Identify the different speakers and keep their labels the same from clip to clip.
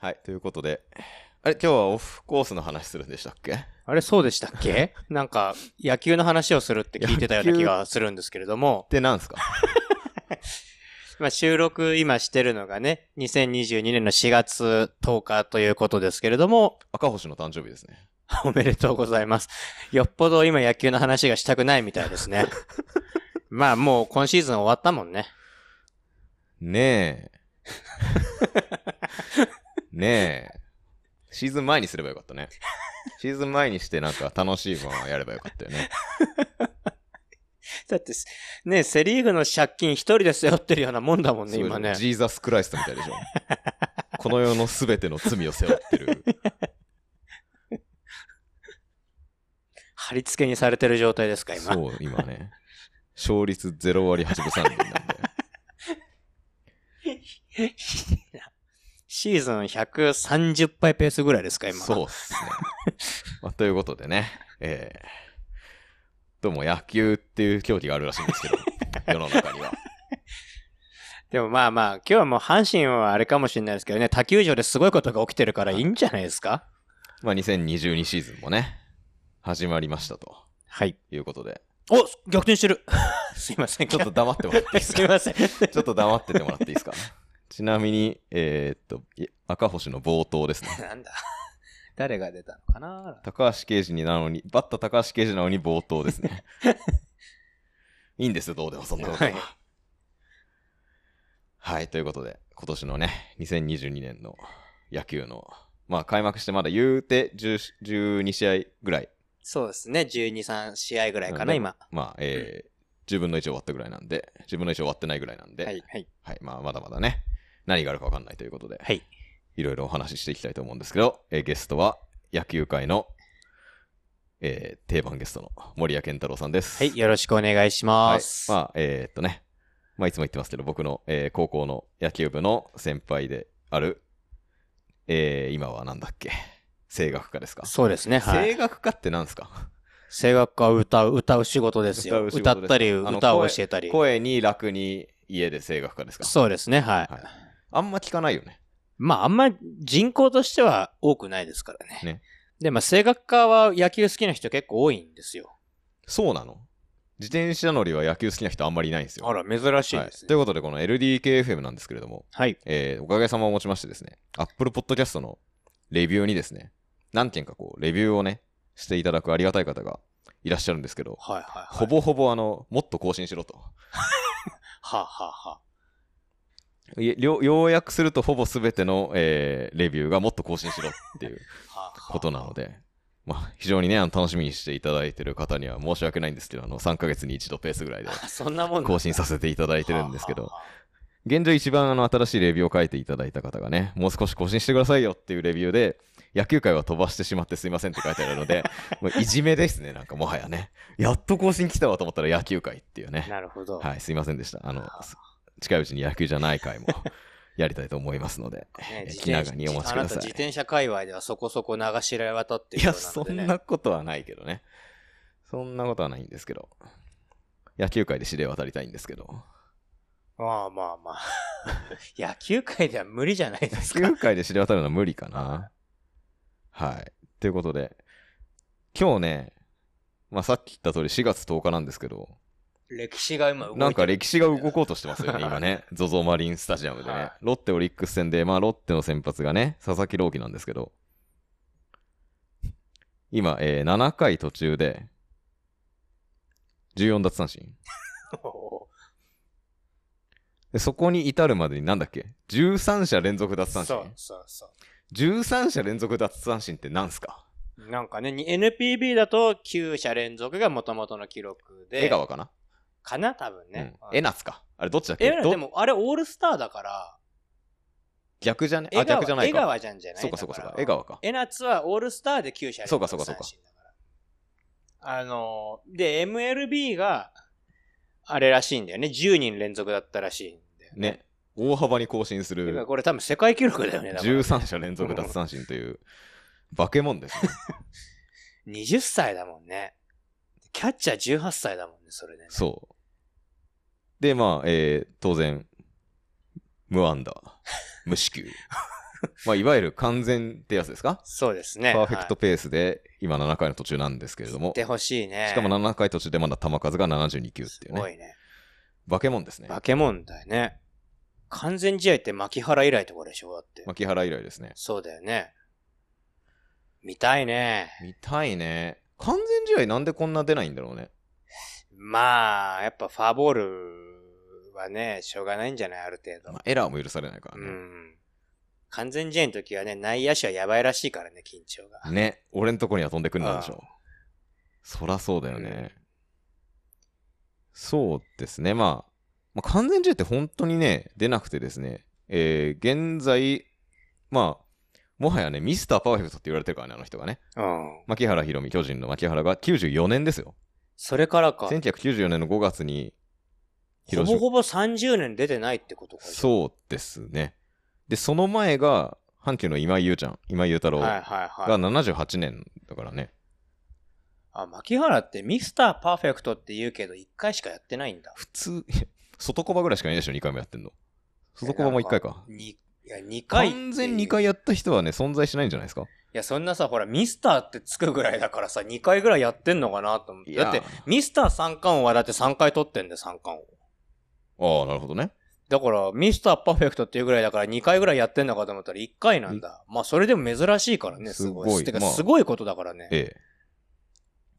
Speaker 1: はい、ということで。あれ、今日はオフコースの話するんでしたっけ
Speaker 2: あれそうでしたっ けなんか、野球の話をするって聞いてたような気がするんですけれども、
Speaker 1: で、なんすか
Speaker 2: まあ、収録今してるのがね、2022年の4月10日ということですけれども、
Speaker 1: 赤星の誕生日ですね。
Speaker 2: おめでとうございます。よっぽど今野球の話がしたくないみたいです ね。まあもう今シーズン終わったもんね。
Speaker 1: ね え。ねえ。シーズン前にすればよかったね。シーズン前にしてなんか楽しい分はやればよかったよね。
Speaker 2: だってす、ね、セリーグの借金一人で背負ってるようなもんだもんね、
Speaker 1: そう
Speaker 2: 今ね。
Speaker 1: ジーザスクライストみたいでしょ。この世のすべての罪を背負って る。
Speaker 2: 貼り付けにされてる状態ですか、今。
Speaker 1: そう、今ね。勝率0割8分3厘なんで。
Speaker 2: シーズン130敗ペースぐらいですか、今。
Speaker 1: そうっすね。まあということでね、えー、どうも野球っていう競技があるらしいんですけど、世の中には。
Speaker 2: でもまあまあ、今日はもう阪神はあれかもしれないですけどね、他球場ですごいことが起きてるからいいんじゃないですか
Speaker 1: まあ、2022シーズンもね、始まりましたと
Speaker 2: はい。
Speaker 1: いうことで、
Speaker 2: お逆転してる すいません、
Speaker 1: ちょっと黙ってもらっていいです
Speaker 2: す
Speaker 1: か
Speaker 2: いません。
Speaker 1: ちょっと黙っててもらっていいですかちなみに、えーっと、い赤星の冒頭ですね。
Speaker 2: なんだ誰が出たのかな
Speaker 1: 高橋刑事になのに、バッター高橋刑事なのに冒頭です ね。いいんですよ、どうでもそんなことは。
Speaker 2: はい
Speaker 1: はい、ということで、今年のね、2022年の野球の、まあ開幕してまだ言うて10 12試合ぐらい、
Speaker 2: そうですね、12、3試合ぐらいかな、
Speaker 1: うん
Speaker 2: 今。
Speaker 1: まあ、えー10分の1終わったぐらいなんで、10分の1終わってないぐらいなんで、
Speaker 2: はい、はい。
Speaker 1: はい、まあまだまだね、何があるかわかんないということで、
Speaker 2: はい。
Speaker 1: いろいろお話ししていきたいと思うんですけど、えーゲストは野球界の、えー定番ゲストの森谷健太郎さんです。
Speaker 2: はい、よろしくお願いし
Speaker 1: は
Speaker 2: ま
Speaker 1: い
Speaker 2: す。
Speaker 1: まあ、えーっとね、まあ、いつも言ってますけど、僕の、えー高校の野球部の先輩である、えー今はなんだっけ、声楽家ですか。
Speaker 2: そうですね、はい。
Speaker 1: 声楽家ってなんですか
Speaker 2: 声楽家は歌う、歌う仕事ですよ。
Speaker 1: 歌う仕
Speaker 2: 歌
Speaker 1: 事です
Speaker 2: ったり、
Speaker 1: あの
Speaker 2: 歌を教えたり。
Speaker 1: 声に楽に家で声楽家ですか
Speaker 2: そうですね、はい。
Speaker 1: はい。あんま聞かないよね。
Speaker 2: まあ、あんまり人口としては多くないですからね。
Speaker 1: ね
Speaker 2: で、まあ、声楽家は野球好きな人結構多いんですよ。
Speaker 1: そうなの自転車乗りは野球好きな人あんまりいないんですよ。
Speaker 2: あら、珍しい
Speaker 1: はい
Speaker 2: です、
Speaker 1: とい
Speaker 2: ね。
Speaker 1: うことで、この LDKFM なんですけれども、
Speaker 2: はい。
Speaker 1: えーおかげさまをもちましてですね、Apple Podcast のレビューにですね、何件かこう、レビューをね、していただくありがたい方がいらっしゃるんですけど、
Speaker 2: はいはいはい。
Speaker 1: ほぼほぼあの、もっと更新しろと。
Speaker 2: はあ、はあはあ、
Speaker 1: いえよ要約するとほぼ全ての、えーレビューがもっと更新しろっていう
Speaker 2: はあはあ
Speaker 1: ことなので、 まあ、非常にね、あの、楽しみにしていただいてる方には申し訳ないんですけど、あの、3ヶ月に一度ペースぐらいで
Speaker 2: そんなもん
Speaker 1: 更新させていただいてるんですけど、現状一番あの新しいレビューを書いていただいた方がね、もう少し更新してくださいよっていうレビューで、野球界は飛ばしてしまってすいませんって書いてあるの で、もういじめですね、なんかもはやね。やっと更新来たわと思ったら野球界っていうね。
Speaker 2: なるほど。
Speaker 1: はい、すいませんでした。あの
Speaker 2: あ、ー
Speaker 1: す近いうちに野球じゃない回も やりたいと思いますので、え
Speaker 2: ね自
Speaker 1: 気
Speaker 2: 転
Speaker 1: 長にお待ちくだ
Speaker 2: あな
Speaker 1: さ
Speaker 2: た自
Speaker 1: い。
Speaker 2: 転車界隈ではそこそこ流し渡ってる
Speaker 1: いや、
Speaker 2: よう
Speaker 1: そ
Speaker 2: のでね
Speaker 1: んなことはないけどね。そんなことはないんですけど。野球界で知れ渡りたいんですけど。
Speaker 2: まあまあまあ。 野球界では無理じゃない ですか
Speaker 1: 野。球界で知れ渡るのは無理かな。はい。ということで、今日ね、まあさっき言った通り4月10日なんですけど、
Speaker 2: 歴史が今動いてる
Speaker 1: なんか 歴史が動こうとしてますよね、今ね。ZOZO マリンスタジアムで
Speaker 2: は
Speaker 1: ね
Speaker 2: い。
Speaker 1: ロッテオリックス戦で、まあロッテの先発がね、佐々木朗希なんですけど、今、えー7回途中で、14奪三振。でそこに至るまでになんだっけ ?13 者連続奪
Speaker 2: そ
Speaker 1: 三
Speaker 2: う
Speaker 1: 振。
Speaker 2: そうそ
Speaker 1: 13者連続奪三振ってなんすか
Speaker 2: う。なんかね、に NPB だと9者連続がもともとの記録で。
Speaker 1: 江川かな
Speaker 2: かな多分ね。
Speaker 1: うん、えなつか。あれどっちだっけ
Speaker 2: え、で
Speaker 1: ど
Speaker 2: もあれオールスターだから、
Speaker 1: 逆じゃね
Speaker 2: 江
Speaker 1: あ、
Speaker 2: 川
Speaker 1: 逆じゃない
Speaker 2: 江
Speaker 1: か。
Speaker 2: 川じゃんじゃない
Speaker 1: そうかそうかそう
Speaker 2: だ
Speaker 1: か。
Speaker 2: ら
Speaker 1: 江川か。
Speaker 2: えなつはオールスターで9社連
Speaker 1: そう
Speaker 2: 続
Speaker 1: かそうかそうか
Speaker 2: 三振だから。あのー、で、MLB が、あれらしいんだよね。10人連続だったらしいんだよね。
Speaker 1: ね。大幅に更新す
Speaker 2: 今
Speaker 1: る
Speaker 2: これ多分世界記録だよね。だから
Speaker 1: 13者連続奪三振という、化け物ですね。
Speaker 2: 20歳だもんね。キャッチャー18歳だもんね、それでね。
Speaker 1: そう。 で、まあ、えー当然、無安打、無四球、まあ、いわゆる完全ってやつですか
Speaker 2: そうですね。
Speaker 1: パーフェクト
Speaker 2: はい
Speaker 1: ペースで、今7回の途中なんですけれど
Speaker 2: 行
Speaker 1: も
Speaker 2: っ、てほしいね。
Speaker 1: しかも7回途中でまだ球数が72球っ
Speaker 2: す
Speaker 1: ていう
Speaker 2: ご
Speaker 1: ね。
Speaker 2: いね。
Speaker 1: 化け物ですね。
Speaker 2: 化け物だよね。完全試合って牧原以来とかでしょだって。
Speaker 1: 牧原以来ですね。
Speaker 2: そうだよね。見たいね。
Speaker 1: 見たいね。完全試合なんでこんな出ないんだろうね。
Speaker 2: まあ、やっぱファーボールはね、しょうがないんじゃないある程度。
Speaker 1: まあ、エラーも許されないから
Speaker 2: う
Speaker 1: ね。
Speaker 2: ん。完全試合の時はね、内野手はやばいらしいからね、緊張が。
Speaker 1: ね、俺んとこには飛んでくるんでしょう。そらそうだよね。
Speaker 2: うん
Speaker 1: そうですね、まあ、まあ完全試合って本当にね、出なくてですね、えー現在、まあ、もはやね、ミスターパーフェクトって言われてるからね、あの人がね。
Speaker 2: うん。
Speaker 1: 牧原ひろみ、巨人の牧原が94年ですよ。
Speaker 2: それからか。
Speaker 1: 1994年の5月に、
Speaker 2: ほぼほぼ30年出てないってことか。う。
Speaker 1: そうですね。で、その前が、阪急の今井優ちゃん、今井優太郎
Speaker 2: はい
Speaker 1: が
Speaker 2: はいはい。
Speaker 1: 78年だからね。
Speaker 2: あ、牧原ってミスターパーフェクトって言うけど、1回しかやってないんだ。
Speaker 1: 普通、いや外コバぐらいしかいないでしょ、2回もやってんの。外コバも1回か。
Speaker 2: にいや、2回っていう。
Speaker 1: 完全2回
Speaker 2: い
Speaker 1: やった人はね、存在しないんじゃないですか
Speaker 2: や、そんなさ、ほら、ミスターってつくぐらいだからさ、2回ぐらいやってんのかなと思って。だって、、ミスター三冠王はだって3回取ってんだよ、三冠王。
Speaker 1: ああ、なるほどね。
Speaker 2: だから、ミスターパーフェクトっていうぐらいだから2回ぐらいやってんのかと思ったら1回なんだ。まあ、それでも珍しいからね、すごい。
Speaker 1: すごい
Speaker 2: てか、
Speaker 1: まあ
Speaker 2: すごいことだからね。
Speaker 1: ええ。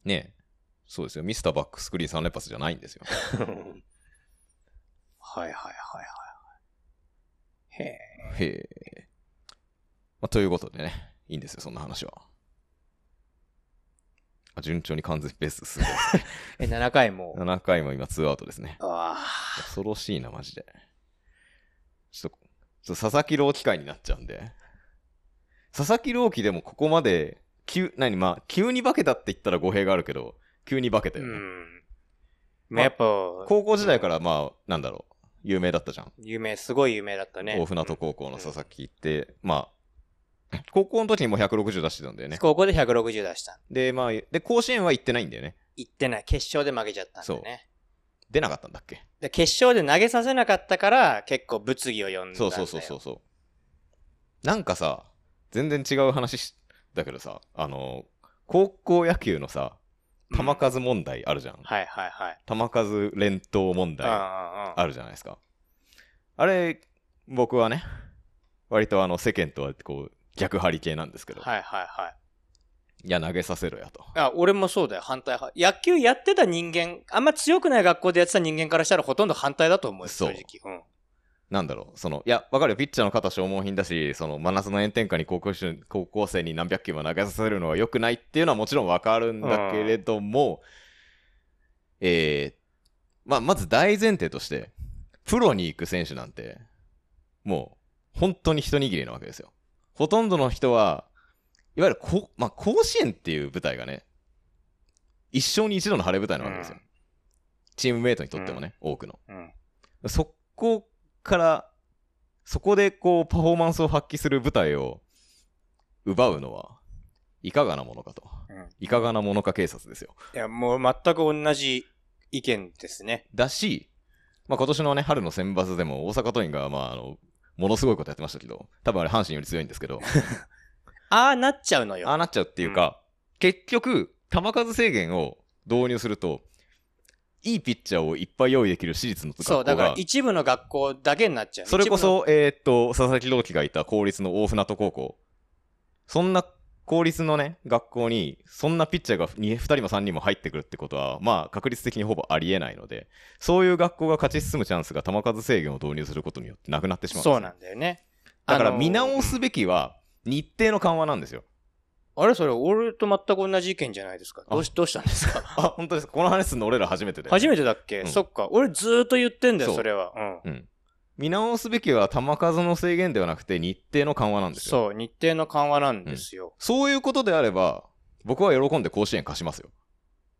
Speaker 1: ねえ。そうですよ。ミスターバックスクリーン3連発じゃないん ですよ。
Speaker 2: はいはいはいはいはい。へえ。
Speaker 1: へえ。まあ、ということでね、いいんですよ、そんな話は。あ順調に完全ベースすごいですね
Speaker 2: え、7回も。
Speaker 1: 7回も今2アウトですね。
Speaker 2: あ
Speaker 1: 恐ろしいな、マジで。ちょっと、ちょっと佐々木朗希会になっちゃうんで。佐々木朗希でもここまで、急、何、まあ、急に化けたって言ったら語弊があるけど、急に化け
Speaker 2: あ。
Speaker 1: た
Speaker 2: う
Speaker 1: よね。
Speaker 2: ん。ま
Speaker 1: ま
Speaker 2: あ、
Speaker 1: あ
Speaker 2: やっぱ、
Speaker 1: 高校時代から、まあ、なんだろう、有名だったじゃん。
Speaker 2: 有名、すごい有名だったね。
Speaker 1: 大船渡高校の佐々木って、まあ、高校の時にもう160出してたんだよね。
Speaker 2: 高校で160出した。
Speaker 1: で、まあ、で、甲子園は行ってないんだよね。
Speaker 2: 行ってない。決勝で負けちゃったんだよね。
Speaker 1: 出なかったんだっけ
Speaker 2: で決勝で投げさせなかったから、結構物議を呼んだんだよ。
Speaker 1: そうそうそうそうそう。なんかさ、全然違う話しだけどさ、あの、高校野球のさ、
Speaker 2: うん
Speaker 1: 球数問題あるじゃん。
Speaker 2: はいはいはい。
Speaker 1: 球数連投問題あ
Speaker 2: ああ
Speaker 1: るじゃないですか。あれ、僕はね、割とあの世間とはこう逆張り系なんですけど、
Speaker 2: はいはいはい。
Speaker 1: いや、投げさせろやと。
Speaker 2: あ、俺もそうだよ、反対派。野球やってた人間、あんま強くない学校でやってた人間からしたらほとんど反対だと思うよ、
Speaker 1: そ
Speaker 2: 正
Speaker 1: う
Speaker 2: 直。うん。
Speaker 1: なんだろう、その、いや、わかるよ、ピッチャーの肩消耗品だし、その、真夏の炎天下に高校生高校生に何百球も投げさせるのは良くないっていうのはもちろんわかるんだけれども、えー、まあ、まず大前提として、プロに行く選手なんて、もう、本当に一握りなわけですよ。ほとんどの人は、いわゆるこ、まあ、甲子園っていう舞台がね、一生に一度の晴れ舞台なわけですよ。
Speaker 2: うん
Speaker 1: チームメイトにとってもね、多くの。
Speaker 2: うん。
Speaker 1: そこから、そこでこうパフォーマンスを発揮する舞台を奪うのは、いかがなものかと。
Speaker 2: うん。
Speaker 1: いかがなものか警察ですよ。
Speaker 2: いや、もう全く同じ意見ですね。
Speaker 1: だし、まあ、今年のね、春の選抜でも大阪桐蔭が、まあ、あの、ものすごいことやってましたけど、多分あれ阪神より強いんですけど、
Speaker 2: ああなっちゃうのよ。
Speaker 1: ああなっちゃうっていうか、結局、球数制限を導入すると、いいピッチャーをいっぱい用意できる私立の学校が
Speaker 2: そう、だから一部の学校だけになっちゃう。
Speaker 1: それこ
Speaker 2: 一部の、
Speaker 1: そ、えーっと、佐々木朗希がいた公立の大船渡高校。そんな公立のね、学校に、そんなピッチャーが 2, 人も3人も入ってくるってことは、まあ、確率的にほぼありえないので、そういう学校が勝ち進むチャンスが球数制限を導入することによってなくなってしまうんですよ
Speaker 2: そうなんだよね。
Speaker 1: だから
Speaker 2: あのー
Speaker 1: 見直すべきは、日程の緩和なんですよ。
Speaker 2: あれそれ、俺と全く同じ意見じゃないですか。どうし、どうしたんですか
Speaker 1: あ、本当ですか。この話するの俺ら初めてで。
Speaker 2: 初めてだっけ、
Speaker 1: うん
Speaker 2: そっか。俺ずーっと言ってんだよ、
Speaker 1: そう
Speaker 2: それは。うん。
Speaker 1: うん。見直すべきは球数の制限ではなくて日程の緩和なんですよ。
Speaker 2: そう、日程の緩和なんですよ。
Speaker 1: そういうことであれば、僕は喜んで甲子園貸しますよ。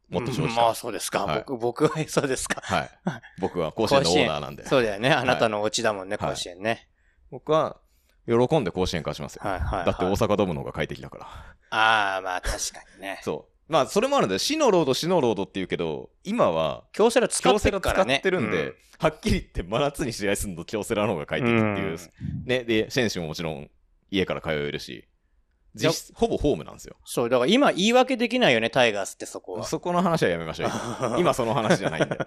Speaker 1: もっと正
Speaker 2: う
Speaker 1: 直
Speaker 2: ん
Speaker 1: に。
Speaker 2: まあ、そうですか。
Speaker 1: はい
Speaker 2: 僕、僕は、 そうですか。
Speaker 1: はい。 僕は甲子園のオーナーなんで。
Speaker 2: そうだよね。あなたのオチだもんね、
Speaker 1: はい
Speaker 2: 甲子園ね。
Speaker 1: 僕は喜んで甲子園貸しますよ。
Speaker 2: はいはい、はい。
Speaker 1: だって大阪ドームの方が快適だから。
Speaker 2: ああ、まあ確かにね。
Speaker 1: そう。まあ、それもあるんで、死のロード、死のロードって言うけど、今は、
Speaker 2: 京セラ使
Speaker 1: 京
Speaker 2: って
Speaker 1: セラ
Speaker 2: る
Speaker 1: 使
Speaker 2: からね。
Speaker 1: ってるんで、はっきり言って真夏に試合するの京セラの方が快適っていう、
Speaker 2: うん
Speaker 1: ね、で、選手ももちろん家から通えるし、実質ほぼホームなんですよ。
Speaker 2: そう、だから今言い訳できないよね、タイガースってそこは。
Speaker 1: そこの話はやめましょう。今今その話じゃないんで。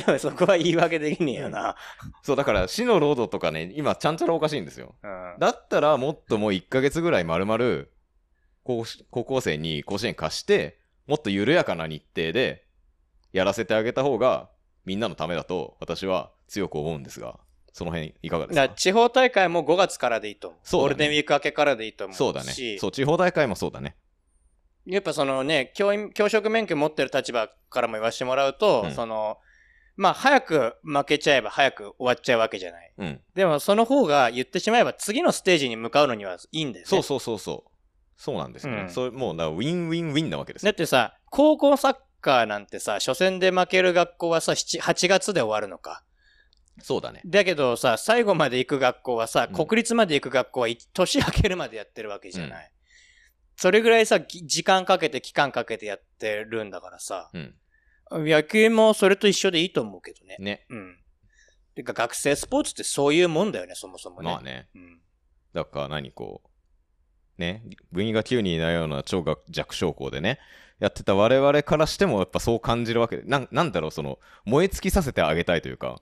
Speaker 2: でもそこは言い訳できねえよな。
Speaker 1: そう、だから死のロードとかね、今ちゃんちゃらおかしいんですよ。
Speaker 2: うん。
Speaker 1: だったらもっともう1ヶ月ぐらい丸々、こう高校生に甲子園貸して、もっと緩やかな日程でやらせてあげた方が、みんなのためだと私は強く思うんですが、その辺いかがです
Speaker 2: だから
Speaker 1: か
Speaker 2: 地方大会も5月からでいいと思う。
Speaker 1: そうだね
Speaker 2: ゴールデンウィーク明けからでいいと思うし。
Speaker 1: そうだね。そう、地方大会もそうだね。
Speaker 2: やっぱそのね、教員、教職免許持ってる立場からも言わせてもらうと、
Speaker 1: うん
Speaker 2: その、まあ早く負けちゃえば早く終わっちゃうわけじゃない。
Speaker 1: うん。
Speaker 2: でもその方が言ってしまえば次のステージに向かうのにはいいんだよね。
Speaker 1: そうそうそうそう。そうなんですよね。
Speaker 2: うん
Speaker 1: それもう、だからウィンウィンウィンなわけです
Speaker 2: だ
Speaker 1: よ。
Speaker 2: ってさ、高校サッカーなんてさ、初戦で負ける学校はさ、7 8月で終わるのか。
Speaker 1: そうだね。
Speaker 2: だけどさ、最後まで行く学校はさ、
Speaker 1: うん
Speaker 2: 国立まで行く学校はい年明けるまでやってるわけじゃない。それぐらいさ、ぎ時間かけて、期間かけてやってるんだからさ、
Speaker 1: うん。
Speaker 2: 野球もそれと一緒でいいと思うけどね。
Speaker 1: ね。
Speaker 2: うん。てか学生スポーツってそういうもんだよね、そもそもね。
Speaker 1: まあね。
Speaker 2: うん。
Speaker 1: だから何こう、ね、部員が9人いないような超が弱小校でね、やってた我々からしてもやっぱそう感じるわけで、なんなんだろう、その、燃え尽きさせてあげたいというか、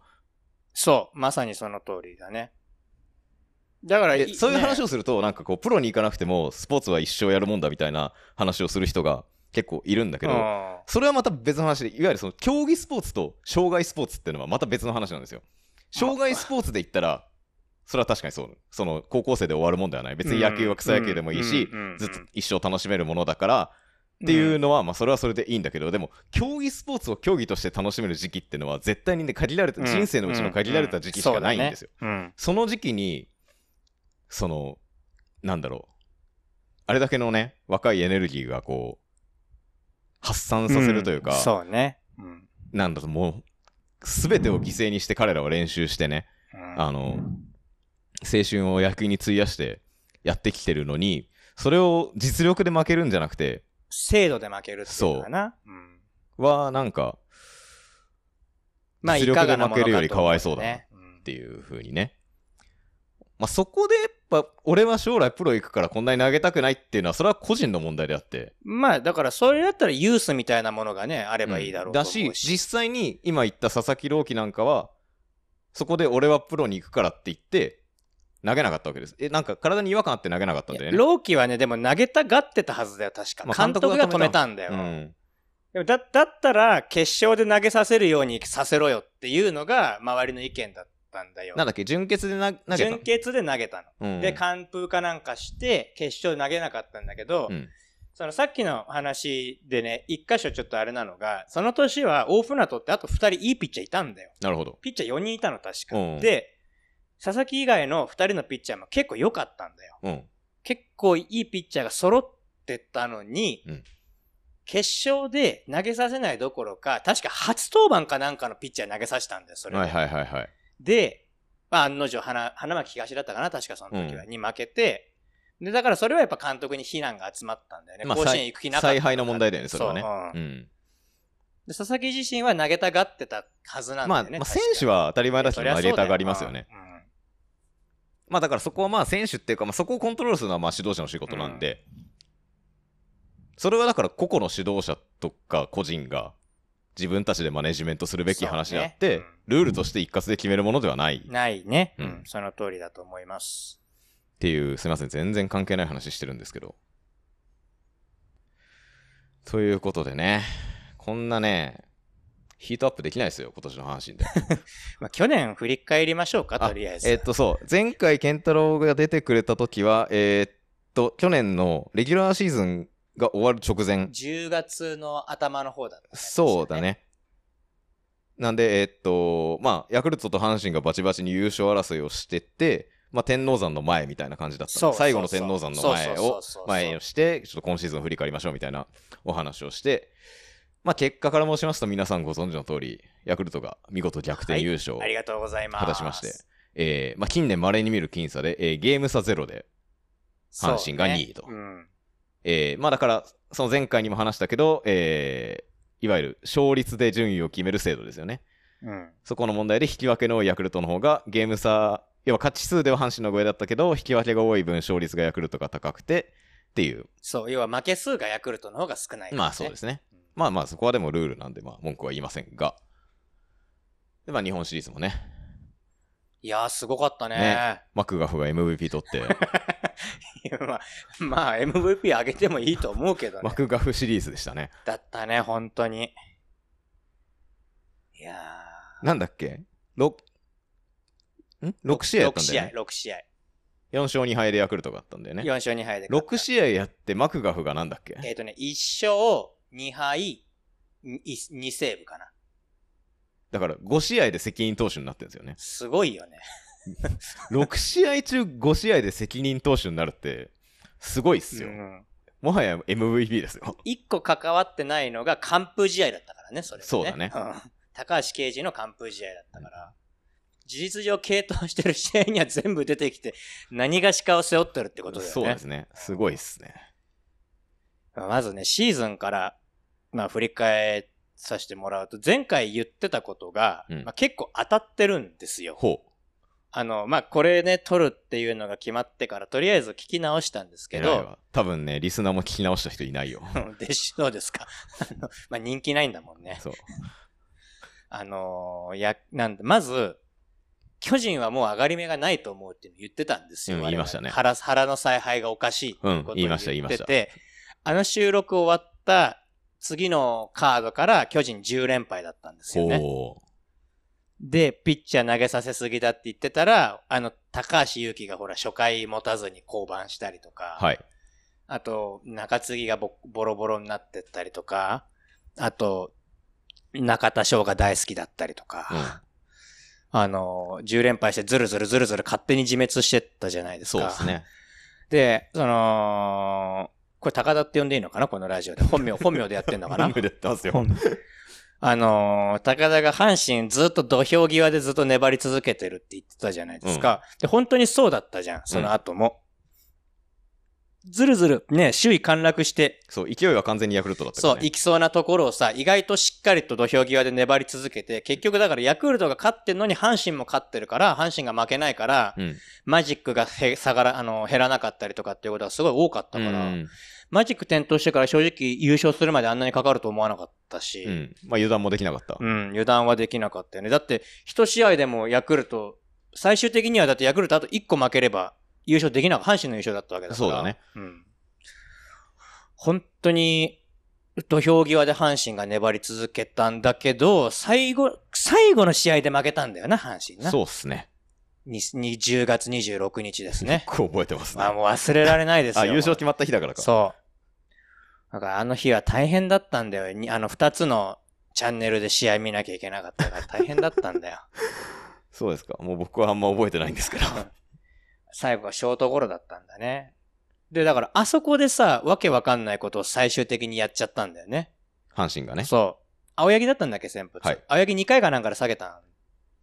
Speaker 2: そう、まさにその通りだね。だから、
Speaker 1: でそういう話
Speaker 2: を、
Speaker 1: をすると、なんかこう、プロに行かなくても、スポーツは一生やるもんだみたいな話をする人が結構いるんだけ
Speaker 2: う
Speaker 1: ど、
Speaker 2: ん
Speaker 1: それはまた別の話で、いわゆるその競技スポーツと障害スポーツっていうのはまた別の話なんですよ。障害スポーツで言ったら、それは確かにそう。その高校生で終わるもんではない。別に野球は草野球でもいいし
Speaker 2: うんうんうんうん、
Speaker 1: ずっと一生楽しめるものだからっていうのは、まあそれはそれでいいんだけど、でも競技スポーツを競技として楽しめる時期っていうのは絶対にね、限られた、
Speaker 2: うん
Speaker 1: 人生のうちの限られた時期しかないんですよ。
Speaker 2: うんうん
Speaker 1: その時期に、その、なんだろう。あれだけのね、若いエネルギーがこう、発散
Speaker 2: そうだね
Speaker 1: させるというか、
Speaker 2: んそうね。うん。
Speaker 1: なんだともう、すべてを犠牲にして彼らは練習してね、
Speaker 2: うん
Speaker 1: あの、青春を野球に費やしてやってきてるのに、それを実力で負けるんじゃなくて、
Speaker 2: 制度で負けるっていうのかな。うん
Speaker 1: は、なんか、
Speaker 2: まあ、
Speaker 1: 実力で負けるよりかわいそうだなっ
Speaker 2: ね。
Speaker 1: ていう風にね。まあ、そこでやっぱ、俺は将来プロ行くからこんなに投げたくないっていうのは、それは個人の問題であって。
Speaker 2: まあ、だから、それだったらユースみたいなものがね、あればいいだろうと
Speaker 1: だ
Speaker 2: 思うし。
Speaker 1: し、実際に今言った佐々木朗希なんかは、そこで俺はプロに行くからって言って、投げなかったわけです。え、なんか体に違和感あって投げなかったんだよね。
Speaker 2: ローキはね、でも投げたがってたはずだよ、確か。
Speaker 1: まあ
Speaker 2: 監督が止めたんだよ。
Speaker 1: うん、
Speaker 2: でもだだったら、決勝で投げさせるようにさせろよっていうのが、周りの意見だったんだよ。
Speaker 1: なんだっけ、純潔でな投げた
Speaker 2: 準決で投げたの。
Speaker 1: うん、
Speaker 2: で、完封かなんかして、決勝で投げなかったんだけど、
Speaker 1: うん
Speaker 2: そのさっきの話でね、一箇所ちょっとあれなのが、その年は大船渡ってあと二人いいピッチャーいたんだよ。
Speaker 1: なるほど。
Speaker 2: ピッチャー4人いたの確か。
Speaker 1: うん
Speaker 2: で、佐々木以外の2人のピッチャーも結構良かったんだよ。
Speaker 1: うん。
Speaker 2: 結構いいピッチャーが揃ってたのに、
Speaker 1: うん
Speaker 2: 決勝で投げさせないどころか、確か初登板かなんかのピッチャー投げさせたんだよ、それで。
Speaker 1: はいはいはいはい。
Speaker 2: で、まあ、案の定花、花巻東だったかな、確かその時は、
Speaker 1: う
Speaker 2: に負けて、で、だからそれはやっぱ監督に非難が集まったんだよね。
Speaker 1: まあ
Speaker 2: 甲子園行く気なかった
Speaker 1: 采配の問題だよね、それはね
Speaker 2: そううん。
Speaker 1: うん。
Speaker 2: で佐々木自身は投げたがってたはずなんだ
Speaker 1: まあ、
Speaker 2: よね。
Speaker 1: まあ、
Speaker 2: 確か
Speaker 1: 選手は当たり前だし、投げたがりますよね。。
Speaker 2: そりゃそうだよなうん
Speaker 1: まあ、だからそこはまあ、選手っていうか、まあ、そこをコントロールするのはまあ指導者の仕事なんで、それはだから個々の指導者とか個人が自分たちでマネジメントするべき話であっ
Speaker 2: そ
Speaker 1: て、
Speaker 2: うね
Speaker 1: ルールとして一括で決めるものではないっ
Speaker 2: ないね。う
Speaker 1: うん
Speaker 2: ん、その通りだと思います。
Speaker 1: ていう、すいません、全然関係ない話してるんですけど。ということでね、こんなね、ヒートアップできないですよ、今年の阪神で。
Speaker 2: まあ、去年振り返りましょうか、とりあえず。
Speaker 1: えっと、そう。前回、健太郎が出てくれた時は、えーっと、去年のレギュラーシーズンが終わる直前。
Speaker 2: 10月の頭の方だった、
Speaker 1: そうだ。ね。なんで、えーっと、まあ、ヤクルトと阪神がバチバチに優勝争いをしてて、まあ、天王山の前みたいな感じだった
Speaker 2: そう
Speaker 1: の
Speaker 2: そう
Speaker 1: 最後の天王山の前
Speaker 2: そうそうそう
Speaker 1: を
Speaker 2: そうそう
Speaker 1: 前をして、ちょっと今シーズンを振り返りましょうみたいなお話をして、まあ、結果から申しますと皆さんご存知の通り、ヤクルトが見事逆転優勝を
Speaker 2: ありがとうございます。
Speaker 1: 果たしまして、えーまあ、近年稀に見る僅差で、えーゲーム差ゼロで、
Speaker 2: そうね、
Speaker 1: 阪神が2位と
Speaker 2: うん。
Speaker 1: えーまあだから、その前回にも話したけど、えーいわゆる勝率で順位を決める制度ですよね。
Speaker 2: うん。
Speaker 1: そこの問題で引き分けのヤクルトの方がゲーム差要は勝ち数では阪神の上だったけど、引き分けが多い分勝率がヤクルトが高くてっていう、
Speaker 2: そう、要は負け数がヤクルトの方が少ない、。
Speaker 1: まあそうですすね。
Speaker 2: うん
Speaker 1: まあまあそこはでもルールなんで、まあ文句は言いませんが。で、まあ日本シリーズもね、
Speaker 2: いやー、すごかったね。
Speaker 1: ねマクガフが MVP 取って、
Speaker 2: いや まあ、まあ、MVP 上げてもいいと思うけどね
Speaker 1: マ。クガフシリーズでしたね。
Speaker 2: だったね、本当に。いやー。
Speaker 1: なんだっけ ?6、ん ?6 試合やったんだよね。
Speaker 2: 6試合、
Speaker 1: 4勝2敗でヤクルトがあったんだよ
Speaker 2: 6試合。
Speaker 1: ね
Speaker 2: 4。勝2敗で勝った。
Speaker 1: 6試合やってマクガフがなんだっけ
Speaker 2: えっ、とね、1勝2敗、2セーブかな。
Speaker 1: だから5試合で責任投手になってるんですよね。
Speaker 2: すごいよね。
Speaker 1: 6試合中5試合で責任投手になるって、すごいっすよ。
Speaker 2: うん
Speaker 1: もはや MVP ですよ。
Speaker 2: 一個関わってないのが完封試合だったからね、それ、ね。
Speaker 1: そうだね
Speaker 2: ん高橋奎二の完封試合だったから。事実上、継投してる試合には全部出てきて、何がしかを背負ってるってことだよね。
Speaker 1: そうですね。すごいっすね。
Speaker 2: まずね、シーズンから、まあ、振り返させてもらうと、前回言ってたことが、
Speaker 1: うん
Speaker 2: まあ、結構当たってるんですよ。
Speaker 1: ほ
Speaker 2: あの、まあ、これね、取るっていうのが決まってから、とりあえず聞き直したんです
Speaker 1: う。
Speaker 2: け
Speaker 1: 偉い
Speaker 2: ど、
Speaker 1: わ多分ね、リスナーも聞き直した人いないよ。
Speaker 2: でし、どうですか あのまあ、人気ないんだもんね。
Speaker 1: そう。
Speaker 2: あのーや、なんで、まず、巨人はもう上がり目がないと思うっていうのを言ってたんですよ。
Speaker 1: うん
Speaker 2: 我々
Speaker 1: 言いましたね
Speaker 2: 腹、腹の采配がおかしいっていうことを
Speaker 1: うん言いました言いました
Speaker 2: ててあの収録終わった次のカードから巨人10連敗だったんですよね。
Speaker 1: ほう。
Speaker 2: で、ピッチャー投げさせすぎだって言ってたら、あの、高橋祐希がほら、初回持たずに降板したりとか、
Speaker 1: はい。
Speaker 2: あと、中継ぎがボボロボロになってったりとか、あと、中田翔が大好きだったりとか、
Speaker 1: うん
Speaker 2: あの、10連敗してずるずるずるずる勝手に自滅してったじゃないですか。
Speaker 1: そうです。ね。
Speaker 2: で、その、これ高田って呼んでいいのかなこのラジオで。本名、本名でやってんのかな
Speaker 1: 本名でやってますよ。
Speaker 2: 本あのー高田が阪神ずっと土俵際でずっと粘り続けてるって言ってたじゃないですか。で、本当にそうだったじゃん、その後も。ずるずる、ね、周囲陥落して、
Speaker 1: そう、勢いは完全にヤクルトだったか
Speaker 2: そ
Speaker 1: ら、
Speaker 2: う、
Speaker 1: ね。
Speaker 2: 行きそうなところをさ、意外としっかりと土俵際で粘り続けて、結局だからヤクルトが勝ってんのに阪神も勝ってるから、阪神が負けないから、
Speaker 1: うん。
Speaker 2: マジックがへ下がら、あの、減らなかったりとかっていうことがすごい多かった
Speaker 1: う
Speaker 2: から、
Speaker 1: ん。
Speaker 2: マジック点灯してから正直優勝するまであんなにかかると思わなかったし、
Speaker 1: うん。まあ油断もできなかった。
Speaker 2: うん、油断はできなかったよね。だって、一試合でもヤクルト、最終的にはだってヤクルトあと1個負ければ優勝できなかった。阪神の優勝だったわけだから。
Speaker 1: そうだね。
Speaker 2: うん。本当に、土俵際で阪神が粘り続けたんだけど、最後、最後の試合で負けたんだよな、阪神な。
Speaker 1: そうっすね。
Speaker 2: にに10月26日ですね
Speaker 1: 結。構覚えてますね。
Speaker 2: まあもう忘れられないですよ。
Speaker 1: あ、優勝決まった日だからか。
Speaker 2: そう。だからあの日は大変だったんだよ。にあの2つのチャンネルで試合見なきゃいけなかっ たから大変だったんだよ。
Speaker 1: そうですか。もう僕はあんま覚えてないんですけど。
Speaker 2: 最後はショートゴロだったんだね。で、だからあそこでさ、わけわかんないことを最終的にやっちゃったんだよね。
Speaker 1: 阪神がね、
Speaker 2: そう。青柳だったんだっけ、先発。
Speaker 1: はい
Speaker 2: 青柳2回かなんかで下げたん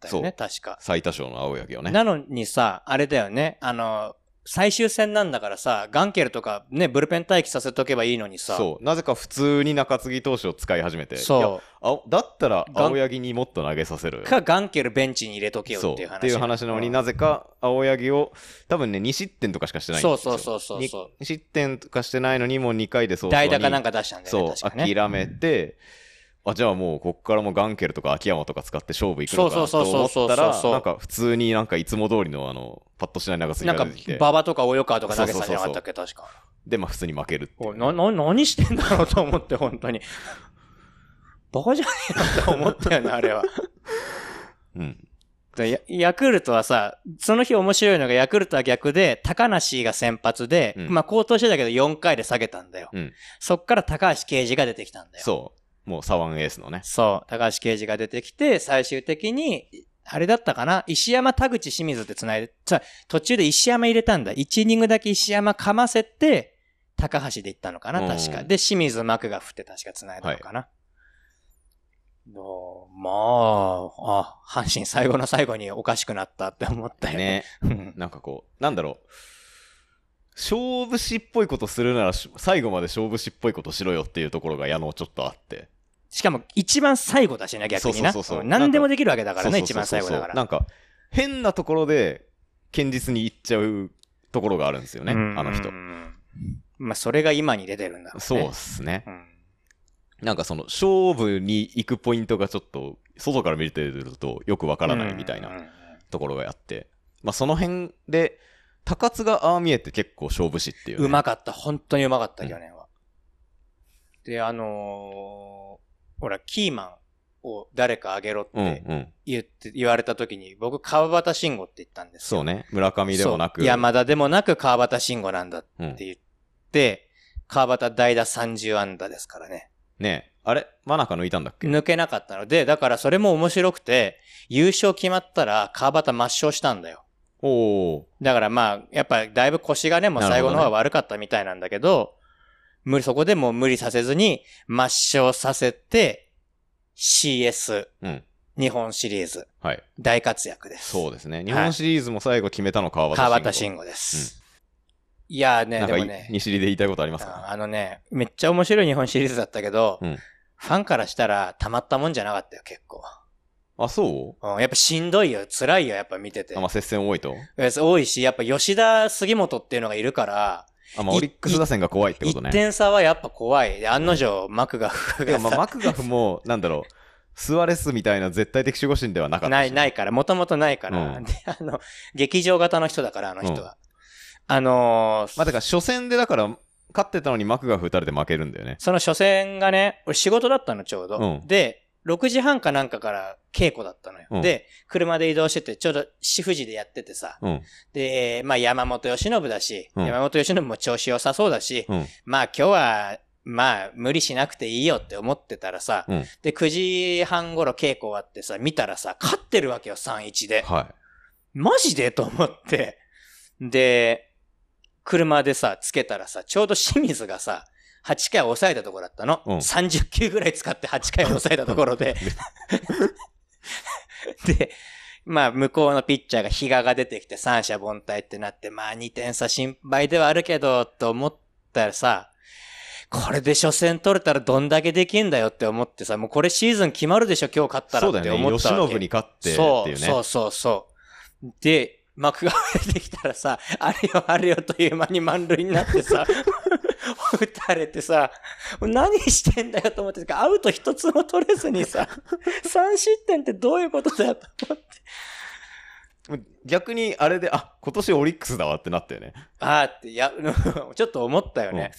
Speaker 2: だよね、
Speaker 1: そ
Speaker 2: 確か。
Speaker 1: 最多勝の青柳をね。
Speaker 2: なのにさ、あれだよね、あの、最終戦なんだからさ、ガンケルとかね、ブルペン待機させとけばいいのにさ、
Speaker 1: そう。なぜか普通に中継ぎ投手を使い始めて。いや
Speaker 2: そ
Speaker 1: あだったら
Speaker 2: ガン
Speaker 1: 青柳にもっと投げさせる
Speaker 2: う。。か、ガンケルベンチに入れとけよ
Speaker 1: そう
Speaker 2: っていう話。
Speaker 1: っていう話なのに
Speaker 2: うん
Speaker 1: なぜか青柳を多分ね2失点とかしかしてないんです
Speaker 2: そ
Speaker 1: よ
Speaker 2: うそうそうそうそう
Speaker 1: に2失点とかしてないのにもう2回でそう
Speaker 2: 代打かなんか出したんだよね、
Speaker 1: そう
Speaker 2: 確かね。
Speaker 1: 諦めてあじゃあもうこっからもうガンケルとか秋山とか使って勝負いくのか
Speaker 2: そう
Speaker 1: な
Speaker 2: そう
Speaker 1: と
Speaker 2: そ
Speaker 1: 思
Speaker 2: うそう
Speaker 1: っ
Speaker 2: そ
Speaker 1: た
Speaker 2: うそう
Speaker 1: らなんか普通になんかいつも通りのあのパッとしない長杉
Speaker 2: なん
Speaker 1: が
Speaker 2: か
Speaker 1: 出てきて、
Speaker 2: 馬場とか及川とか投げてたんじゃなかったっけ、確か。
Speaker 1: でまあ普通に負けるっていう
Speaker 2: おいな、な、何してんだろうと思って、本当に。バカじゃねえなと思ったよね、あれ は。
Speaker 1: うん
Speaker 2: でヤヤクルトはさ、その日面白いのがヤクルトは逆で、高梨が先発で、
Speaker 1: うん
Speaker 2: まあ高騰してたけど4回で下げたんだよ。
Speaker 1: うん
Speaker 2: そっから高橋奎二が出てきたんだよ。
Speaker 1: そうもうサワンエースのね
Speaker 2: そう高橋奎二が出てきて、最終的に、あれだったかな石山、田口、清水って繋いで、さ途中で石山入れたんだ。1イニングだけ石山かませて、高橋で行ったのかな
Speaker 1: うん
Speaker 2: 確か。で、清水、幕が振って確か繋いだのかな。どうまあ、あ、阪神最後の最後におかしくなったって思ったよね。
Speaker 1: ねなんかこう、なんだろう。勝負師っぽいことするならし、最後まで勝負師っぽいことしろよっていうところが矢野ちょっとあって。
Speaker 2: しかも一番最後だしな、逆にな。
Speaker 1: そうそうそうそう
Speaker 2: うん何でもできるわけだ
Speaker 1: だ
Speaker 2: からね、一番最後だから。
Speaker 1: なんか、変なところで、堅実にいっちゃうところがあるんですよね、あの人
Speaker 2: う。んまあ、それが今に出てるんだろうね。
Speaker 1: そうですね
Speaker 2: う。ん。
Speaker 1: なんかその勝負に行くポイントがちょっと外から見てるとよくわからないみたい
Speaker 2: うん
Speaker 1: な
Speaker 2: うん
Speaker 1: ところがあって、まあその辺で、高津がああ見えて結構勝負師っていう、ね。
Speaker 2: うまかった。本当にうまかった、去年は。で、あのーほら、キーマンを誰かあげろっ
Speaker 1: うんう
Speaker 2: て
Speaker 1: ん。
Speaker 2: 言って、言われた時に、僕、川端慎吾って言ったんですよ。
Speaker 1: そうね。村上でもな
Speaker 2: そ
Speaker 1: く。
Speaker 2: う山田でもなく川端慎吾なんだっ
Speaker 1: うん
Speaker 2: て言って、川端代打30安打ですからね。
Speaker 1: ねえあれ真中抜いたんだっけ
Speaker 2: 抜けなかったので、だからそれも面白くて、優勝決まったら川端抹消したんだよ。
Speaker 1: おお
Speaker 2: だからまあ、やっぱだいぶ腰がね、もう最後の方が悪かったみたいなんだけど、無理、そこでもう無理させずに抹消させて、
Speaker 1: ー。
Speaker 2: CS、
Speaker 1: うん。
Speaker 2: 日本シリーズ、
Speaker 1: はい。
Speaker 2: 大活躍です。
Speaker 1: そうですね。日本シリーズも最後決めたの川端
Speaker 2: 川端慎吾です。いやーね、
Speaker 1: なん
Speaker 2: で
Speaker 1: か
Speaker 2: も
Speaker 1: い、
Speaker 2: ね。
Speaker 1: 西里で言いたいことあります
Speaker 2: あ
Speaker 1: か
Speaker 2: あのね、めっちゃ面白い日本シリーズだったけど、
Speaker 1: うん
Speaker 2: ファンからしたらたまったもんじゃなかったよ、結構。
Speaker 1: あ、そ
Speaker 2: うん、やっぱしんどいよ、辛いよ、やっぱ見てて
Speaker 1: うあ、。まあ、接戦多いと。
Speaker 2: え多いし、やっぱ吉田、杉本っていうのがいるから、
Speaker 1: あ、まあ、
Speaker 2: い
Speaker 1: オリックス打線が怖いってこと
Speaker 2: 1
Speaker 1: ね。
Speaker 2: 点差はやっぱ怖い。で、案の定、マクガフ
Speaker 1: で
Speaker 2: が
Speaker 1: も、まあ、
Speaker 2: さ
Speaker 1: マクガフも、なんだろう、スワレスみたいな絶対的守護神ではなかったし
Speaker 2: ない、ないから、もともとないから、
Speaker 1: うん
Speaker 2: で、あの、劇場型の人だから、あの人は。
Speaker 1: う
Speaker 2: あのー
Speaker 1: まあ、だから、初戦で、だから、勝ってたのにマクガフ打たれて負けるんだよね。
Speaker 2: その初戦がね、俺仕事だったの、ちょうど。
Speaker 1: うん
Speaker 2: で、6時半かなんかから稽古だったのよ。
Speaker 1: うん
Speaker 2: で、車で移動してて、ちょうど志富士でやっててさ。
Speaker 1: うん。
Speaker 2: で、まあ山本由伸だし、
Speaker 1: うん
Speaker 2: 山本由伸も調子良さそうだし、
Speaker 1: うん。
Speaker 2: まあ今日は、まあ無理しなくていいよって思ってたらさ、
Speaker 1: うん
Speaker 2: で、9時半頃稽古終わってさ、見たらさ、勝ってるわけよ、3-1で。
Speaker 1: はい。
Speaker 2: マジでと思って。で、車でさ、つけたらさ、ちょうど清水がさ、8回抑えたところだったの。
Speaker 1: うん
Speaker 2: 30球ぐらい使って8回抑えたところ で。で、まあ、向こうのピッチャーが比嘉が出てきて三者凡退ってなって、まあ、2点差心配ではあるけど、と思ったらさ、これで初戦取れたらどんだけできんだよって思ってさ、もうこれシーズン決まるでしょ、今日勝ったら
Speaker 1: そう
Speaker 2: っ
Speaker 1: だ
Speaker 2: て
Speaker 1: よね。
Speaker 2: 思った
Speaker 1: 吉
Speaker 2: わけ。
Speaker 1: 信に勝ってって
Speaker 2: そ
Speaker 1: いうね。
Speaker 2: そうそうそう。で、幕が出てきたらさ、あれよあれよという間に満塁になってさ、 打たれてさ、何してんだよと思ってたアウト一つも取れず にさ、3失点ってどういうことだよと思って。
Speaker 1: 逆に、あれで、あ、今年オリックスだわってなったよね。
Speaker 2: ああって、いや、 ちょっと思ったよね。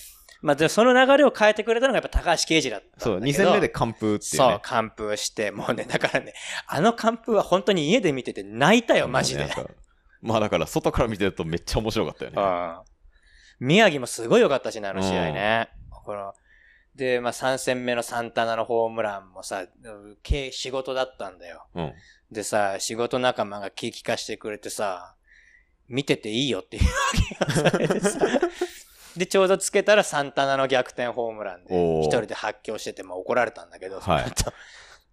Speaker 2: まあ、でその流れを変えてくれたのがやっぱ高橋奎二だったんだけ
Speaker 1: そ
Speaker 2: ど。
Speaker 1: う、2戦目で完封っていう
Speaker 2: そう
Speaker 1: ね、。
Speaker 2: 完封して、もうね、だからね、あの完封は本当に家で見てて泣いたよ、マジで
Speaker 1: なん。かまあ、だから、外から見てるとめっちゃ面白かったよね。
Speaker 2: うん。宮城もすごい良かったしね、あの試合ね。こので、まあ、3戦目のサンタナのホームランもさ、け仕事だったんだよ。
Speaker 1: うん。
Speaker 2: でさ、仕事仲間が聞き化してくれてさ、見てていいよっていうわけがされて さ。で、ちょうどつけたらサンタナの逆転ホームランで、
Speaker 1: おー
Speaker 2: 一人で発狂してて、まあ怒られたんだけど、
Speaker 1: はい
Speaker 2: その後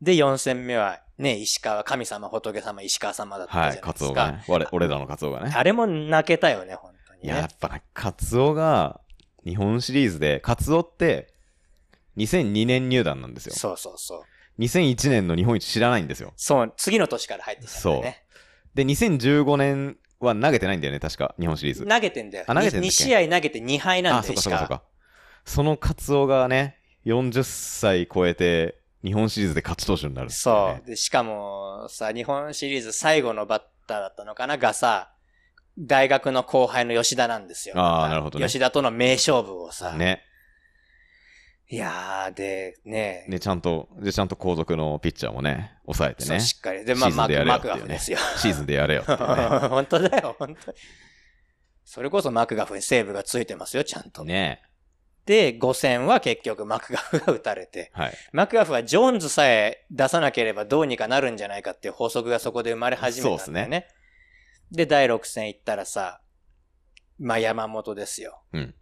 Speaker 2: で、4戦目は、ね、石川、神様、仏様、石川様だったじゃ
Speaker 1: はい、
Speaker 2: ないですか。
Speaker 1: カツオがね。我俺らのカツオがね。
Speaker 2: あれも泣けたよね、本当に、
Speaker 1: い
Speaker 2: ね。
Speaker 1: や、やっぱね、カツオが、日本シリーズで、カツオって、2002年入団なんですよ。
Speaker 2: そうそうそう。
Speaker 1: 2001年の日本一知らないんですよ。
Speaker 2: そう、次の年から入ってきたんだよね。
Speaker 1: で、2015年は投げてないんだよね、確か、日本シリーズ。
Speaker 2: 投げてんだよ。
Speaker 1: あ投げてんだっけ
Speaker 2: 2試合投げて2敗なん
Speaker 1: あ、
Speaker 2: だ
Speaker 1: そう
Speaker 2: よ、
Speaker 1: か
Speaker 2: し
Speaker 1: そうかそう
Speaker 2: か。
Speaker 1: か。そのカツオがね、40歳超えて、日本シリーズで勝ち投手になるんですよね、
Speaker 2: そう。で、しかもさ、日本シリーズ最後のバッターだったのかながさ、大学の後輩の吉田なんですよ。
Speaker 1: あーなるほどね
Speaker 2: 吉田との名勝負をさ。
Speaker 1: ね。
Speaker 2: いやー、で、ね
Speaker 1: で、ちゃんと、で、ちゃんと後続のピッチャーもね、抑えて
Speaker 2: そ
Speaker 1: ね
Speaker 2: う、。しっかり。で、まあ、
Speaker 1: シー
Speaker 2: マ
Speaker 1: ズンでや
Speaker 2: ク
Speaker 1: れよ
Speaker 2: マ
Speaker 1: ってい
Speaker 2: ク
Speaker 1: う
Speaker 2: ガ
Speaker 1: ね
Speaker 2: フですよ。
Speaker 1: シーズンでやれよっていうね。
Speaker 2: 本当だよ、本当に。それこそマクガフにセーブがついてますよ、ちゃ んと。
Speaker 1: ね
Speaker 2: で、5戦は結局マクガフが打たれて。
Speaker 1: はい。
Speaker 2: マクガフはジョーンズさえ出さなければどうにかなるんじゃないかっていう法則がそこで生まれ始めたんだ
Speaker 1: そ
Speaker 2: よ
Speaker 1: う
Speaker 2: ね。で、第6戦行ったらさ、まあ山本ですよ。
Speaker 1: うん。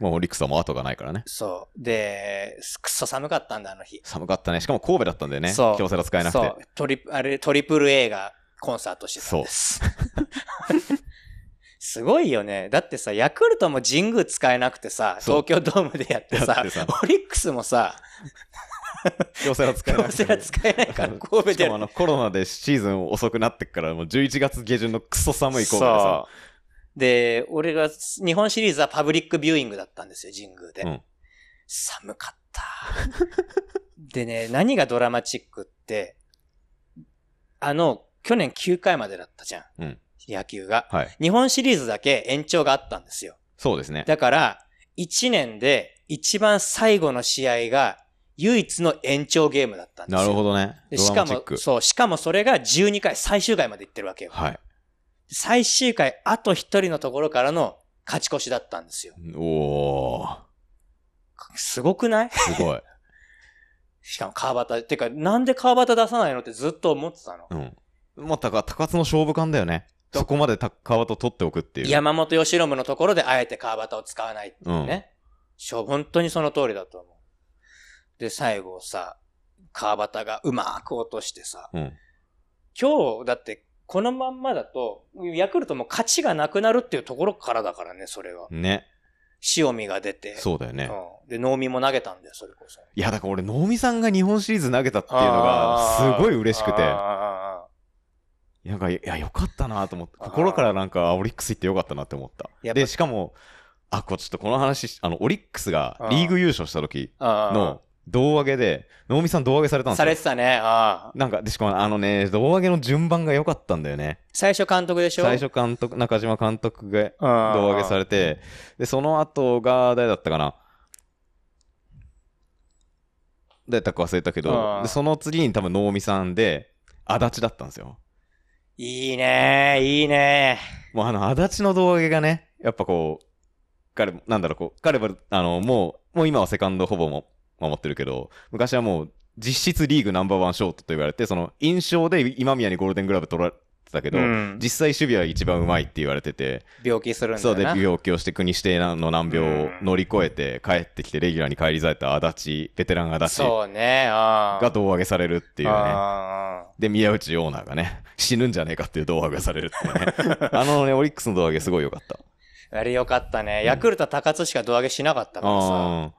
Speaker 1: もうオリックスはもう後がないからね。
Speaker 2: そう。で、くっそ寒かったんだ、あの日。
Speaker 1: 寒かったね。しかも神戸だったんだよね。
Speaker 2: そう
Speaker 1: 京セラ使えなく
Speaker 2: そう
Speaker 1: て。。
Speaker 2: トリプ、あれ、トリプル A がコンサートしてたんです。 すごいよね。だってさ、ヤクルトも神宮使えなくてさ、
Speaker 1: そう
Speaker 2: 東京ドームでやって
Speaker 1: や
Speaker 2: さ
Speaker 1: ってさ、
Speaker 2: オリックスもさ、
Speaker 1: 京セラ使えな
Speaker 2: 京
Speaker 1: くて
Speaker 2: セラ使えないから、神戸
Speaker 1: しか
Speaker 2: で
Speaker 1: もあのコロナでシーズン遅くなってっからもう11月下旬のクソ寒い神戸でさ
Speaker 2: そうで、俺が、日本シリーズはパブリックビューイングだったんですよ、神宮で。
Speaker 1: うん
Speaker 2: 寒かった。 でね、何がドラマチックって、あの、去年9回までだったじゃん。
Speaker 1: うん
Speaker 2: 野球が。
Speaker 1: はい
Speaker 2: 日本シリーズだけ延長があったんですよ。
Speaker 1: そうですね
Speaker 2: だから、1年で一番最後の試合が唯一の延長ゲームだったんですよ。
Speaker 1: なるほどね
Speaker 2: で
Speaker 1: ド
Speaker 2: し
Speaker 1: ラ
Speaker 2: か
Speaker 1: マチッ
Speaker 2: も
Speaker 1: ク、
Speaker 2: そう、しかもそれが12回、最終回まで行ってるわけよ。
Speaker 1: はい
Speaker 2: 最終回、あと一人のところからの勝ち越しだったんですよ。
Speaker 1: おおー
Speaker 2: すごくない
Speaker 1: す ごい、
Speaker 2: しかも川端、てか、なんで川端出さないのってずっと思ってたの。
Speaker 1: うん、まあたか高津の勝負感だよねそこまで高輪と取っておくっていう
Speaker 2: 山本由伸のところであえて川端を使わないっていうね。しょ本当にその通りだと思う。で、最後さ、川端がうまく落としてさ、
Speaker 1: うん
Speaker 2: 今日だってこのまんまだと、ヤクルトも勝ちがなくなるっていうところからだからね、それは。
Speaker 1: ね
Speaker 2: 塩見が出て。
Speaker 1: そうだよね、
Speaker 2: うんで、能見も投げたんだよ、それこそ。
Speaker 1: いやだから俺能見さんが日本シリーズ投げたっていうのがすごい嬉しくて
Speaker 2: あーあ
Speaker 1: なんかいやよかったなと思って
Speaker 2: あー
Speaker 1: 心からなんかあオリックス行ってよかったなって思った
Speaker 2: やっぱ
Speaker 1: でしかもあこれちょっとこの話あのオリックスがリーグ優勝した時
Speaker 2: ーあーあー
Speaker 1: の胴上げで能見さん胴上げされたんです
Speaker 2: さ
Speaker 1: よ
Speaker 2: れてたね。ああ
Speaker 1: なんかでしかもあのね胴上げの順番が良かったんだよね
Speaker 2: 最初監督でしょ
Speaker 1: 最初監督中島監督が
Speaker 2: 胴
Speaker 1: 胴上げされてでその後が誰だったかな誰だったか忘れたけ
Speaker 2: あ
Speaker 1: ど
Speaker 2: ー
Speaker 1: でその次に多分能見さんで足立だったんですよ
Speaker 2: いいねいいね
Speaker 1: もうあの足立の胴上げがねやっぱこう彼もなんだろうこう彼はあのもうもう今はセカンドほぼも守ってるけど昔はもう実質リーグナンバーワンショートと言われてその印象で今宮にゴールデングラブ取られてたけど、
Speaker 2: うん
Speaker 1: 実際守備は一番うまいって言われてて、
Speaker 2: 病気するんだ
Speaker 1: そ
Speaker 2: よ
Speaker 1: うで
Speaker 2: な。
Speaker 1: 病気をして国指定の難病を乗り越えて帰ってきてレギュラーに返り咲いた足立ベテラン足立
Speaker 2: そうね。ああ
Speaker 1: が胴上げされるっていうね
Speaker 2: あ
Speaker 1: で宮内オーナーがね死ぬんじゃねえかっていう胴上げされるっていう ねあのねオリックスの胴上げすごい良かった
Speaker 2: ああれよかったね。ヤクルトは高津しか胴上げしなかったからさ。
Speaker 1: あ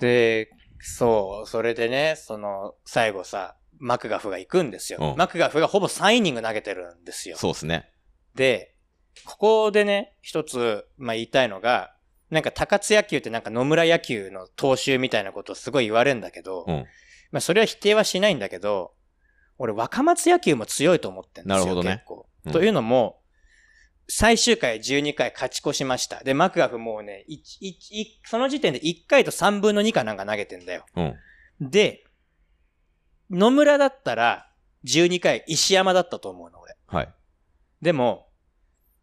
Speaker 2: で、そう、それでね、その、最後さ、マクガフが行くんですよ
Speaker 1: う。ん
Speaker 2: マクガフがほぼ3イニング投げてるんです
Speaker 1: ー
Speaker 2: よ。
Speaker 1: そうですね
Speaker 2: で、ここでね、一つ、まあ、言いたいのが、なんか高津野球ってなんか野村野球の踏襲みたいなことをすごい言われるんだけど、
Speaker 1: うん
Speaker 2: まあ、それは否定はしないんだけど、俺若松野球も強いと思ってんですよ。
Speaker 1: なるほどね
Speaker 2: 結構
Speaker 1: うん
Speaker 2: というのも、最終回12回勝ち越しました。で、マクガフもうね、一一一その時点で1回と3分の2かなんか投げてんだよ。
Speaker 1: うん
Speaker 2: で、野村だったら12回石山だったと思うの、俺。
Speaker 1: はい
Speaker 2: でも、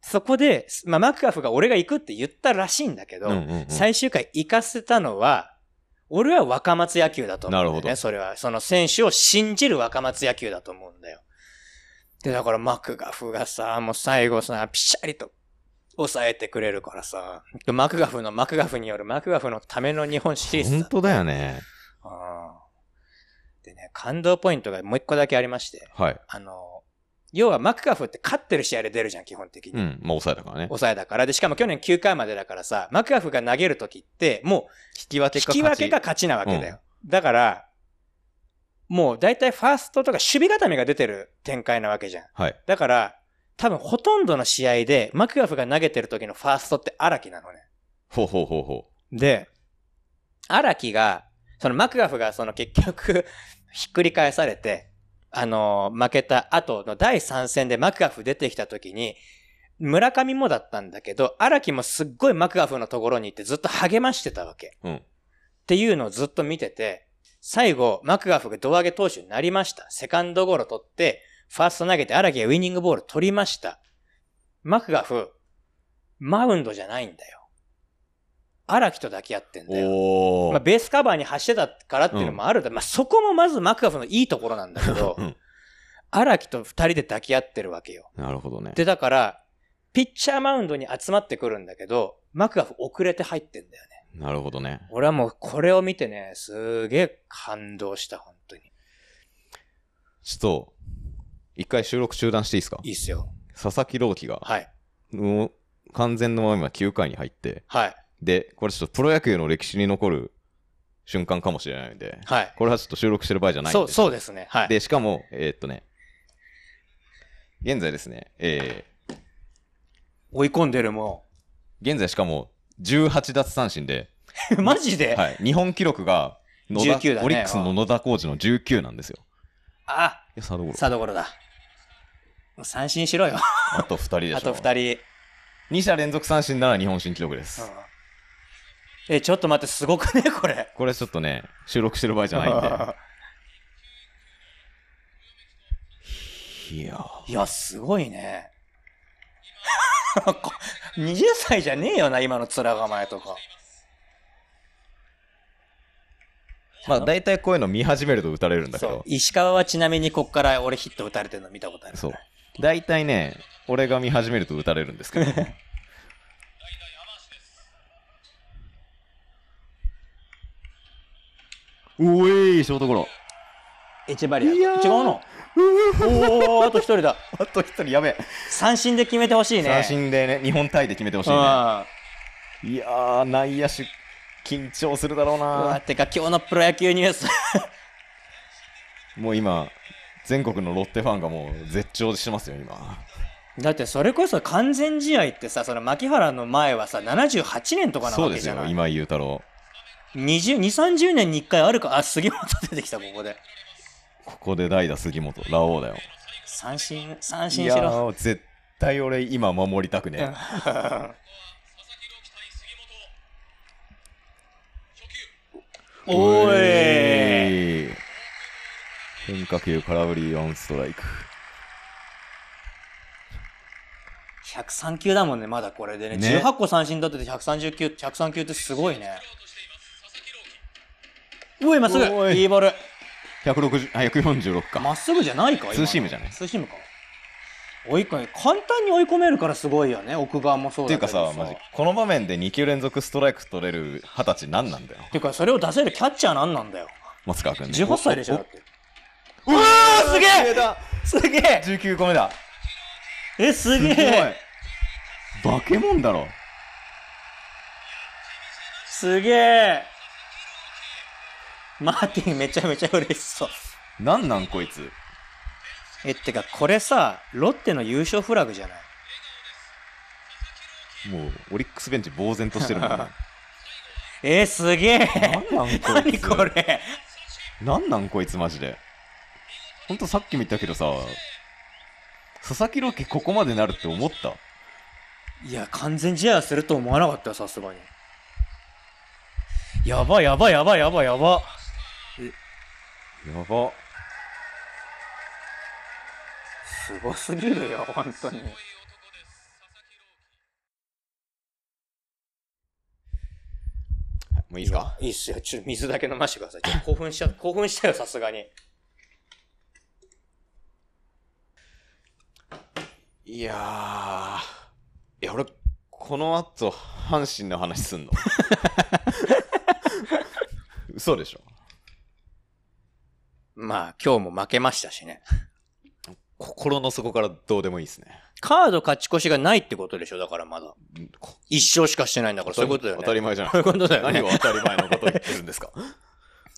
Speaker 2: そこで、まあ、マクガフが俺が行くって言ったらしいんだけど、
Speaker 1: うんうんうん
Speaker 2: 最終回行かせたのは、俺は若松野球だと思うんだよね。
Speaker 1: なるほど
Speaker 2: それは。その選手を信じる若松野球だと思うんだよ。で、だからマクガフがさ、もう最後さ、ピシャリと抑えてくれるからさ、マクガフのマクガフによるマクガフのための日本シリーズ
Speaker 1: 本
Speaker 2: だ。
Speaker 1: 当だよね
Speaker 2: うんでね、感動ポイントがもう一個だけありまして、
Speaker 1: はい
Speaker 2: あの、要はマクガフって勝ってる試合で出るじゃん、基本的に。
Speaker 1: うんまあ抑えたからね
Speaker 2: 抑えだから。で、しかも去年9回までだからさ、マクガフが投げるときって、も
Speaker 1: 引き分
Speaker 2: う、引き分けが勝ちなわけだよ。だから、もう大体ファーストとか守備固めが出てる展開なわけじゃん。
Speaker 1: はい
Speaker 2: だから、多分ほとんどの試合で、マクガフが投げてる時のファーストって荒木なのね。
Speaker 1: ほうほうほうほ
Speaker 2: で、荒木が、そのマクガフがその結局 ひっくり返されて、あのー負けた後の第3戦でマクガフ出てきた時に、村上もだったんだけど、荒木もすっごいマクガフのところに行ってずっと励ましてたわけ。
Speaker 1: ううん
Speaker 2: っていうのをずっと見てて、最後、マクガフが胴上げ投手になりました。セカンドゴロ取って、ファースト投げて荒木がウィニングボール取りました。マクガフ、マウンドじゃないんだよ。荒木と抱き合ってんだよ。
Speaker 1: おお、
Speaker 2: まあ、ベースカバーに走ってたからっていうのもあるんだ、まあ、そこもまずマクガフのいいところなんだけど
Speaker 1: うん
Speaker 2: 荒木と二人で抱き合ってるわけよ。
Speaker 1: なるほどね
Speaker 2: で、だから、ピッチャーマウンドに集まってくるんだけど、マクガフ遅れて入ってんだよね。
Speaker 1: なるほどね
Speaker 2: 俺はもうこれを見てね、すげえ感動した、本当に。
Speaker 1: ちょっと一回収録中断していいですか
Speaker 2: いいっすよ。
Speaker 1: 佐々木朗希が
Speaker 2: はい。
Speaker 1: もう完全のまま今9回に入って、
Speaker 2: はい。
Speaker 1: で、これちょっとプロ野球の歴史に残る瞬間かもしれないんで、
Speaker 2: はい。
Speaker 1: これはちょっと収録してる場合じゃないん
Speaker 2: そう、
Speaker 1: で
Speaker 2: そうですね。はい。
Speaker 1: で、しかも、えーっとね、現在ですね、え
Speaker 2: 追い込んでるも
Speaker 1: ー現在しかも18奪三振で、
Speaker 2: ん。 マジで、
Speaker 1: はい、日本記録が野田、
Speaker 2: 19だね
Speaker 1: オリックスの野田コーチの19なんですよ。
Speaker 2: あ、
Speaker 1: いや、サードゴロ。
Speaker 2: さあどころだ。もう三振しろよ。
Speaker 1: あと2人でしょ。
Speaker 2: あと二人。
Speaker 1: 2者連続三振なら日本新記録で
Speaker 2: うん
Speaker 1: す。
Speaker 2: え、ちょっと待って、すごくね、これ。
Speaker 1: これちょっとね、収録してる場合じゃないんで。いやー
Speaker 2: いや、すごいね。 こ20歳じゃねえよな、今の面構えとか。
Speaker 1: まあ大体こういうの見始めると打たれるんだけ
Speaker 2: そう
Speaker 1: ど。
Speaker 2: 石川はちなみにこっから俺ヒット打たれてるの見たことある。
Speaker 1: そう。大体ね、俺が見始めると打たれるんですけ ど。うえい、ショートゴ ロ。
Speaker 2: エチェバリア。
Speaker 1: いやー
Speaker 2: 違うのおおあと一人だ。
Speaker 1: あと一人やべえ。
Speaker 2: 三振で決めてほしいね。
Speaker 1: 三振でね、日本タイで決めてほしいね。
Speaker 2: うん。
Speaker 1: いやー、内野手、緊張するだろう
Speaker 2: うわ、
Speaker 1: な。
Speaker 2: てか今日のプロ野球ニュース。
Speaker 1: もう今、全国のロッテファンがもう絶頂してますよ、今。
Speaker 2: だってそれこそ完全試合ってさ、その牧原の前はさ、78年とかな
Speaker 1: そう
Speaker 2: わ
Speaker 1: で
Speaker 2: け
Speaker 1: す
Speaker 2: じゃ
Speaker 1: よ、
Speaker 2: ない
Speaker 1: 今井裕太郎。
Speaker 2: 20、30年に1回あるか、あ、杉本出てきた、ここで。
Speaker 1: ここで代打杉本、ラオウだよ。
Speaker 2: 三振、三
Speaker 1: い
Speaker 2: 振し
Speaker 1: や
Speaker 2: ろ。
Speaker 1: ー、絶対俺今守りたくねえ。
Speaker 2: お
Speaker 1: う
Speaker 2: い
Speaker 1: えい変化球空振りワンストライク
Speaker 2: !103 球だもんね、まだこれでね。
Speaker 1: ね
Speaker 2: 18個三振だってて130球、103球ってすごいね。おい、まっす
Speaker 1: お
Speaker 2: ぐ
Speaker 1: い
Speaker 2: いいボール
Speaker 1: 160あ146
Speaker 2: ま
Speaker 1: か
Speaker 2: っすぐじゃないか今の
Speaker 1: ツーシームじゃない
Speaker 2: ツーシームか。追い込み、簡単に追い込めるからすごいよね、奥側もそう
Speaker 1: ってい
Speaker 2: だ
Speaker 1: う
Speaker 2: け
Speaker 1: か
Speaker 2: ど
Speaker 1: さマジこの場面で2球連続ストライク取れる二十歳何なんだよ
Speaker 2: てか、それを出せるキャッチャーなんなんだよ。
Speaker 1: 松川君ね
Speaker 2: 18歳でしょ、だって。
Speaker 1: おおうわー
Speaker 2: すげえ
Speaker 1: 消えた
Speaker 2: すげえ
Speaker 1: 19個目だ
Speaker 2: え、す
Speaker 1: す
Speaker 2: げえ
Speaker 1: ごい化け物だろ
Speaker 2: すげえマーティンめちゃめちゃ嬉しそう。
Speaker 1: なんなんこいつ
Speaker 2: え、ってか、これさ、ロッテの優勝フラグじゃない
Speaker 1: もうオリックスベンチ呆然としてる もんね
Speaker 2: えー、すげえ
Speaker 1: なんなんこい
Speaker 2: 何
Speaker 1: つ
Speaker 2: これ
Speaker 1: なんなんこいつマジでほんとさっきも言ったけどさ佐々木朗希ここまでなるって思った
Speaker 2: いや、完全試合はすると思わなかったよ、さすがに。やばいやばいやばいやばいやば。
Speaker 1: やば
Speaker 2: すごすぎるよ、本当に。
Speaker 1: もうい
Speaker 2: い
Speaker 1: いですか
Speaker 2: いいっすよ。ちょっと水だけ飲ましてください。ちょっと興奮しちゃ、 興奮したよ、さすがに。
Speaker 1: いやー、いや、俺、この後、阪神の話すん の。嘘でしょ。
Speaker 2: まあ、今日も負けましたしね。
Speaker 1: 心の底からどうでもいいですね。
Speaker 2: カード勝ち越しがないってことでしょ、だからまだ。一勝しかしてないんだから、そういうことだよね。
Speaker 1: 当たり前じゃない
Speaker 2: そういうことだよ
Speaker 1: 何
Speaker 2: ね
Speaker 1: を。当たり前のこと言ってるんです か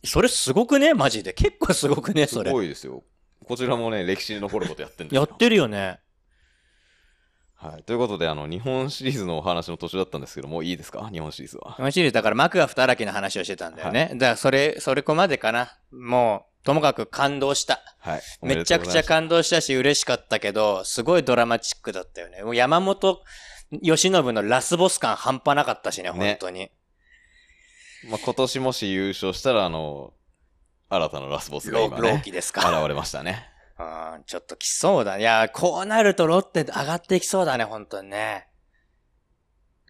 Speaker 2: それすごくねマジで。結構すごくね
Speaker 1: す
Speaker 2: それ。
Speaker 1: ごいですよ。こちらもね、歴史に残ることやってんですよ
Speaker 2: やってるよね。
Speaker 1: はい。ということで、あの、日本シリーズのお話の途中だったんですけど、もういいですか日本シリーズは。
Speaker 2: マジでだから幕が二荒きの話をしてたんだよね。だからそれ、それこまでかな。もう、ともかく感動した。
Speaker 1: はい。おめ
Speaker 2: め
Speaker 1: で
Speaker 2: ち
Speaker 1: とう
Speaker 2: ゃ
Speaker 1: ご
Speaker 2: く
Speaker 1: ざ
Speaker 2: ち
Speaker 1: いま
Speaker 2: ゃ
Speaker 1: す
Speaker 2: 感動したし嬉しかったけど、すごいドラマチックだったよね。もう山本由伸のラスボス感半端なかったしね、本当に。
Speaker 1: まあ、今年もし優勝したら、あの、新たなラスボスが
Speaker 2: ロ
Speaker 1: 今
Speaker 2: ーロー
Speaker 1: ね、
Speaker 2: キです
Speaker 1: 現
Speaker 2: か。
Speaker 1: れましたね。
Speaker 2: うん、ちょっときそうだね。いや、こうなるとロッテ上がっていきそうだね、本当にね。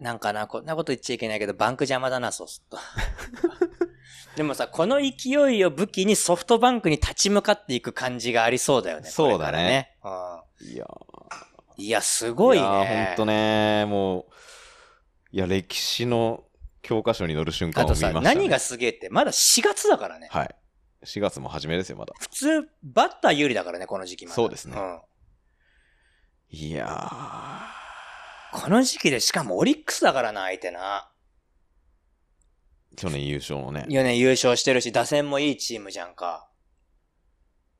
Speaker 2: なんかな、こんなこと言っちゃいけないけど、バンク邪魔だな、そう すると。でもさ、この勢いを武器にソフトバンクに立ち向かっていく感じがありそうだよね。
Speaker 1: そうだね
Speaker 2: これからね。
Speaker 1: いやー
Speaker 2: うんいや、すごいね。
Speaker 1: いやーほんとね、もう、いや、歴史の教科書に載る瞬間
Speaker 2: あ
Speaker 1: を見
Speaker 2: と
Speaker 1: ました、
Speaker 2: さ、
Speaker 1: ね。
Speaker 2: 何がすげえって、まだ4月だからね。
Speaker 1: はい。4月も初めですよ、まだ。
Speaker 2: 普通、バッター有利だからね、この時期まだ
Speaker 1: そうですね
Speaker 2: ん
Speaker 1: いや
Speaker 2: この時期で、しかもオリックスだからな、相手な。
Speaker 1: 去年優勝のね。
Speaker 2: 4年優勝してるし、打線もいいチームじゃんか。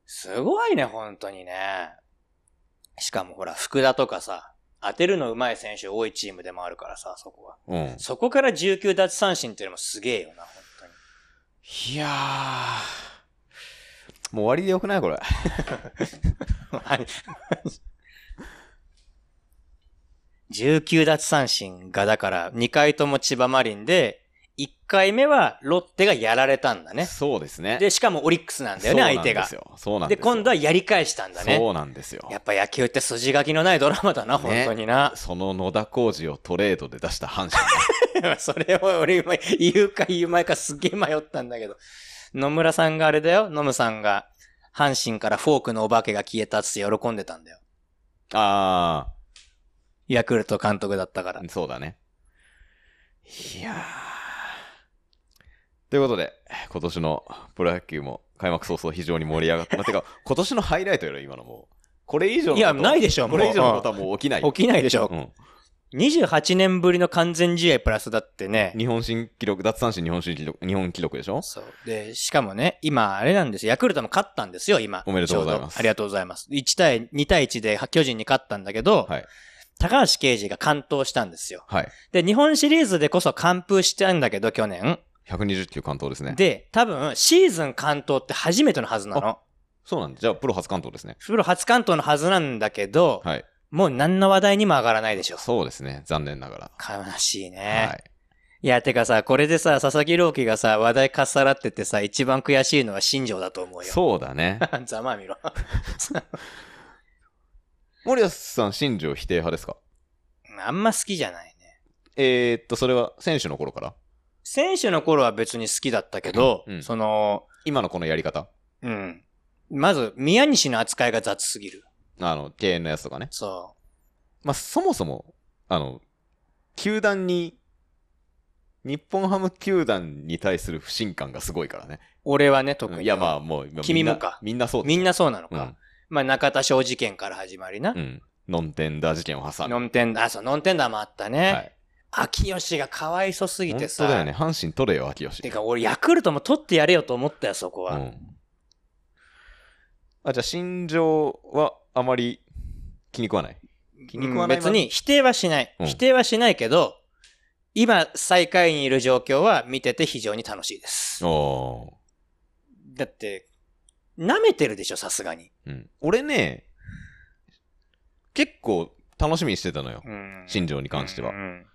Speaker 2: すごいね、本当にね。しかもほら、福田とかさ、当てるの上手い選手多いチームでもあるからさ、そこは。
Speaker 1: うん。
Speaker 2: そこから19奪三振っていうのもすげえよな、本当に。
Speaker 1: いやー。もう終わりでよくないこれ。
Speaker 2: はい。19奪三振がだから2回とも千葉マリンで、1回目はロッテがやられたんだね。
Speaker 1: そうですね。
Speaker 2: で、しかもオリックスなんだよね、相手が。
Speaker 1: そうなん
Speaker 2: で、
Speaker 1: ですよ。そう
Speaker 2: 今度はやり返したん
Speaker 1: なんで
Speaker 2: だ
Speaker 1: すよ。そ
Speaker 2: ね。
Speaker 1: うなんですよ。
Speaker 2: やっぱ野球って筋書きのないドラマだな、本
Speaker 1: ね
Speaker 2: 当にな。
Speaker 1: その野田浩二をトレードで出した阪神。
Speaker 2: それを俺今言うか言うまいかすっげえ迷ったんだけど。野村さんがあれだよ、野村さんが阪神からフォークのお化けが消えたっつって喜んでたんだよ。
Speaker 1: あ
Speaker 2: ヤクルト監督だったから。
Speaker 1: ー、そうだね。いやー。ということで、今年のプロ野球も開幕早々非常に盛り上が った。まあてか、今年のハイライトよ、今のもう。これ以上のこと
Speaker 2: いや、ないでしょ、
Speaker 1: こ
Speaker 2: もう。
Speaker 1: れ以上のことはもう起きない。
Speaker 2: 起きないでしょ。
Speaker 1: うん
Speaker 2: 28年ぶりの完全試合プラスだってね。
Speaker 1: 日本新記録、奪三振日本新記録、日本記録でしょ
Speaker 2: そう。で、しかもね、今、あれなんですよ。ヤクルトも勝ったんですよ、今。
Speaker 1: おめでとうございます
Speaker 2: ちょどありがとうございます。1対、2対1で巨人に勝ったんだけど、
Speaker 1: はい。
Speaker 2: 高橋奎二が完投したんですよ。
Speaker 1: はい。
Speaker 2: で、日本シリーズでこそ完封したんだけど、去年。
Speaker 1: 120球完投ですね。
Speaker 2: で、多分、シーズン完投って初めてのはずなの。
Speaker 1: そうなんです。じゃあ、プロ初完投ですね。
Speaker 2: プロ初完投のはずなんだけど、
Speaker 1: はい。
Speaker 2: もう何の話題にも上がらないでしょ。
Speaker 1: そうですね。残念なが
Speaker 2: 悲しい
Speaker 1: ら。
Speaker 2: ね。
Speaker 1: はい。
Speaker 2: いや、てかさ、これでさ、佐々木朗希がさ、話題かっさらっててさ、一番悔しいのは新庄だと思うよ。
Speaker 1: そうだね。
Speaker 2: う。 ざまあみろ。
Speaker 1: 森保さん、新庄否定派ですか
Speaker 2: あんま好きじゃないね。
Speaker 1: えー、っと、それは選手の頃から
Speaker 2: 選手の頃は別に好きだったけど、
Speaker 1: うん
Speaker 2: その、
Speaker 1: 今のこのやり方
Speaker 2: うん。まず、宮西の扱いが雑すぎる。
Speaker 1: あの、敬遠のやつとかね。
Speaker 2: そ
Speaker 1: まあ、そもそも、あの、球団に、日本ハム球団に対する不信感がすごいからね。
Speaker 2: う。俺はね、特
Speaker 1: う
Speaker 2: に。
Speaker 1: んいや、まあ、もう、今
Speaker 2: 君もか
Speaker 1: みんなみんなそう
Speaker 2: みんなそうなの
Speaker 1: う
Speaker 2: か。
Speaker 1: ん。
Speaker 2: まあ、中田翔事件から始まりな。
Speaker 1: うん。ノンテンダー事件を挟んで。
Speaker 2: ノンテンダー、あ、そう、ノンテンダーもあったね。
Speaker 1: はい。
Speaker 2: 秋吉がかわいそすぎ
Speaker 1: 本
Speaker 2: て
Speaker 1: 当
Speaker 2: さ。
Speaker 1: だよね。阪神取れよ、秋吉。
Speaker 2: てか、俺、ヤクルトも取ってやれよと思ったよ、そこ
Speaker 1: う
Speaker 2: は。
Speaker 1: ん。あ、じゃあ、心情はあまり気に食わない。気に食わない
Speaker 2: うん別に否定はしない、
Speaker 1: うん
Speaker 2: 否定はしないけど、今、最下位にいる状況は見てて非常に楽しいです。
Speaker 1: おー
Speaker 2: だって、舐めてるでしょ、さすがに。
Speaker 1: うん、俺ね、結構楽しみにしてたのよ、新庄に関しては。
Speaker 2: うん。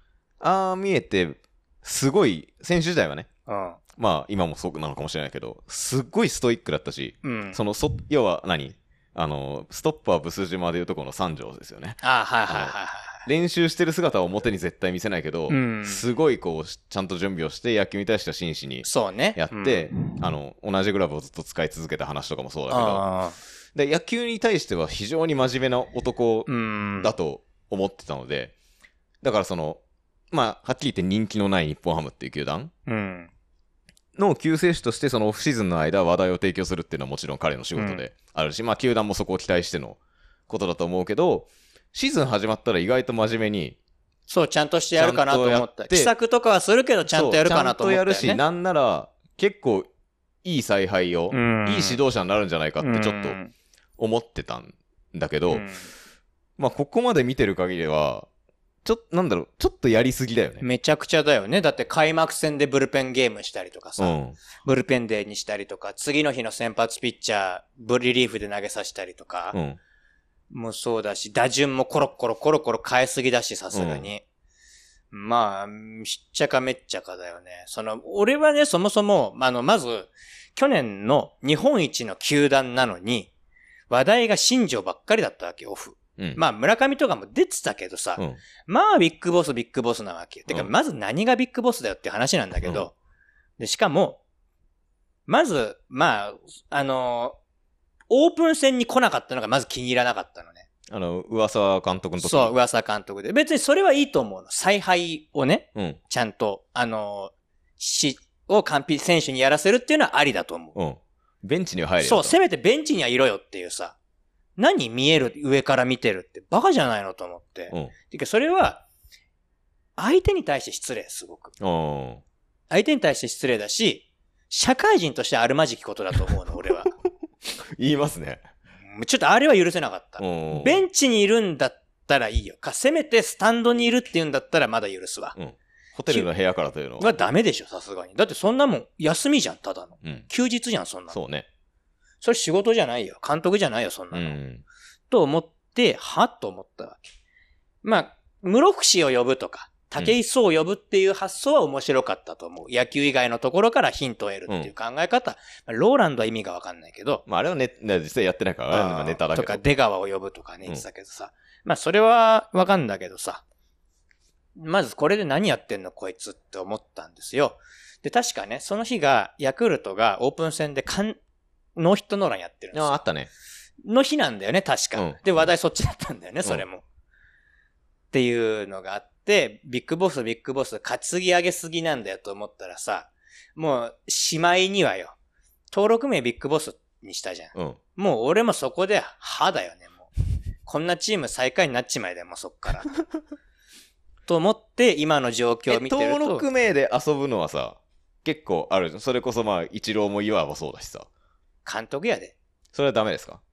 Speaker 1: ああ見えて、すごい、選手時代はね、
Speaker 2: うん。
Speaker 1: まあ今もそうなのかもしれないけど、すっごいストイックだったし、
Speaker 2: うん。
Speaker 1: そのそ要は何あのストッパーブス島でいうとこの三条ですよね。
Speaker 2: ああ、はいはいはいはい。
Speaker 1: 練習してる姿は表に絶対見せないけど、
Speaker 2: うん
Speaker 1: すごいこうしちゃんと準備をして野球に対しては真摯に
Speaker 2: そうね。
Speaker 1: やって、あの同じグラブをずっと使い続けた話とかもそうだけど
Speaker 2: ああ。
Speaker 1: で野球に対しては非常に真面目な男
Speaker 2: うん。
Speaker 1: だと思ってたので、だからその、まあ、はっきり言って人気のない日本ハムっていう球団
Speaker 2: うん。
Speaker 1: の救世主として、そのオフシーズンの間、話題を提供するっていうのはもちろん彼の仕事であるし、まあ、球団もそこを期待してのことだと思うけど、シーズン始まったら意外と真面目に、
Speaker 2: そう、ちゃんとしてやるかなと思っ
Speaker 1: ちゃ
Speaker 2: た。
Speaker 1: んとやって
Speaker 2: 奇策とかはするけど、ちゃんとやるかなと思ったよ、ね。
Speaker 1: そうちゃんとやるし、なんなら、結構いい采配を、いい指導者になるんじゃないかってちょっと思ってたんだけど、
Speaker 2: うん
Speaker 1: まあ、ここまで見てる限りは、ちょっと、なんだろう、ちょっとやりすぎだよね。
Speaker 2: めちゃくちゃだよね。だって開幕戦でブルペンゲームしたりとか
Speaker 1: う
Speaker 2: さ、
Speaker 1: ん。
Speaker 2: ブルペンデーにしたりとか、次の日の先発ピッチャー、ブリリーフで投げさせたりとか、
Speaker 1: うん。
Speaker 2: もうそうだし、打順もコロコロコロコロ変えすぎだし、さすがに。まあ、しっちゃかめっちゃかだよね。その、俺はね、そもそも、あの、まず、去年の日本一の球団なのに、話題が新庄ばっかりだったわけ、オフ。
Speaker 1: うん。
Speaker 2: まあ、村上とかも出てたけどさ、
Speaker 1: うん、
Speaker 2: まあ、ビッグボス、ビッグボスなわけよ。てか、
Speaker 1: うん
Speaker 2: まず何がビッグボスだよっていう話なんだけど、でしかも、まず、まあ、あのーオープン戦に来なかったのがまず気に入らなかったのね。
Speaker 1: あの、噂監督の時
Speaker 2: そう、噂監督で。別にそれはいいと思うの。采配をね、
Speaker 1: う。うん。
Speaker 2: ちゃんと、あのーし、を完璧選手にやらせるっていうのはありだと思う。
Speaker 1: うん。ベンチには入れよ
Speaker 2: そう、
Speaker 1: と
Speaker 2: せめてベンチにはいろよっていうさ、何見える上から見てるってバカじゃないのと思って。
Speaker 1: うん。
Speaker 2: てか、それは、相手に対して失礼、すごく。
Speaker 1: うん。
Speaker 2: 相手に対して失礼だし、社会人としてあるまじきことだと 思うの、俺は。
Speaker 1: 言いますね。
Speaker 2: うんちょっとあれは許せなかった。
Speaker 1: うん
Speaker 2: ベンチにいるんだったらいいよ。か、せめてスタンドにいるって言うんだったらまだ許すわ。
Speaker 1: ホテルの部屋からというの
Speaker 2: は
Speaker 1: は。
Speaker 2: ダメでしょ、さすがに。だってそんなもん、休みじゃん、ただの。
Speaker 1: うん。
Speaker 2: 休日じゃん、そんなの。
Speaker 1: そうね。
Speaker 2: それ仕事じゃないよ。監督じゃないよ、そんな
Speaker 1: う
Speaker 2: の。
Speaker 1: ん。
Speaker 2: と思って、はっと思ったわけ。まあ、室伏を呼ぶとか、竹井壮を呼ぶっていう発想は面白かったと思う。野球以外のところからヒントを得るっていう考え方。まあローランドは意味がわかんないけど、
Speaker 1: まあ、あれはね、ね実際やってないから、あれはなんかネタだけ
Speaker 2: とか、
Speaker 1: ど。
Speaker 2: 出川を呼ぶとかね、言ってたけどさ。まあ、それはわかんだけどさ。まずこれで何やってんのこいつって思ったんですよ。で、確かね、その日が、ヤクルトがオープン戦で完、ノーヒットノーランやってるんです
Speaker 1: ああ、あ
Speaker 2: よ。
Speaker 1: ったね。
Speaker 2: の日なんだよね、確か。
Speaker 1: うん
Speaker 2: で、話題そっちだったんだよね、それも。っていうのがあって、ビッグボス、ビッグボス、担ぎ上げすぎなんだよと思ったらさ、もう、しまいにはよ、登録名ビッグボスにしたじゃん。
Speaker 1: うん。
Speaker 2: もう俺もそこで、歯だよね、もう。こんなチーム最下位になっちまいだよ、もうそっ から。と思って、今の状況を
Speaker 1: え
Speaker 2: 見てると。
Speaker 1: 登録名で遊ぶのはさ、結構あるじゃん。それこそまあ、一郎も岩もそうだしさ。
Speaker 2: 監督やで。
Speaker 1: それはダメですか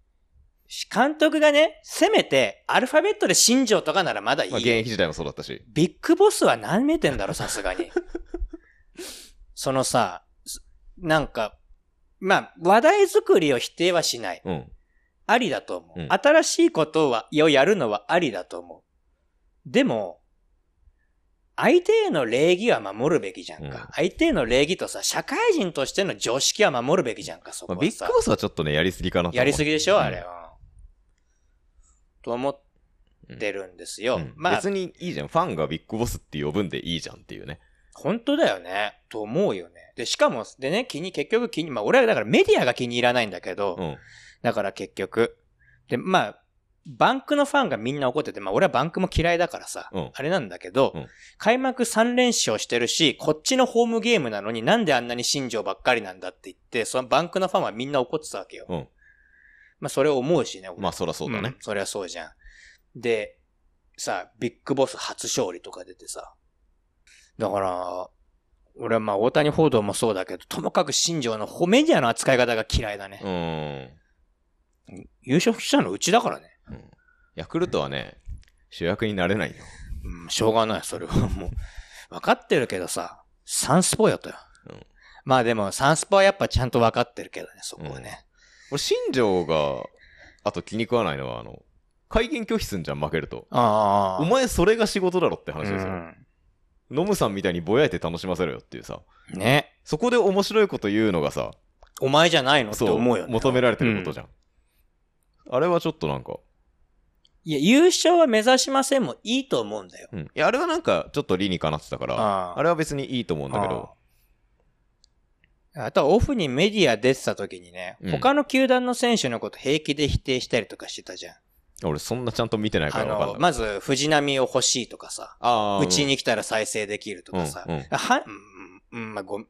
Speaker 2: 監督がね、せめて、アルファベットで新庄とかならまだいい
Speaker 1: まあ、
Speaker 2: よ。
Speaker 1: 現役時代もそうだったし。
Speaker 2: ビッグボスは何めてんだろ、さすがに。そのさ、すなんか、まあ、話題作りを否定はしない。
Speaker 1: うん。
Speaker 2: ありだと思う。
Speaker 1: うん
Speaker 2: 新しいことは、をやるのはありだと思う。でも、相手への礼儀は守るべきじゃんか。
Speaker 1: うん
Speaker 2: 相手への礼儀とさ、社会人としての常識は守るべきじゃんか、そこ
Speaker 1: まあ、
Speaker 2: は
Speaker 1: ビ
Speaker 2: さ。
Speaker 1: ッグボスはちょっとね、やりすぎかなと思う
Speaker 2: やりすぎでしょ、
Speaker 1: うん
Speaker 2: あれは。と思ってるんですよ。
Speaker 1: うん
Speaker 2: まあ、
Speaker 1: 別にいいじゃん。ファンがビッグボスって呼ぶんでいいじゃんっていうね。
Speaker 2: 本当だよね。と思うよね。で、しかも、でね、気に、結局気に、まあ俺はだからメディアが気に入らないんだけど、
Speaker 1: うん。
Speaker 2: だから結局。で、まあ、バンクのファンがみんな怒ってて、まあ俺はバンクも嫌いだからさ、
Speaker 1: うん
Speaker 2: あれなんだけど、
Speaker 1: うん
Speaker 2: 開幕3連勝してるし、こっちのホームゲームなのになんであんなに新庄ばっかりなんだって言って、そのバンクのファンはみんな怒ってたわけよ。
Speaker 1: うん。
Speaker 2: まあそれを思うしね、俺
Speaker 1: まあ、そらそうだ
Speaker 2: う
Speaker 1: ね
Speaker 2: ん。そりゃそうじゃん。で、さ、ビッグボス初勝利とか出てさ。だから、俺はまあ大谷報道もそうだけど、ともかく新庄の褒めディアの扱い方が嫌いだね。
Speaker 1: うーん。
Speaker 2: 優勝したのうちだからね。
Speaker 1: うんヤクルトはね、主役になれないよ。
Speaker 2: うん、しょうがない、それはもう。 分かってるけどさ、サンスポよとよ。
Speaker 1: うん
Speaker 2: まあでも、サンスポはやっぱちゃんと分かってるけどね、そこはね。
Speaker 1: 俺、新庄が、あと気に食わないのは、あの、会見拒否すんじゃん、負けると。
Speaker 2: ああ。
Speaker 1: お前、それが仕事だろって話です
Speaker 2: う
Speaker 1: よ。
Speaker 2: ん
Speaker 1: ノムさんみたいにぼやいて楽しませろよっていうさ、
Speaker 2: ね。
Speaker 1: そこで面白いこと言うのがさ、
Speaker 2: お前じゃないのって思うよね。
Speaker 1: 求められてることじゃん。あれはちょっとなんか、
Speaker 2: いや、優勝は目指しませんもいいと思うんだよ。
Speaker 1: うん。いや、あれはなんか、ちょっと理にかなってたから、
Speaker 2: ああ
Speaker 1: あれは別にいいと思うんだけど、
Speaker 2: ああとはオフにメディア出てた時にね、
Speaker 1: うん
Speaker 2: 他の球団の選手のこと平気で否定したりとかしてたじゃん。
Speaker 1: 俺、そんなちゃんと見てないか
Speaker 2: あ
Speaker 1: らわか
Speaker 2: の、
Speaker 1: んない。
Speaker 2: まず藤浪を欲しいとかさ、
Speaker 1: ああ
Speaker 2: うちに来たら再生できるとかさ、
Speaker 1: うんうん
Speaker 2: は、うん、うんまあ、ご、うん、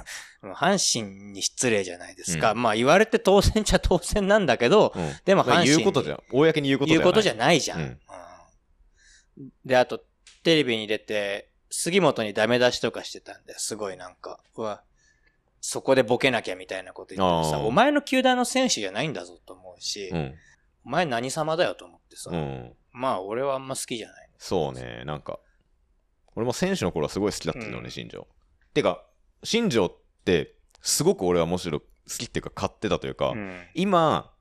Speaker 2: 阪神に失礼じゃないですか。まあ言われて当選ちゃ当選なんだけど、
Speaker 1: うん
Speaker 2: でも阪神に
Speaker 1: 言うことじゃん。公に言うことじゃ
Speaker 2: 言
Speaker 1: ん。
Speaker 2: うことじゃないじゃん。
Speaker 1: うん
Speaker 2: うんで、あと、テレビに出て、杉本にダメ出しとかしてたんだよ。すごいなんか、うわ、そこでボケなきゃみたいなこと言ってもさ、
Speaker 1: あー
Speaker 2: お前の球団の選手じゃないんだぞと思うし、
Speaker 1: うん。
Speaker 2: お前何様だよと思ってさ、
Speaker 1: うん。
Speaker 2: まあ俺はあんま好きじゃない。
Speaker 1: そうね、なんか。俺も選手の頃はすごい好きだったんだよ
Speaker 2: う
Speaker 1: ね、
Speaker 2: ん
Speaker 1: 新庄。てか、新庄って、すごく俺はむしろ好きっていうか、買ってたというか、
Speaker 2: うん
Speaker 1: 今、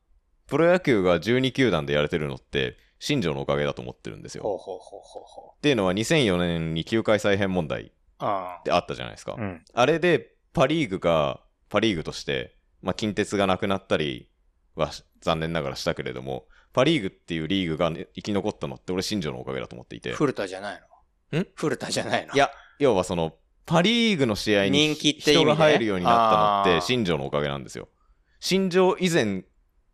Speaker 1: プロ野球が12球団でやれてるのって、新庄のおかげだと思ってるんですよ。
Speaker 2: ほうほうほうほうほ
Speaker 1: っていうのは、2004年に球界再編問題っ
Speaker 2: う。あ
Speaker 1: てあったじゃないですか。
Speaker 2: あ。うん。
Speaker 1: あれで、パ・リーグが、パ・リーグとして、まあ、近鉄がなくなったりはし残念ながらしたけれども、パ・リーグっていうリーグがね、生き残ったのって、俺、新庄のおかげだと思っていて、
Speaker 2: 古田じゃないの
Speaker 1: ん
Speaker 2: 古田じゃないの
Speaker 1: いや要はその、パ・リーグの試合に
Speaker 2: 人気っていう
Speaker 1: 人
Speaker 2: 意味ね
Speaker 1: が入るようになったの
Speaker 2: あー
Speaker 1: って、新庄のおかげなんですよ。新庄以前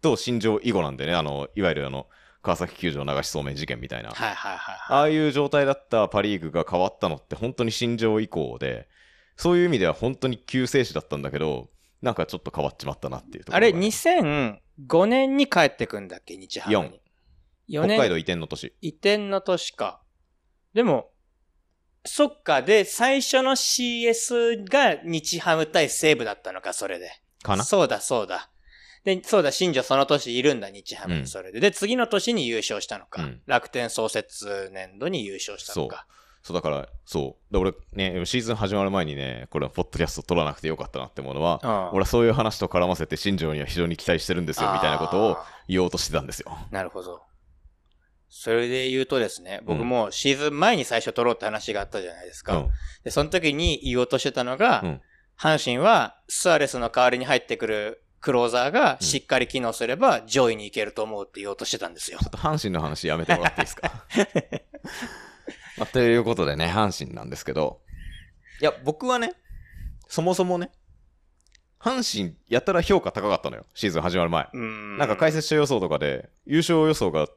Speaker 1: と新庄以後なんでね、あのいわゆるあの川崎球場流しそうめん事件みたいな。
Speaker 2: はいはいはいはい。
Speaker 1: ああいう状態だったパ・リーグが変わったのって本当に新庄以降で、そういう意味では本当に救世主だったんだけど、なんかちょっと変わっちまったなっていうとこ
Speaker 2: あ
Speaker 1: ろが
Speaker 2: れ、2005年に帰ってくんだっけ日ハムに。4
Speaker 1: 北
Speaker 2: 年
Speaker 1: 海道移転の年。
Speaker 2: 移転の年か。でも、そっか。で、最初の CS が日ハム対西武だったのか、それで。
Speaker 1: かな
Speaker 2: そうだ、そうだ。で、そうだ、新庄その年いるんだ、日ハム
Speaker 1: う
Speaker 2: に、
Speaker 1: ん
Speaker 2: それで。で、次の年に優勝したのか。
Speaker 1: うん
Speaker 2: 楽天創設年度に優勝したのか。
Speaker 1: そうだから、そう。で俺ね、シーズン始まる前にね、これはポッドキャスト取らなくてよかったなって思うのは、
Speaker 2: うん
Speaker 1: 俺はそういう話と絡ませて、新庄には非常に期待してるんですよ、みたいなことを
Speaker 2: あ
Speaker 1: 言おうとしてたんですよ。
Speaker 2: ーなるほど。それで言うとですね、僕
Speaker 1: うん
Speaker 2: もシーズン前に最初取ろうって話があったじゃないです
Speaker 1: う
Speaker 2: か。
Speaker 1: ん。
Speaker 2: で、その時に言おうとしてたのが、
Speaker 1: うん
Speaker 2: 阪神はスアレスの代わりに入ってくるクローザーが
Speaker 1: うん
Speaker 2: しっかり機能すれば上位に行けると思うって言おうとしてたんですよ
Speaker 1: ちょ。っと阪神の話やめてもらっていいです か。まあということでね、阪神なんですけど、いや、僕はね、そもそもね、阪神やたら評価高かったのよ、シーズン始まる前。
Speaker 2: うん
Speaker 1: なんか解説者予想とかで、優勝予想が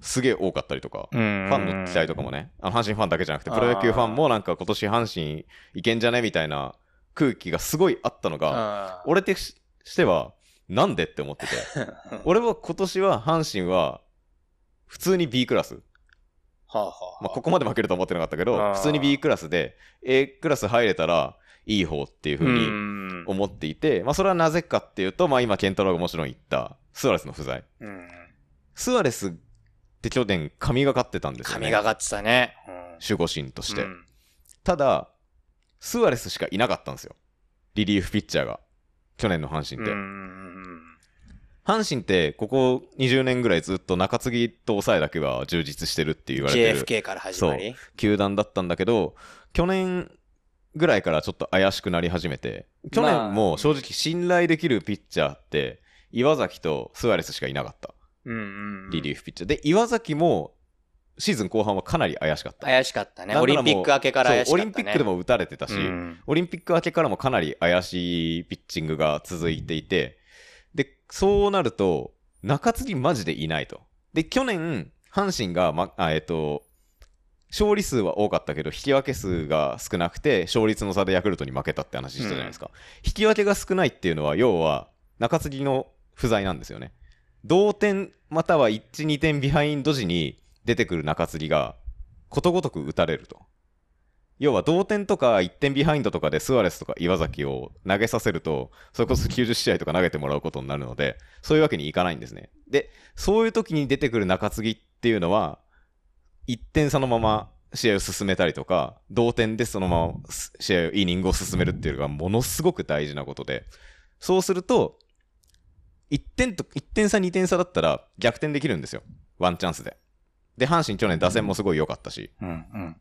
Speaker 1: すげえ多かったりとか、
Speaker 2: ファ
Speaker 1: ファンの期待とかもね、あの阪神ファンだけじゃなくて、プロ野球ファンもなんか今年阪神いけんじゃねみたいな空気がすごいあったのが、
Speaker 2: が
Speaker 1: 俺的ししては、なんでって思 ってて。俺は今年は阪神は普通に B クラス、
Speaker 2: はあはあ
Speaker 1: まあ、ここまで負けるとは思ってなかったけ
Speaker 2: あー
Speaker 1: ど普通に B クラスで A クラス入れたらいい方っていう風
Speaker 2: う
Speaker 1: に
Speaker 2: ん
Speaker 1: 思っていて、まあ、それはなぜかっていうと、まあ、今健太郎がもちろん言ったスアレスの不在
Speaker 2: うん
Speaker 1: スアレスって去年神がかってたんですよね
Speaker 2: 神がかってたね。うん
Speaker 1: 守護神として、
Speaker 2: うん
Speaker 1: ただスアレスしかいなかったんですよリリーフピッチャーが去年の阪神って、
Speaker 2: うん
Speaker 1: 阪神ってここ20年ぐらいずっと中継ぎと抑えだけは充実してるって言われてる
Speaker 2: JFK から始まり。
Speaker 1: 球団だったんだけど去年ぐらいからちょっと怪しくなり始めて去年も正直信頼できるピッチャーって岩崎とスアレスしかいなかったリリー
Speaker 2: フ。
Speaker 1: フピッチャーで岩崎もシーズン後半はかなり怪しかった
Speaker 2: 怪しかったね。
Speaker 1: なんな
Speaker 2: オリ
Speaker 1: らもう
Speaker 2: ンピック明けから怪し
Speaker 1: そ
Speaker 2: かっ
Speaker 1: うオ
Speaker 2: た
Speaker 1: リ
Speaker 2: ね。
Speaker 1: ンピックでも打たれてたし、
Speaker 2: うん
Speaker 1: オリンピック明けからもかなり怪しいピッチングが続いていて、で、そうなると、中継ぎマジでいないと。で、去年、阪神が、ま、あえっ、と、勝利数は多かったけど、引き分け数が少なくて、勝率の差でヤクルトに負けたって話したじゃないですか。引き分けが少ないっていうのは、要は、中継ぎの不在なんですよね。同点、または1、2点ビハインド時に出てくる中継ぎが、ことごとく打たれると。要は同点とか1点ビハインドとかでスアレスとか岩崎を投げさせると、それこそ90試合とか投げてもらうことになるので、そういうわけにいかないんですね。で、そういう時に出てくる中継ぎっていうのは、1点差のまま試合を進めたりとか、同点でそのまます試合を、イニングを進めるっていうのがものすごく大事なことで、そうすると、1点と、1点差、2点差だったら逆転できるんですよ。ワンチャンスで。で、阪神去年打線もすごい良かったし、
Speaker 2: うんうん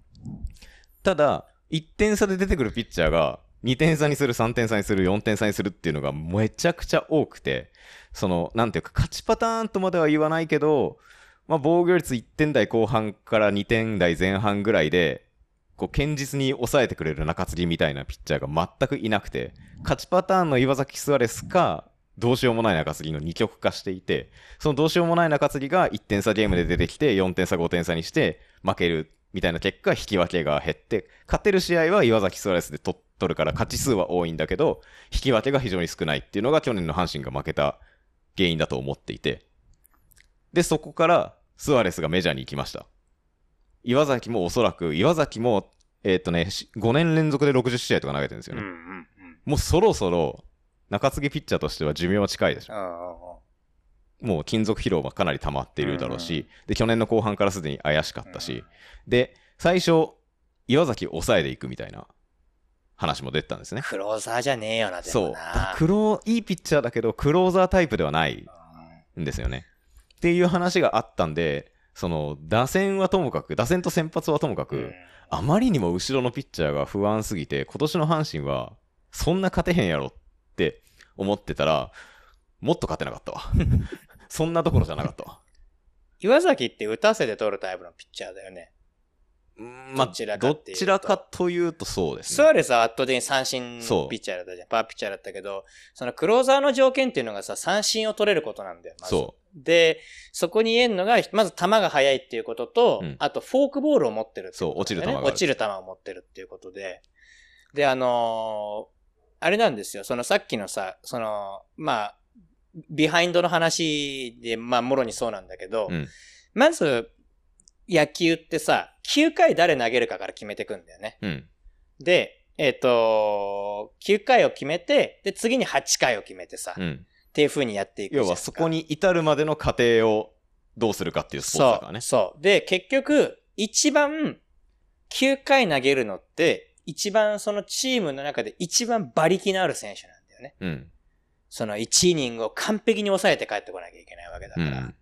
Speaker 1: ただ、1点差で出てくるピッチャーが、2点差にする、3点差にする、4点差にするっていうのがめちゃくちゃ多くて、その、なんていうか、勝ちパターンとまでは言わないけど、まあ、防御率1点台後半から2点台前半ぐらいで、こう、堅実に抑えてくれる中継ぎみたいなピッチャーが全くいなくて、勝ちパターンの岩崎スアレスか、どうしようもない中継ぎの二極化していて、そのどうしようもない中継ぎが1点差ゲームで出てきて、4点差、5点差にして負けるみたいな結果、引き分けが減って、勝てる試合は岩崎スアレスで取取るから勝ち数は多いんだけど、引き分けが非常に少ないっていうのが去年の阪神が負けた原因だと思っていて、で、そこからスアレスがメジャーに行きました。岩崎もおそらく、岩崎も、えーっとね、5年連続で60試合とか投げてるんです
Speaker 2: う
Speaker 1: よ
Speaker 2: んう
Speaker 1: ね。
Speaker 2: んうん
Speaker 1: もうそろそろ中継ぎピッチャーとしては寿命は近いでしょ。
Speaker 2: あ
Speaker 1: もう金属疲労はかなり溜まっているだろう
Speaker 2: うん
Speaker 1: し、で、去年の後半からすでに怪しかったし、で、最初、岩崎を抑えでいくみたいな話も出てたんです
Speaker 2: ー
Speaker 1: ね。
Speaker 2: クローザーじゃねえよな、で
Speaker 1: そ
Speaker 2: も
Speaker 1: う。だ
Speaker 2: な
Speaker 1: からクロー、いいピッチャーだけど、クローザータイプではないんですよね。っていう話があったんで、その、打線はともかく、打線と先発はともかく、
Speaker 2: うん
Speaker 1: あまりにも後ろのピッチャーが不安すぎて、今年の阪神は、そんな勝てへんやろって思ってたら、もっと勝てなかったわ。 そんなところじゃなかった わ。
Speaker 2: 岩崎って打たせて取るタイプのピッチャーだよね。
Speaker 1: うんまあ、
Speaker 2: ど
Speaker 1: ど
Speaker 2: ちらかっていうと
Speaker 1: ちらかというとそうです
Speaker 2: ス
Speaker 1: ね。
Speaker 2: アレスは圧倒的に三振ピ
Speaker 1: そう
Speaker 2: ッチャーだったじゃん。パワーピッチャーだったけど、そのクローザーの条件っていうのがさ、三振を取れることなんだよ。まず
Speaker 1: そ
Speaker 2: で、そこに言えるのが、まず球が速いっていうことと、
Speaker 1: うん
Speaker 2: あとフォークボールを持ってるっていうことだよね
Speaker 1: そう
Speaker 2: 落
Speaker 1: 落
Speaker 2: ち
Speaker 1: ち
Speaker 2: る球を持ってるっていうことで。で、あのーあれなんですよ。そのさっきのさ、その、まあ、ビハインドの話で、まあ、もろにそうなんだけど、
Speaker 1: うん
Speaker 2: まず、野球ってさ、9回誰投げるかから決めてくんだよね。
Speaker 1: うん。
Speaker 2: で、えっ、と、9回を決めて、で、次に8回を決めてさ、
Speaker 1: う
Speaker 2: っ
Speaker 1: ん。
Speaker 2: ていう風にやっていくじゃん
Speaker 1: 要はそこに至るまでの過程をどうするかっていうスポーツだからね。
Speaker 2: そう。そう。で、結局、一番、9回投げるのって、一番そのチームの中で一番馬力のある選手なんだよね。
Speaker 1: うん。
Speaker 2: その1イニングを完璧に抑えて帰ってこなきゃいけないわけだ
Speaker 1: う
Speaker 2: から。
Speaker 1: ん。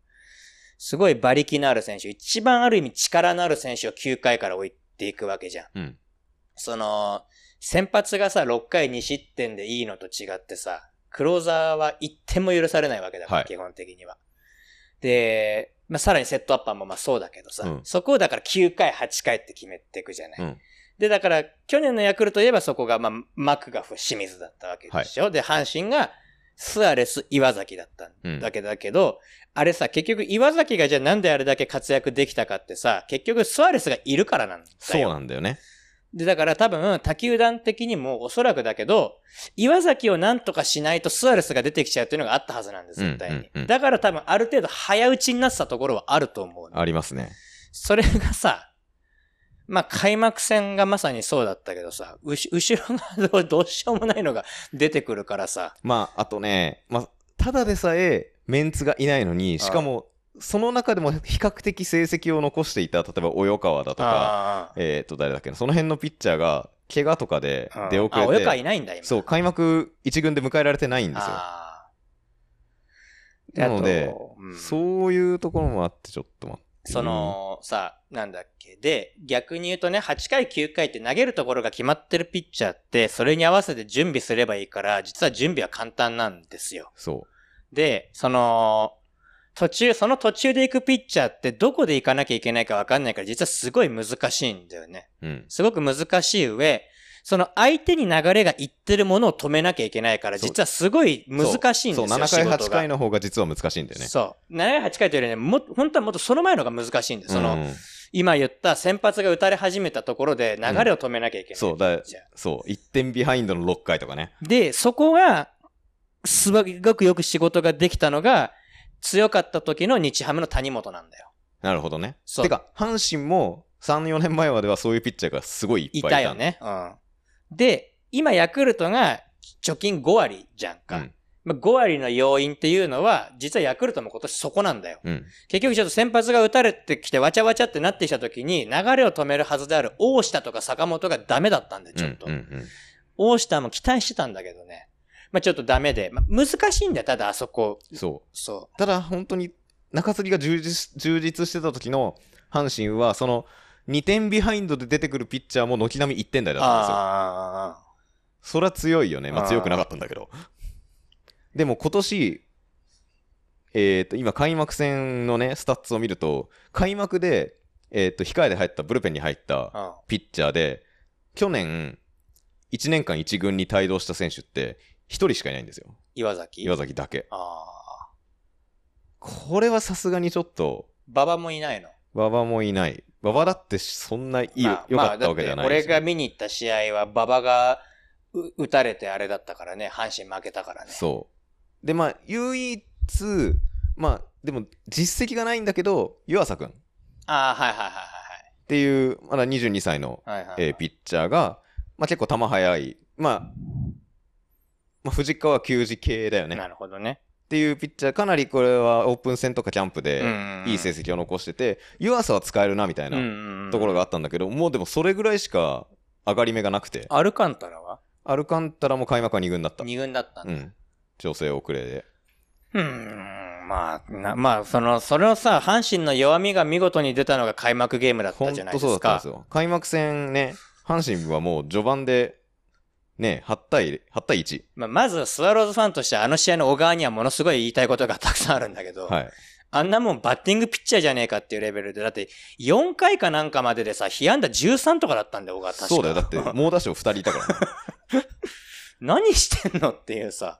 Speaker 2: すごい馬力のある選手、一番ある意味力のある選手を9回から置いていくわけじゃん。
Speaker 1: うん。
Speaker 2: その、先発がさ、6回2失点でいいのと違ってさ、クローザーは1点も許されないわけだから、
Speaker 1: はい
Speaker 2: 基本的には。で、まあ、さらにセットアッパーもまあそうだけどさ、
Speaker 1: うん
Speaker 2: そこをだから9回、8回って決めていくじゃない。
Speaker 1: うん
Speaker 2: で、だから、去年のヤクルトいえばそこが、まあ、マクガフ、清水だったわけでしょ。で、阪神が、スアレス、岩崎だったんだけだけど、あれさ、結局岩崎がじゃあなんであれだけ活躍できたかってさ、結局スアレスがいるからなんだよ。
Speaker 1: そうなんだよね。
Speaker 2: で、だから多分、他球団的にもおそらくだけど、岩崎をなんとかしないとスアレスが出てきちゃうっていうのがあったはずなんです、絶対に。
Speaker 1: うんうんうん
Speaker 2: だから多分、ある程度早打ちになってたところはあると思うの。
Speaker 1: ありますね。
Speaker 2: それがさ、まあ、開幕戦がまさにそうだったけどさ、うし後ろがどうどうしようもないのが出てくるからさ、
Speaker 1: まあ、あとね、まあ、ただでさえメンツがいないのに、しかも、その中でも比較的成績を残していた、例えば及川だとか、
Speaker 2: あー
Speaker 1: えっ、と、誰だっけな、その辺のピッチャーが、怪我とかで
Speaker 2: あー、
Speaker 1: 出遅
Speaker 2: あ、
Speaker 1: れ
Speaker 2: 親川い
Speaker 1: て、
Speaker 2: ないんだ、今。
Speaker 1: そう、開幕一軍で迎えられてないんですよ。
Speaker 2: あー
Speaker 1: なので
Speaker 2: あとうん
Speaker 1: そういうところもあって、ちょっと待って。
Speaker 2: その、さ、なんだっけ。で、逆に言うとね、8回、9回って投げるところが決まってるピッチャーって、それに合わせて準備すればいいから、実は準備は簡単なんですよ。
Speaker 1: うん。そ
Speaker 2: で、その、途中、その途中で行くピッチャーってどこで行かなきゃいけないかわかんないから、実はすごい難しいんだよね。
Speaker 1: う。うん。
Speaker 2: すごく難しい上、その相手に流れが行ってるものを止めなきゃいけないから、
Speaker 1: そう
Speaker 2: 実はすごい難しいんですよ。
Speaker 1: そう、7回、
Speaker 2: 仕事
Speaker 1: 8
Speaker 2: が
Speaker 1: 回の方が実は難しいんだよね。
Speaker 2: そう。7回、8回というよりね、も、本当はもっとその前のが難しいんです。その、
Speaker 1: うん
Speaker 2: 今言った先発が打たれ始めたところで流れを止めなきゃいけない。
Speaker 1: そう、だ
Speaker 2: じゃあ
Speaker 1: そう、1点ビハインドの6回とかね。
Speaker 2: で、そこが、すごくよく仕事ができたのが、強かった時の日ハムの谷本なんだよ。
Speaker 1: なるほどね。
Speaker 2: そう
Speaker 1: てか、阪神も3、4年前まではそういうピッチャーがすごいい
Speaker 2: い
Speaker 1: っぱい
Speaker 2: たよ。ね。うん。で、今ヤクルトが貯金5割じゃん
Speaker 1: う
Speaker 2: か。
Speaker 1: ん。
Speaker 2: まあ、5割の要因っていうのは、実はヤクルトも今年そこなんだよ。
Speaker 1: うん。
Speaker 2: 結局ちょっと先発が打たれてきてわちゃわちゃってなってきた時に流れを止めるはずである大下とか坂本がダメだったんだよ、ちょっと。
Speaker 1: うんうんうん
Speaker 2: 大下も期待してたんだけどね。まあ、ちょっとダメで。まあ、難しいんだよ、ただあそこ。
Speaker 1: そ。
Speaker 2: そう
Speaker 1: ただ、本当に中継ぎが充実充実してた時の阪神は、その2点ビハインドで出てくるピッチャーも軒並み1点台
Speaker 2: う。
Speaker 1: だったんですよ。
Speaker 2: ああ。
Speaker 1: そりゃ強いよね。ま
Speaker 2: あ
Speaker 1: あ
Speaker 2: ー
Speaker 1: 強くなかったんだけど。でも今年、えっ、と、今開幕戦のね、スタッツを見ると、開幕で、えっ、と、控えで入った、ブルペンに入った
Speaker 2: うん
Speaker 1: ピッチャーで、去年、1年間1軍に帯同した選手って、1人しかいないんですよ。
Speaker 2: 岩崎。
Speaker 1: 岩
Speaker 2: 崎。
Speaker 1: 崎だけ。
Speaker 2: ああ。
Speaker 1: これはさすがにちょっと、
Speaker 2: 馬場もいないの。
Speaker 1: 馬場もいない。馬場だってそんないい、
Speaker 2: まあ
Speaker 1: 良
Speaker 2: まあ
Speaker 1: かったわけじゃない
Speaker 2: だって俺が見に行った試合は馬場がう打たれてあれだったからね、阪神負けたからね。
Speaker 1: そう。で、まあ、唯一、まあ、でも、実績がないんだけど、湯浅くんっ
Speaker 2: ああ、はいはい
Speaker 1: ていう、まだ22歳の、
Speaker 2: はいはいはい。はいはい
Speaker 1: えーピッチャーが、まあ、結構球速い。まあ、まあ、藤川球児系だよね。っ
Speaker 2: なるほどね。
Speaker 1: ていうピッチャー、かなりこれはオープン戦とかキャンプで、いい成
Speaker 2: 先
Speaker 1: 績を残してて、湯浅は使えるな、みたいな
Speaker 2: な
Speaker 1: ところ
Speaker 2: が。
Speaker 1: があったんだけど、もうでもそれぐらいしか上がり目がなくて、
Speaker 2: アルカンタラは
Speaker 1: アルカンタラも開幕は2軍だった。
Speaker 2: 二軍だったんだ
Speaker 1: う。ん。調整遅れで。
Speaker 2: うーんまあ、なまあ、その、それをさ、阪神の弱みが見事に出たのが開幕ゲームだった
Speaker 1: 本
Speaker 2: じゃない
Speaker 1: 当
Speaker 2: で
Speaker 1: そうだ
Speaker 2: す
Speaker 1: ったんで
Speaker 2: か
Speaker 1: す。よ。開幕戦ね、阪神はもう序盤で、ね、8対、8対1。
Speaker 2: まあ、まず、スワローズファンとしてあの試合の小川にはものすごい言いたいことがたくさんあるんだけど、
Speaker 1: はい。
Speaker 2: あんなもんバッティングピッチャーじゃねえかっていうレベルで、だって4回かなんかまででさ、被安打13とかだったんだよ、小川確か
Speaker 1: そうだよ。だって、猛打賞2人いたからね。
Speaker 2: 何してんのっていうさ。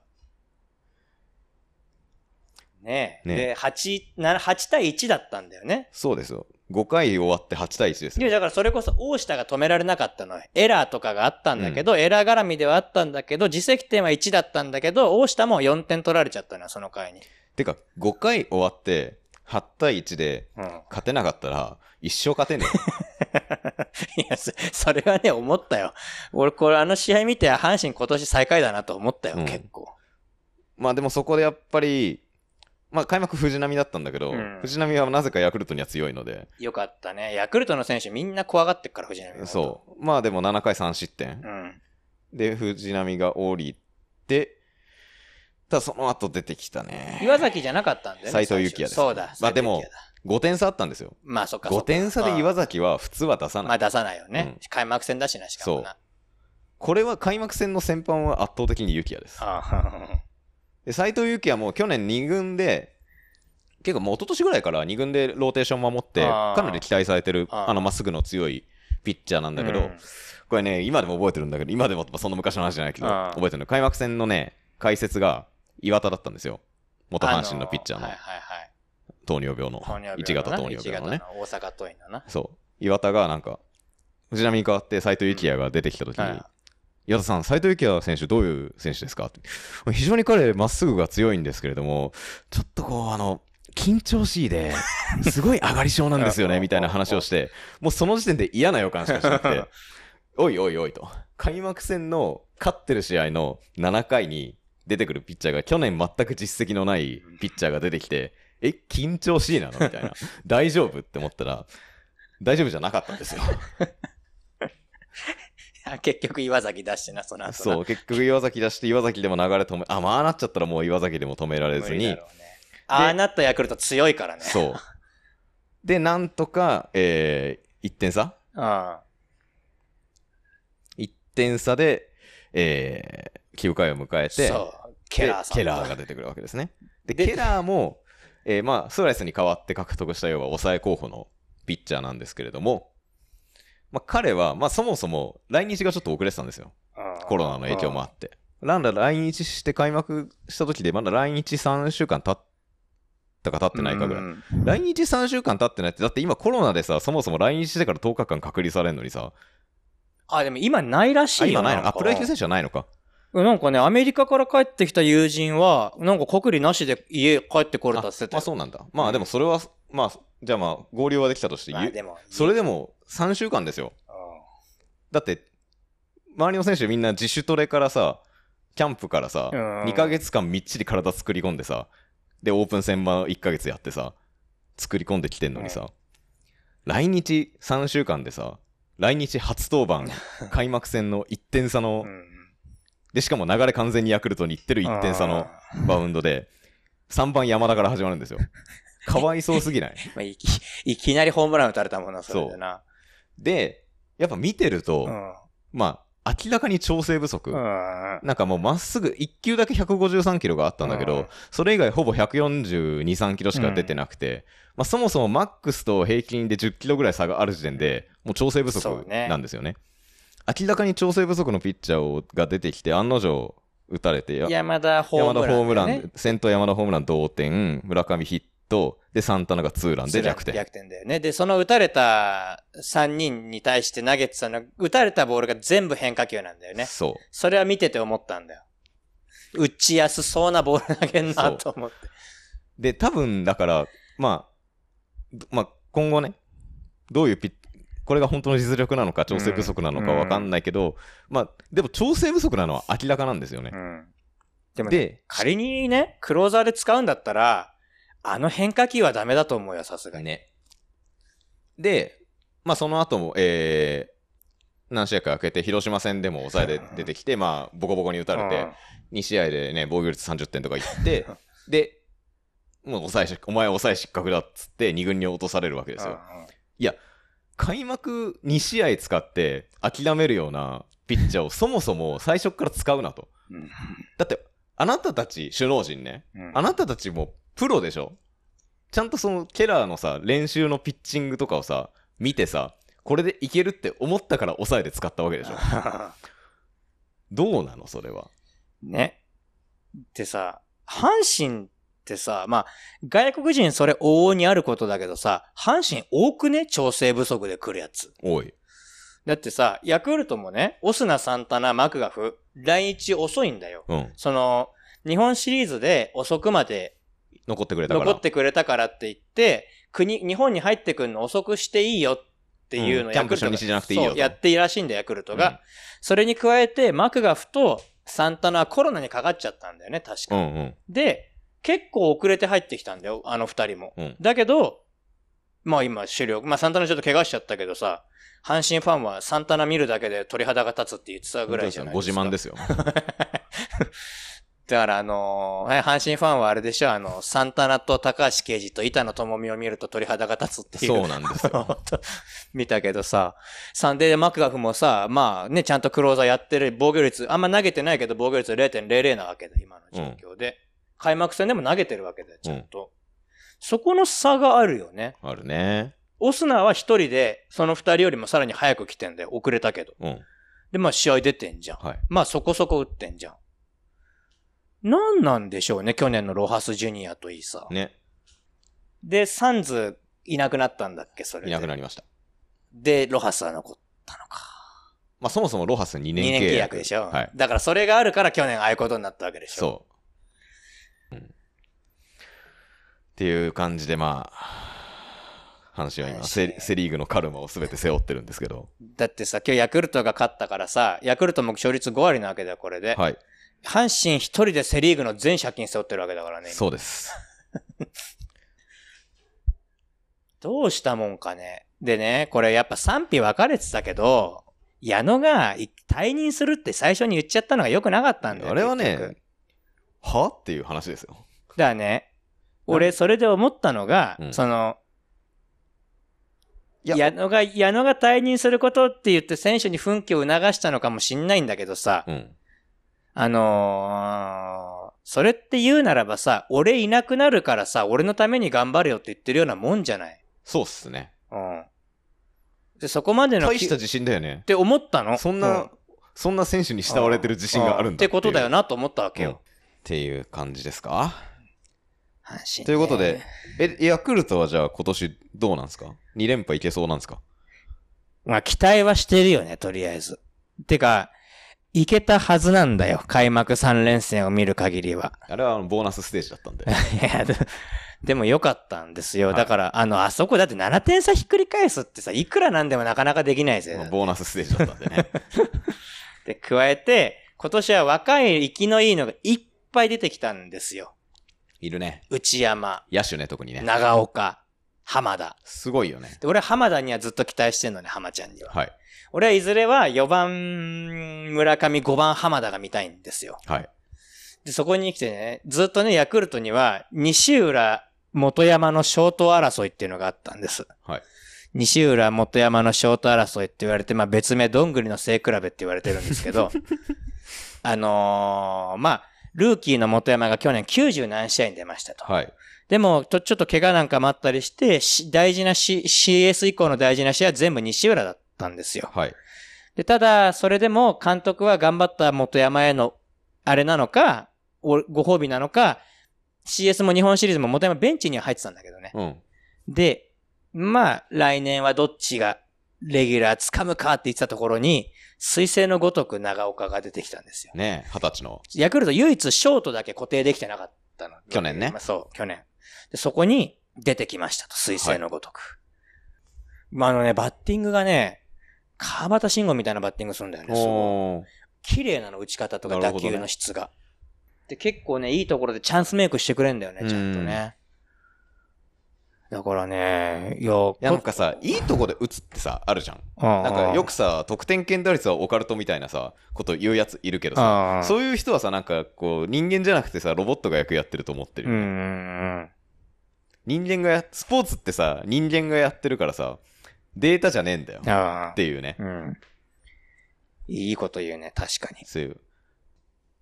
Speaker 2: ねえ。
Speaker 1: ねえ
Speaker 2: で、8、な8対1だったんだよね。
Speaker 1: そうですよ。5回終わって8対1です
Speaker 2: いや、
Speaker 1: よ。
Speaker 2: だからそれこそ大下が止められなかったのよ。エラーとかがあったんだけど、エラー絡みではあったんだけど、自責点は1だったんだけど、大下も4点取られちゃったのよ、その回に。
Speaker 1: てか、5回終わって、 8対1で
Speaker 2: うん。
Speaker 1: 勝てなかったら、一生勝てねえ。
Speaker 2: いや、そそれはね、思ったよ。俺、これ、あの試合見て、阪神今年最下位だなと思ったよ、
Speaker 1: うん
Speaker 2: 結構。
Speaker 1: まあでもそこでやっぱり、まあ開幕藤浪だったんだけど、
Speaker 2: うん
Speaker 1: 藤浪はなぜかヤクルトには強いので、
Speaker 2: よかったね。ヤクルトの選手みんな怖がってっから、藤浪。
Speaker 1: そう。まあでも7回3失点
Speaker 2: う。うん。
Speaker 1: で、藤浪が降りて、ただその後出てきたね。
Speaker 2: 岩崎じゃなかったんだよね。
Speaker 1: 斉藤幸也です
Speaker 2: 最初そうだ。
Speaker 1: まあでも
Speaker 2: 斉藤幸也だ、
Speaker 1: 5点差あったんですよ。
Speaker 2: まあそっかそっ
Speaker 1: 5
Speaker 2: か。
Speaker 1: 点差で岩崎は普通は出さ
Speaker 2: うんま
Speaker 1: な
Speaker 2: あ
Speaker 1: い。
Speaker 2: 出さないよね。
Speaker 1: う
Speaker 2: 開幕戦だしな、しかもな。
Speaker 1: これは開幕戦の先般は圧倒的に幸也です。
Speaker 2: あ
Speaker 1: で、斎藤幸也も去年2軍で、結構もう一昨年ぐらいから2軍でローテーション守って、
Speaker 2: あー
Speaker 1: かなり期待されてる、
Speaker 2: あ
Speaker 1: あ
Speaker 2: ー
Speaker 1: の、まっすぐの強いピッチャーなんだけ
Speaker 2: う
Speaker 1: ど
Speaker 2: ん、
Speaker 1: これね、今でも覚えてるんだけど、今でもそんな昔の話じゃないけど、
Speaker 2: あー
Speaker 1: 覚えてるの。開幕戦のね、解説が岩田だったんですよ。元阪神のピッチャーの
Speaker 2: はいはいはい。
Speaker 1: 糖尿病の
Speaker 2: 糖尿病のな。
Speaker 1: 1型糖尿病のね
Speaker 2: 一。型の大阪桐蔭のな。
Speaker 1: そう。岩田がなんか、藤浪に代わって斎藤幸也が出てきたときに、
Speaker 2: はい
Speaker 1: 岩田さん、斎藤幸也選手、どういう選手ですかって非常に彼、まっすぐが強いんですけれども、ちょっとこう、あの、緊張しいで、すごい上がり症なんですよ
Speaker 2: う
Speaker 1: ね、
Speaker 2: ん
Speaker 1: みたいな話をして、もうその時点で嫌な予感しかしな くて、おいおいおいと、開幕戦の勝ってる試合の7回に出てくるピッチャーが、去年全く実績のないピッチャーが出てきて、え、緊張しいなのみ たいな、大丈夫って思ったら、大丈夫じゃなかったんです よ。
Speaker 2: 結局岩崎出してな、その後な。
Speaker 1: そう、結局岩崎出して、岩崎でも流れ止め、あ、まあああなっちゃったらもう岩崎でも止められず
Speaker 2: 無理だ
Speaker 1: に
Speaker 2: ろ、うね。ああなったヤクルト強いからね。う。
Speaker 1: そう。で、なんとか、えー、1点差
Speaker 2: あ
Speaker 1: ?1 点差で、えー、9回を迎えて、
Speaker 2: そ
Speaker 1: で
Speaker 2: う。ケラーさんと。
Speaker 1: ケラーが出てくるわけですね。で、
Speaker 2: で
Speaker 1: ケラーも、えーまあ、スアレスに代わって獲得したようは抑え候補のピッチャーなんですけれども、まあ、彼は、まあ、そもそも来日がちょっと遅れてたんですよ。
Speaker 2: うん
Speaker 1: コロナの影響もあって。なんだ、来日して開幕した時で、まだ来日3週間経ったか経ってないかぐらい。
Speaker 2: うん
Speaker 1: 来日3週間経ってないって、だって今コロナでさ、そもそも来日してから10日間隔離されるのにさ、
Speaker 2: あ、でも今ないらし
Speaker 1: あ
Speaker 2: いよ。
Speaker 1: 今ないの
Speaker 2: ん
Speaker 1: あ、
Speaker 2: か
Speaker 1: プロ野球選手はないのか。
Speaker 2: うんなんかね、アメリカから帰ってきた友人は、なんか隔離なしで家帰ってこれたって言ってた
Speaker 1: まあ
Speaker 2: よ
Speaker 1: そうなんだ。まあでもそれは、まあ、じゃあまあ合流はできたとして、
Speaker 2: まあ
Speaker 1: ゆ
Speaker 2: でも、
Speaker 1: それでも3週間ですよ。だって、周りの選手みんな自主トレからさ、キャンプからさ、
Speaker 2: うん
Speaker 1: 2ヶ月間みっちり体作り込んでさ、で、オープン戦も1ヶ月やってさ、作り込んできてんのにさ、来日3週間でさ、来日初登 板、開幕戦の1点差の
Speaker 2: う、ん
Speaker 1: で、しかも流れ完全にヤクルトに行ってる1点差の
Speaker 2: あ
Speaker 1: バウンドで、3番山田から始まるんですよ。 かわいそうすぎない
Speaker 2: ーまあいき、 いきなりホームラン打たれたもんな、それでな。
Speaker 1: で、やっぱ見てると、
Speaker 2: うん
Speaker 1: まあ、明らかに調整不足。
Speaker 2: うん
Speaker 1: なんかもうまっすぐ、1球だけ153キロがあったんだけど、
Speaker 2: うん
Speaker 1: それ以外ほぼ142、3キロしか出てなくて、まあそもそもマックスと平均で10キロぐらい差がある時点で、もう調整不
Speaker 2: そう
Speaker 1: 足
Speaker 2: ね
Speaker 1: なんですよね。明らかに調整不足のピッチャーをが出てきて、案の定打たれて、や
Speaker 2: 山田ホ
Speaker 1: 山田ホ
Speaker 2: ー
Speaker 1: ーム
Speaker 2: ム
Speaker 1: ラ
Speaker 2: ラ
Speaker 1: ン、
Speaker 2: ンだよね。
Speaker 1: 先頭山田ホームラン同点、村上ヒット、で、サンタナがツーランで弱点。
Speaker 2: 逆転だよね。で、その打たれた3人に対して投げてたの、打たれたボールが全部変化球なんだよね。
Speaker 1: そう。
Speaker 2: それは見てて思ったんだよ。打ちやすそうなボール投げんなと思って。
Speaker 1: で、多分だから、まあ、どまあ、今後ね、どういうピッこれが本当の実力なのか、調整不足なのか
Speaker 2: うん
Speaker 1: 分かんないけど、まあ、でも調整不足なのは明らかなんですよね。
Speaker 2: でもね、
Speaker 1: で、
Speaker 2: 仮にね、クローザーで使うんだったら、あの変化球はダメだと思うよ、さすがに。
Speaker 1: ね。で、まあ、その後も、えー何試合か開けて、広島戦でも抑えで出てきて、まあ、ボコボコに打たれて、2試合でね、防御率30点とかいって、で、もう抑えし、お前抑え失格だっつって、2軍に落とされるわけ
Speaker 2: で
Speaker 1: ですよ。開幕2試合使って諦めるようなピッチャーをそもそも最初から使うなと。だって、あなたたち首脳陣ね、あなたたちもプロでしょちゃんとそのケラーのさ、練習のピッチングとかをさ、見てさ、これでいけるって思ったから抑えて使ったわけで しょ。どうなのそれは。
Speaker 2: ね。でさ、阪神ってさ、まあ、外国人それ往々にあることだけどさ、阪神多くね、調整不足で来るやつ。
Speaker 1: おい。
Speaker 2: だってさ、ヤクルトもね、オスナ、サンタナ、マクガフ、来日遅いんだよ。
Speaker 1: うん。
Speaker 2: その、日本シリーズで遅くまで
Speaker 1: 残ってくれたか
Speaker 2: 残
Speaker 1: ら
Speaker 2: っ。てくれたからって言って、国、日本に入ってくるの遅くしていいよっていうのを、
Speaker 1: うんキャンプ初日
Speaker 2: ヤクルトが
Speaker 1: じゃなくていいよと
Speaker 2: そうやっていいらしいんだ、ヤクルトが。
Speaker 1: うん
Speaker 2: それに加えて、マクガフとサンタナはコロナにかかっちゃったんだよね、確
Speaker 1: う
Speaker 2: か。
Speaker 1: んうん。
Speaker 2: で、結構遅れて入ってきたんだよ、あの二人も。
Speaker 1: うん
Speaker 2: だけど、まあ今主力、まあサンタナちょっと怪我しちゃったけどさ、阪神ファンはサンタナ見るだけで鳥肌が立つって言ってたぐらいじゃない
Speaker 1: ご
Speaker 2: です
Speaker 1: 自
Speaker 2: か。
Speaker 1: 慢です よ。
Speaker 2: だからあのーはい阪神ファンはあれでしょ、あの、サンタナと高橋啓治と板野友美を見ると鳥肌が立つっていう。
Speaker 1: そうなんですよ。
Speaker 2: 見たけどさ、サンデーマクガフもさ、まあね、ちゃんとクローザーやってる防御率、あんま投げてないけど防御率0.00なわけだ、今の状況で。開幕戦でも投げてるわけだよ、ちゃんと。そこの差があるよね。
Speaker 1: あるね。
Speaker 2: オスナは一人で、その二人よりもさらに早く来てんだよ。遅れたけど。
Speaker 1: うん。
Speaker 2: で、まあ試合出てんじゃん。
Speaker 1: はい。
Speaker 2: まあそこそこ打ってんじゃん。なんなんでしょうね、去年のロハスジュニアといいさ。
Speaker 1: ね。
Speaker 2: で、サンズいなくなったんだっけ、それで。
Speaker 1: いなくなりました。
Speaker 2: で、ロハスは残ったのか。
Speaker 1: まあそもそもロハス2
Speaker 2: 2
Speaker 1: 年契
Speaker 2: 年
Speaker 1: 約。
Speaker 2: 契約でしょ。
Speaker 1: はい。
Speaker 2: だからそれがあるから去年ああいうことになったわけでしょ。
Speaker 1: そう。うんっていう感じで、まあ、話は今、
Speaker 2: 話
Speaker 1: セセリーグのカルマを全て背負ってるんですけど。
Speaker 2: だってさ、今日ヤクルトが勝ったからさ、ヤクルトも勝率5割なわけだよ、これで。
Speaker 1: はい。
Speaker 2: 阪神一人でセリーグの全借金背負ってるわけだからね。
Speaker 1: そうです。
Speaker 2: どうしたもんかね。でね、これやっぱ賛否分かれてたけど、矢野がい退任するって最初に言っちゃったのが良くなかったんだよ。
Speaker 1: あれは
Speaker 2: 結局
Speaker 1: ね、はっていう話ですよ。
Speaker 2: だからね、俺それで思ったのが、
Speaker 1: うん
Speaker 2: その、
Speaker 1: いや
Speaker 2: 矢野が、矢野が退任することって言って選手に奮起を促したのかもしんないんだけどさ、
Speaker 1: うん。
Speaker 2: あのーそれって言うならばさ、俺いなくなるからさ、俺のために頑張れよって言ってるようなもんじゃない。
Speaker 1: そうっすね。
Speaker 2: うん。で、そこまでの
Speaker 1: 大した
Speaker 2: っ
Speaker 1: 自信だよね。
Speaker 2: て思ったの。
Speaker 1: そん
Speaker 2: う
Speaker 1: な、そんな選手に慕われてる自信があるんだ
Speaker 2: ってことだよ
Speaker 1: な。
Speaker 2: なと思ったわけ
Speaker 1: うんっ
Speaker 2: よ。
Speaker 1: ていう感じですか
Speaker 2: 阪神ね
Speaker 1: ということで、え、ヤクルトはじゃあ今年どうなんですか ?2 連覇いけそうなんですか
Speaker 2: まあ期待はしてるよね、とりあえず。てか、いけたはずなんだよ。開幕3連戦を見る限りは。
Speaker 1: あれはあのボーナスステージだったんで。
Speaker 2: いや、ででも良かったんですよ。
Speaker 1: はい
Speaker 2: だから、あの、あそこだって7点差ひっくり返すってさ、いくらなんでもなかなかできないぜ
Speaker 1: まあ。ボーナスステージだったんでね。
Speaker 2: で、加えて、今年は若い生きのいいのがいっぱい出てきたんですよ。
Speaker 1: いるね。
Speaker 2: 内山、
Speaker 1: 野手ね、特にね。
Speaker 2: 長岡、浜田。
Speaker 1: すごいよね。
Speaker 2: で、俺は浜田にはずっと期待してんのね、浜ちゃんには。
Speaker 1: はい。
Speaker 2: 俺はいずれは4番村上、5番浜田が見たいんですよ。
Speaker 1: はい。
Speaker 2: で、そこに来てね、ずっとね、ヤクルトには、西浦、元山のショート争いっていうのがあったんです。
Speaker 1: はい。
Speaker 2: 西浦、元山のショート争いって言われて、まあ別名、どんぐりの背比べって言われてるんです けど、あのーまあ、ルーキーの元山が去年90何試合に出ましたと。
Speaker 1: はい。
Speaker 2: でも、ちょ、ちょっと怪我なんかもあったりして、し大事なし CS 以降の大事な試合は全部西浦だったんですよ。
Speaker 1: はい。
Speaker 2: で、ただ、それでも監督は頑張った元山への、あれなのか、おご褒美なのか、CS も日本シリーズも元山ベンチには入ってたんだけどね。
Speaker 1: うん。
Speaker 2: で、まあ、来年はどっちがレギュラー掴むかって言ってたところに、彗星のごとく長岡が出てきたんですよ。
Speaker 1: ねえ、二十歳の。
Speaker 2: ヤクルト唯一ショートだけ固定できてなかったの。
Speaker 1: 去年ね
Speaker 2: まあそう、去年。で、そこに出てきましたと、彗星のごとく。まあ、あのね、バッティングがね、川端慎吾みたいなバッティングするんだよね。すごい
Speaker 1: おー
Speaker 2: 綺麗なの、打ち方とか
Speaker 1: なる
Speaker 2: 打
Speaker 1: ほどね
Speaker 2: 球の質が。で、結構ね、いいところでチャンスメイクしてくれんだよね、ちゃんとね。だからね、いや、
Speaker 1: いや、なんかさ、いいとこで打つってさ、あるじゃん。
Speaker 2: な
Speaker 1: なんかよくさ、得点圏打率はオカルトみたいなさ、こと言うやついるけどさ、
Speaker 2: う
Speaker 1: そういう人はさ、なんかこう、人間じゃなくてさ、ロボットが役やってると思ってる
Speaker 2: う
Speaker 1: よね、
Speaker 2: ん。
Speaker 1: 人間がや、スポーツってさ、人間がやってるからさ、データじゃねえんだよ。っ
Speaker 2: ああ。
Speaker 1: ていうね。
Speaker 2: うん。いいこと言うね、確かに。
Speaker 1: そういう。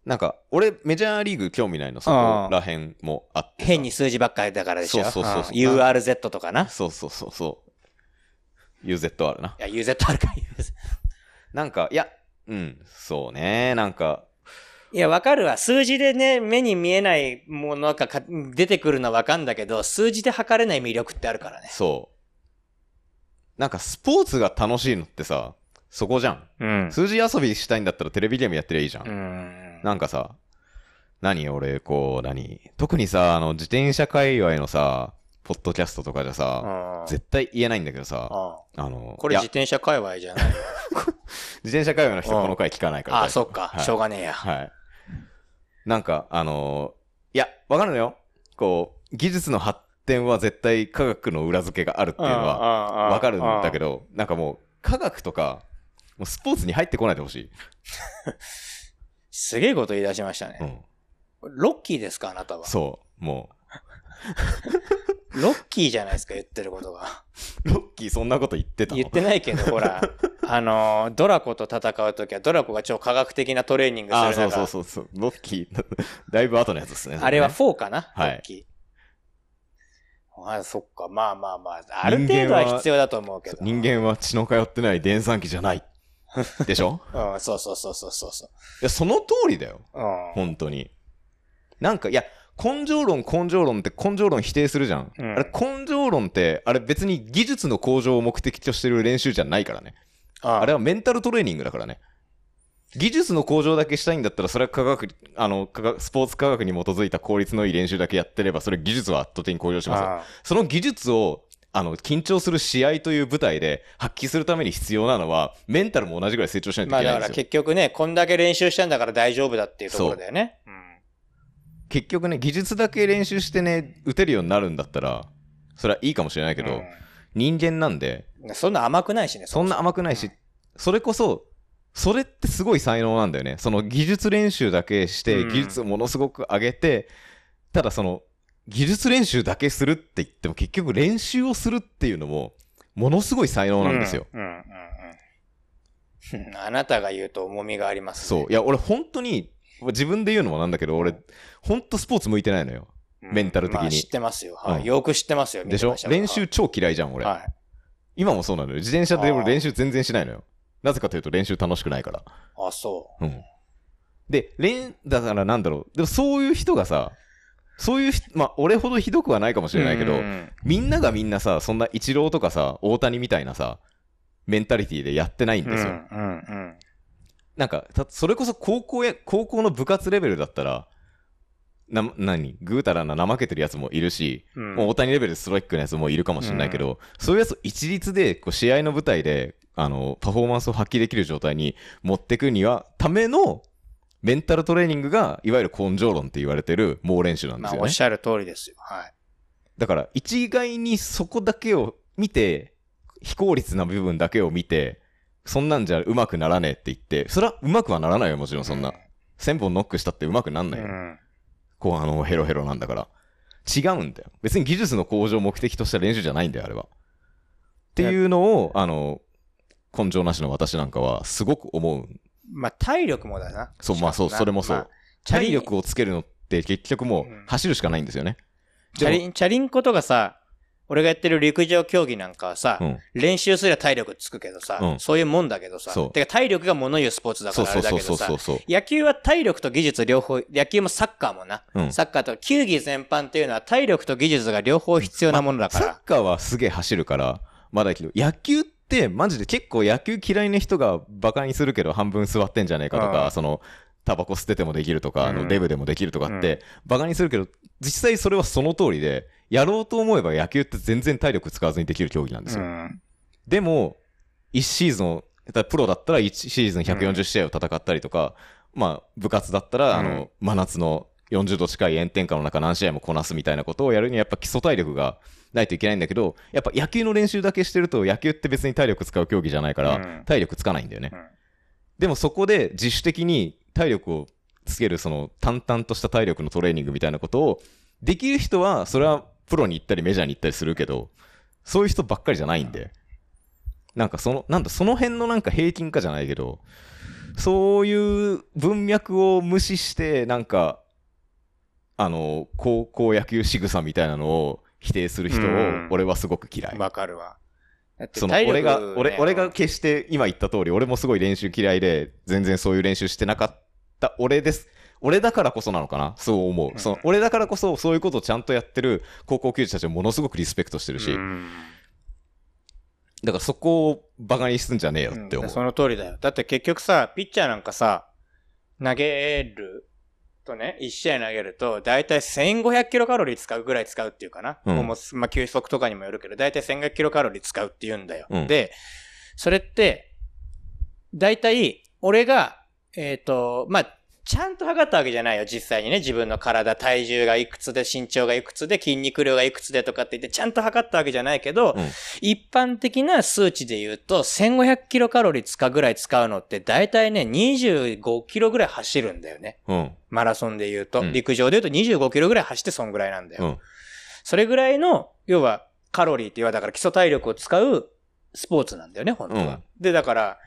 Speaker 1: なんか、俺、メジャーリーグ興味ないの、そこら辺もあってさ。
Speaker 2: 変に数字ばっかりだからでしょ。
Speaker 1: そうそうそうそう
Speaker 2: うん URZ とかな。い
Speaker 1: そうそうそうそう。UZR な。
Speaker 2: や、UZ あるか、UZ。
Speaker 1: なんか、いや、うん、そうね。なんか、
Speaker 2: いや、わかるわ。数字でね、目に見えないものがか出てくるのはわかんだけど、数字で測れない魅力ってあるからね。
Speaker 1: そう。なんか、スポーツが楽しいのってさ、そこじゃん。
Speaker 2: うん。
Speaker 1: 数字遊びしたいんだったらテレビゲームやってりゃいいじゃん。
Speaker 2: うん。
Speaker 1: なんかさ、何俺、こう、何特にさ、あの、自転車界隈のさ、ポッドキャストとかじゃさ、
Speaker 2: あ
Speaker 1: 絶対言えないんだけどさ、
Speaker 2: あ
Speaker 1: あの、
Speaker 2: これ
Speaker 1: いや
Speaker 2: 自転車界隈じゃない。
Speaker 1: 自転車界隈の人
Speaker 2: うん
Speaker 1: この回聞かないから。
Speaker 2: ああ、そっか、
Speaker 1: はい
Speaker 2: しょうがねえや。
Speaker 1: はい。なんか、あのーいや、わかるのよ。こう、技術の発展は絶対科学の裏付けがあるっていうのは、
Speaker 2: は
Speaker 1: わかるんだけ
Speaker 2: ど。
Speaker 1: ど、なんかもう、科学とか、もうスポーツに入ってこないでほしい。
Speaker 2: すげえこと言い出しました
Speaker 1: う
Speaker 2: ね。
Speaker 1: ん。
Speaker 2: ロッキーですか、あなたは。
Speaker 1: そう。も
Speaker 2: ロッキーじゃないですか、言ってることが。
Speaker 1: う、ロッキーそんなこと言ってたの
Speaker 2: 言ってないけど、ほら、あのー、ドラコと戦うときは、ドラコが超科学的なトレーニングする
Speaker 1: あ
Speaker 2: 中
Speaker 1: あ、そうそうそうそう。ロッキー、 だいぶ後のやつですね。
Speaker 2: あれは
Speaker 1: そ
Speaker 2: 4かな、
Speaker 1: はい
Speaker 2: ロッキー。あ、そっか、まあまあまあ、ある程度
Speaker 1: 人間
Speaker 2: は
Speaker 1: は
Speaker 2: 必要だと思うけど。
Speaker 1: うね人間は血の通ってない電算機じゃない。でしょ
Speaker 2: 間。うん、そうそうそうそうそうそ
Speaker 1: いや、その通りだよ。
Speaker 2: う。うん。
Speaker 1: 本当に。なんか、いや、根性論、根性論って根性論否定するじゃん。
Speaker 2: うん
Speaker 1: あれ、根性論って、あれ別に技術の向上を目的としてる練習じゃないからね。
Speaker 2: あ
Speaker 1: あれはメンタルトレーニングだからね。技術の向上だけしたいんだったら、それは科学、あの、科学スポーツ科学に基づいた効率のいい練習だけやってれば、それ技術は圧倒的に向上しますよ。
Speaker 2: あ
Speaker 1: その技術を、あの、緊張する試合という舞台で発揮するために必要なのは、メンタルも同じぐらい成長しないと
Speaker 2: ま
Speaker 1: い
Speaker 2: あ
Speaker 1: け
Speaker 2: だ
Speaker 1: ない
Speaker 2: か
Speaker 1: んで
Speaker 2: ら
Speaker 1: すよ。
Speaker 2: 結局ね、こんだけ練習したんだから大丈夫だっていうところだよね。うん
Speaker 1: 結局ね、技術だけ練習してね、打てるようになるんだったら、それはいいかもしれないけど、人間なんで、
Speaker 2: うんそんな甘くないしね。
Speaker 1: そんな甘くないし、それこそ、それってすごい才能なんだよね。その技術練習だけして、
Speaker 2: うん
Speaker 1: 技術をものすごく上げて、ただその、技術練習だけするって言っても、結局練習をするっていうのも、ものすごい才能なんですよ。。
Speaker 2: うんうんうんうんあなたが言うと重みがあります、
Speaker 1: そう。いや、俺本当に、自分で言うのもなんだけど、俺、本当スポーツ向いてないのよ。
Speaker 2: うん、
Speaker 1: メンタル的に
Speaker 2: まあ知ってますよ。はい
Speaker 1: うん
Speaker 2: よく知ってますよ。
Speaker 1: でしょ
Speaker 2: 見てまたから
Speaker 1: 練習超嫌いじゃん、俺。
Speaker 2: はい。
Speaker 1: 今もそうなのよ。自転車で
Speaker 2: あ
Speaker 1: 俺
Speaker 2: ー
Speaker 1: 練習全然しないのよ。なぜかというと練習楽しくないから。
Speaker 2: あ、そ
Speaker 1: うん。で、練、だからなんだろう。でもそういう人がさ、そういうひ、まあ俺ほどひどくはないかも
Speaker 2: う。
Speaker 1: しれないけど、
Speaker 2: うん
Speaker 1: みんながみんなさ、そんなイチローとかさ、大谷みたいなさ、メンタリティでやってないん
Speaker 2: うんう
Speaker 1: ですよ。
Speaker 2: んうん
Speaker 1: なんか、たそれこそ高校や、高校の部活レベルだったら、な、何ぐうたらな怠けてるやつもいるし、
Speaker 2: うん
Speaker 1: もう大谷レベルでストライクのやつもいるかもしれないけど、そういうやつを一律でこう試合の舞台であのパフォーマンスを発揮できる状態に持っていくにはためのメンタルトレーニングがいわゆる根性論って言われてる猛練習なんで
Speaker 2: ますあ
Speaker 1: よ
Speaker 2: おっ
Speaker 1: ね。
Speaker 2: しゃる通りですよ。はい。
Speaker 1: だから一概にそこだけを見て非効率な部分だけを見てそんなんじゃうまくならねえって言ってそれはうまくはならないよもちろんそんな、1000本ノックしたってうまくなん
Speaker 2: う
Speaker 1: ないよ、
Speaker 2: ん。
Speaker 1: こうあのヘロヘロなんだから違うんだよ別に技術の向上を目的とした練習じゃないんだよあれはっていうのをあの根性なしの私なんかはすごく思うん
Speaker 2: まあ体力もだな。
Speaker 1: そうまあそうそれもそう、
Speaker 2: まあ
Speaker 1: 体力をつけるのって結局も
Speaker 2: うん
Speaker 1: う走るしかないんですよね、
Speaker 2: チャリン、チャリンコとかさ、俺がやってる陸上競技なんかはさ、
Speaker 1: うん、
Speaker 2: 練習すれば体力つくけどさ、
Speaker 1: うん
Speaker 2: そういうもんだけどさ
Speaker 1: そう、
Speaker 2: てか体力が物言うスポーツだか
Speaker 1: そう
Speaker 2: らあ
Speaker 1: そ
Speaker 2: れ
Speaker 1: う
Speaker 2: だ
Speaker 1: そう
Speaker 2: け
Speaker 1: そ
Speaker 2: ど
Speaker 1: うそ
Speaker 2: さ
Speaker 1: う、そう
Speaker 2: 野球は体力と技術両方、野球もサッカーもな、
Speaker 1: うん
Speaker 2: サッカーと球技全般っていうのは体力と技術が両方必要なものだか
Speaker 1: サ
Speaker 2: ら。
Speaker 1: ッカーはすげえ走るからまだいいけど野球ってマジで結構野球嫌いな人がバカにするけど半分座ってんじゃねえかと
Speaker 2: う
Speaker 1: か
Speaker 2: ん
Speaker 1: そのタバコ捨ててもできるとか、あ
Speaker 2: う
Speaker 1: の
Speaker 2: ん
Speaker 1: デブでもできるとかって、バカにするけど実際それはその通りでやろうと思えば野球って全然体力使わずにできる競技なんですよ、
Speaker 2: うん
Speaker 1: でも1シーズンをだからプロだったら1シーズン140試合を戦ったりとか、まあ部活だったらあ
Speaker 2: うん
Speaker 1: の真夏の40度近い炎天下の中何試合もこなすみたいなことをやるにはやっぱ基礎体力がないといけないんだけどやっぱ野球の練習だけしてると野球って別に体力使う競技じゃないか
Speaker 2: うん
Speaker 1: ら体力つかないんだよね、
Speaker 2: うん
Speaker 1: でもそこで自主的に体力をつけるその淡々とした体力のトレーニングみたいなことをできる人はそれはプロに行ったりメジャーに行ったりするけどそういう人ばっかりじゃないんでなんかそのなんだその辺のなんか平均化じゃないけどそういう文脈を無視してなんかあの高校野球仕草みたいなのを否定する人を
Speaker 2: うん
Speaker 1: 俺はすごく嫌い。
Speaker 2: わかるわ。だって
Speaker 1: その
Speaker 2: 体力
Speaker 1: 俺が、
Speaker 2: ね
Speaker 1: 俺俺が決して今言った通り俺もすごい練習嫌いで全然そういう練習してなかった俺です俺だからこそなのかなそう思う、
Speaker 2: うん
Speaker 1: その俺だからこそそういうことをちゃんとやってる高校球児たちをものすごくリスペクトしてるし、
Speaker 2: うん
Speaker 1: だからそこをバカにすんじゃねえよって
Speaker 2: う
Speaker 1: 思
Speaker 2: ん
Speaker 1: う、
Speaker 2: その通りだよ。だって結局さ、ピッチャーなんかさ、投げる、とね、1試合投げると、だいたい1500キロカロリー使うぐらい使うっていうかな。
Speaker 1: うん
Speaker 2: もうまあ、休息とかにもよるけど、だいたい1500キロカロリー使うって言うんだよ。
Speaker 1: うん
Speaker 2: で、それって、だいたい、俺が、えっ、と、まあ、ちゃんと測ったわけじゃないよ、実際にね。自分の体、体重がいくつで、身長がいくつで、筋肉量がいくつでとかって言って、ちゃんと測ったわけじゃないけど、
Speaker 1: うん
Speaker 2: 一般的な数値で言うと、1500キロカロリー使うぐらい使うのって、だいたいね、25キロぐらい走るんだよね。
Speaker 1: うん。
Speaker 2: マラソンで言うと、
Speaker 1: うん
Speaker 2: 陸上で言うと25キロぐらい走ってそんぐらいなんだよ。
Speaker 1: うん。
Speaker 2: それぐらいの、要はカロリーっていうのはだから基礎体力を使うスポーツなんだよね、本当は。
Speaker 1: うん
Speaker 2: で、だから、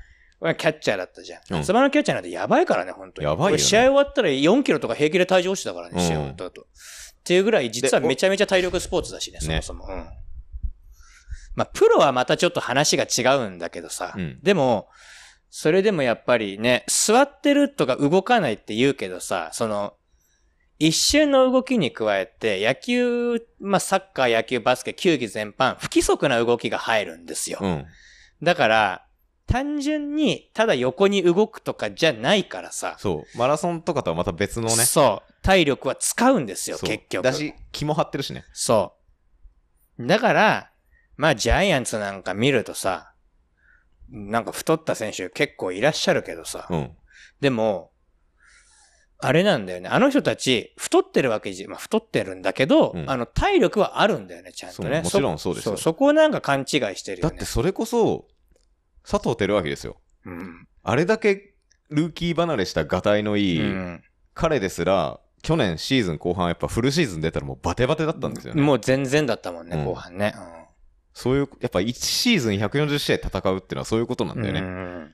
Speaker 2: 俺キャッチャーだったじゃん。
Speaker 1: うん
Speaker 2: 夏場のキャッチャーなんてやばいからね、本当に。
Speaker 1: やばいよね
Speaker 2: 俺試合終わったら4キロとか平気で体重落ちたからね、
Speaker 1: うん
Speaker 2: 試合終わった後。っていうぐらい、実は
Speaker 1: でお
Speaker 2: めちゃめちゃ体力スポーツだしね、そ
Speaker 1: ね
Speaker 2: もそも。うん。まあ、プロはまたちょっと話が違うんだけどさ。
Speaker 1: うん
Speaker 2: でも、それでもやっぱりね、座ってるとか動かないって言うけどさ、その、一瞬の動きに加えて、野球、まあ、サッカー、野球、バスケ、球技全般、不規則な動きが入るんですよ。
Speaker 1: うん。
Speaker 2: だから、単純に、ただ横に動くとかじゃないからさ、
Speaker 1: そう。マラソンとかとはまた別のね。
Speaker 2: そう、体力は使うんですよ、
Speaker 1: そう
Speaker 2: 結局。
Speaker 1: だし、気も張ってるしね。
Speaker 2: そう。だから、まあ、ジャイアンツなんか見るとさ、なんか太った選手結構いらっしゃるけどさ、
Speaker 1: うん。
Speaker 2: でも、あれなんだよね。あの人たち、太ってるわけじゃ、まあ、太ってるんだけど、
Speaker 1: うん
Speaker 2: あの、体力はあるんだよね、ちゃんとね。
Speaker 1: そうもちろんそうですよ
Speaker 2: そそこをなんか勘違いしてる
Speaker 1: だ
Speaker 2: よね。
Speaker 1: ってそれこそ、佐藤輝明ですよ。
Speaker 2: うん。
Speaker 1: あれだけルーキー離れしたがたいのいい、
Speaker 2: うん
Speaker 1: 彼ですら、去年シーズン後半やっぱフルシーズン出たらもうバテバテだったんですよね。
Speaker 2: もう全然だったもんね、
Speaker 1: うん
Speaker 2: 後半ね。
Speaker 1: そういう、やっぱ1シーズン140試合戦うっていうのはそういうことな
Speaker 2: うんん。
Speaker 1: だよね。
Speaker 2: うん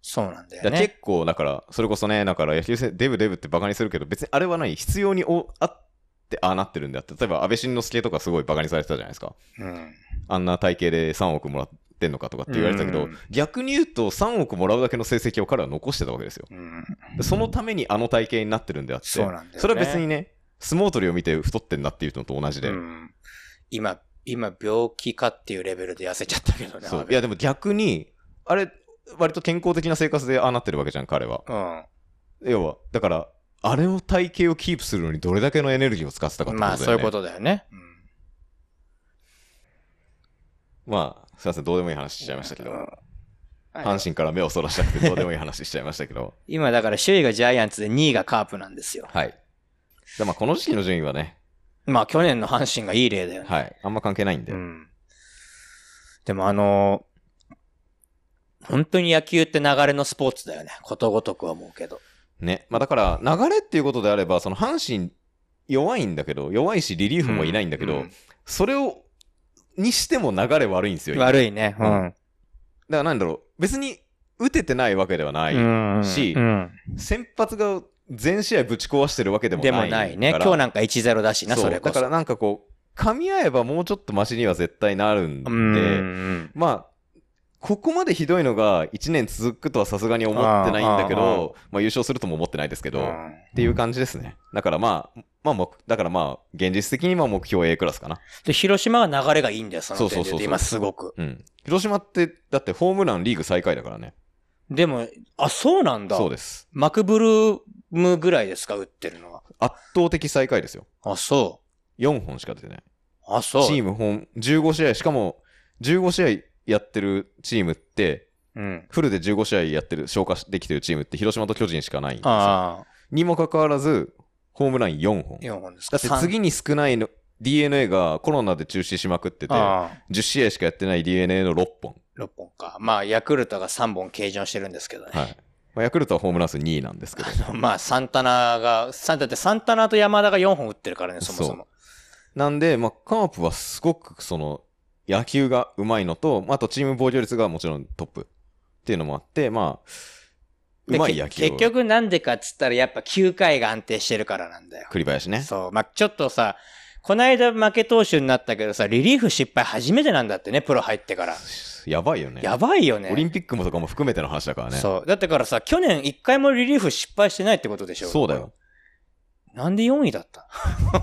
Speaker 2: そうなんだ
Speaker 1: だ
Speaker 2: よ
Speaker 1: から
Speaker 2: ね。
Speaker 1: 結構、だから、それこそね、だから野球選デブデブってバカにするけど、別にあれはない、必要におあって、ああなってるんだって、例えば安倍晋之助とかすごいバカにされてたじゃないですか。
Speaker 2: うん。
Speaker 1: あんな体型で3億もらってんのかとかって言われてたけど、
Speaker 2: うん
Speaker 1: 逆に言うと3億もらうだけの成績を彼は残してたわけですよ。
Speaker 2: うん。
Speaker 1: でそのためにあの体型になってるんであって、
Speaker 2: そうなんだよね
Speaker 1: それは別にね、相撲取りを見て太ってんなっていうのと同じで、
Speaker 2: うん今、今、病気かっていうレベルで痩せちゃったけどね。
Speaker 1: そう
Speaker 2: 阿部
Speaker 1: いやでも逆に、あれ、割と健康的な生活でああなってるわけじゃん、彼は。
Speaker 2: うん。
Speaker 1: 要は、だから、あれの体型をキープするのにどれだけのエネルギーを使ってたかってことだ
Speaker 2: ま
Speaker 1: よ
Speaker 2: あ、
Speaker 1: ね。
Speaker 2: そういうことだよね。うん
Speaker 1: まあ、すいません、どうでもいい話しちゃいましたけど、
Speaker 2: うん
Speaker 1: 阪神から目をそらしたくてどうでもいい話しちゃいましたけど、
Speaker 2: 今だから首位がジャイアンツで2位がカープなんですよ。
Speaker 1: はい。でまあ、この時期の順位はね、
Speaker 2: まあ去年の阪神がいい例だよね。
Speaker 1: はい、あんま関係ないんで、
Speaker 2: うん。でもあのー本当に野球って流れのスポーツだよね。ことごとくは思うけど。
Speaker 1: ね、まあ、だから、流れっていうことであれば、その阪神、弱いんだけど、弱いし、リリーフもいないんだけど、
Speaker 2: うん
Speaker 1: それを、にしても流れ悪いんですよ。今だか
Speaker 2: 悪いね。うん。
Speaker 1: ら、なんだろう、別に、打ててないわけではない。
Speaker 2: うん
Speaker 1: し
Speaker 2: うん
Speaker 1: 先発が全試合ぶち壊してるわけでもな
Speaker 2: で
Speaker 1: いか
Speaker 2: も
Speaker 1: ら。
Speaker 2: ないね。今日なんか1-0だしな、
Speaker 1: そう
Speaker 2: それこ
Speaker 1: だか
Speaker 2: そ。
Speaker 1: らなんかこう噛み合えばもうちょっとマシには絶対なるんで、
Speaker 2: うん。
Speaker 1: まあここまでひどいのが1年続くとはさすがに思ってないんだけ
Speaker 2: あああ
Speaker 1: どまあ、優勝するとも思ってないですけど、
Speaker 2: う
Speaker 1: っ
Speaker 2: ん
Speaker 1: ていう感じですねだからまあまあ目だからまあ現実的には目標 A クラスかな、
Speaker 2: で、広島は流れがいいんだよ、その点で言うと
Speaker 1: そうそうそうそう
Speaker 2: 今すごく。
Speaker 1: うん、広島ってだってホームランリーグ最下位だからね
Speaker 2: でも、あ、そうなんだ。
Speaker 1: そうです
Speaker 2: マクブルームぐらいですか、打ってるのは。
Speaker 1: 圧倒的最下位ですよ
Speaker 2: あ、そ。
Speaker 1: 4本しか出てないう
Speaker 2: あ、そう。
Speaker 1: チー
Speaker 2: ム。
Speaker 1: ム本15試合しかも15試合やってるチームって
Speaker 2: うん。
Speaker 1: フルで15試合やってる、消化できてるチームって広島と巨人しかないんですよ。
Speaker 2: ああ、
Speaker 1: にもかかわらず、ホームラン4本。
Speaker 2: 4本です
Speaker 1: だ
Speaker 2: か。
Speaker 1: って
Speaker 2: 三
Speaker 1: 次に少ないの、DNA がコロナで中止しまくってて、10
Speaker 2: ああ、
Speaker 1: 試合しかやってない DNA の6本。
Speaker 2: 6本か。まあ、ヤクルトが3本計上してるんですけどね。
Speaker 1: はい。まあ、ヤクルトはホームラン数2位なんですけ ど。
Speaker 2: まあ、サンタナが、サンだってサンタナと山田が4本打ってるからね、そもそも。
Speaker 1: なんで、まあ、カープはすごくその、野球がうまいのと、まああとチーム防御率がもちろんトップっていうのもあって、まあ、う
Speaker 2: で
Speaker 1: まい
Speaker 2: け
Speaker 1: 野球を。
Speaker 2: 結、局なんでかっつったら、やっぱ9回が安定してるからなんだよ。
Speaker 1: 栗林ね。
Speaker 2: そう。まあ、ちょっとさ、この間負け投手になったけどさ、リリーフ失敗初めてなんだってね、プロ入ってから。
Speaker 1: やばいよね。
Speaker 2: やばいよね。
Speaker 1: オリンピックもとかも含めての話だからね。
Speaker 2: そう。だってからさ、去年1回もリリーフ失敗してないってことでしょ
Speaker 1: そうだよ。。
Speaker 2: なんで4位だった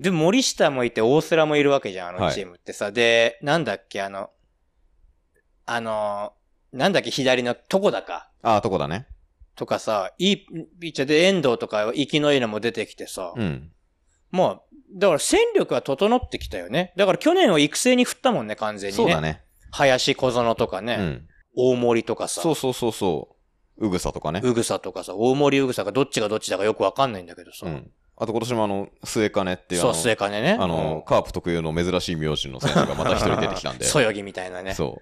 Speaker 2: で、森下もいて、大瀬良もいるわけじゃん、あの
Speaker 1: はい
Speaker 2: チームってさ。で、なんだっけ、あの、あの、なんだっけ、左の、とこだか。
Speaker 1: ああ、とこだね。
Speaker 2: とかさ、いい、ピッチャーで遠藤とか生きのいいのも出てきてさ、
Speaker 1: うん。
Speaker 2: まあ、だから戦力は整ってきたよね。だから去年は育成に振ったもんね、完全に
Speaker 1: そ
Speaker 2: ね。
Speaker 1: うだね。
Speaker 2: 林小園とか
Speaker 1: う
Speaker 2: ね、
Speaker 1: ん。
Speaker 2: 大森とかさ、
Speaker 1: そうそうそうそう。うぐさとかね。
Speaker 2: うぐさとかさ、大森うぐさがどっちがどっちだかよくわかんないんだけどさ。
Speaker 1: うん。あと今年もあの、末金っていうあ
Speaker 2: そ
Speaker 1: の
Speaker 2: う、末金ね。
Speaker 1: あの、カープ特有の珍しい名字の選手がまた一人出てきたんで。
Speaker 2: そよぎみたいなね。
Speaker 1: そ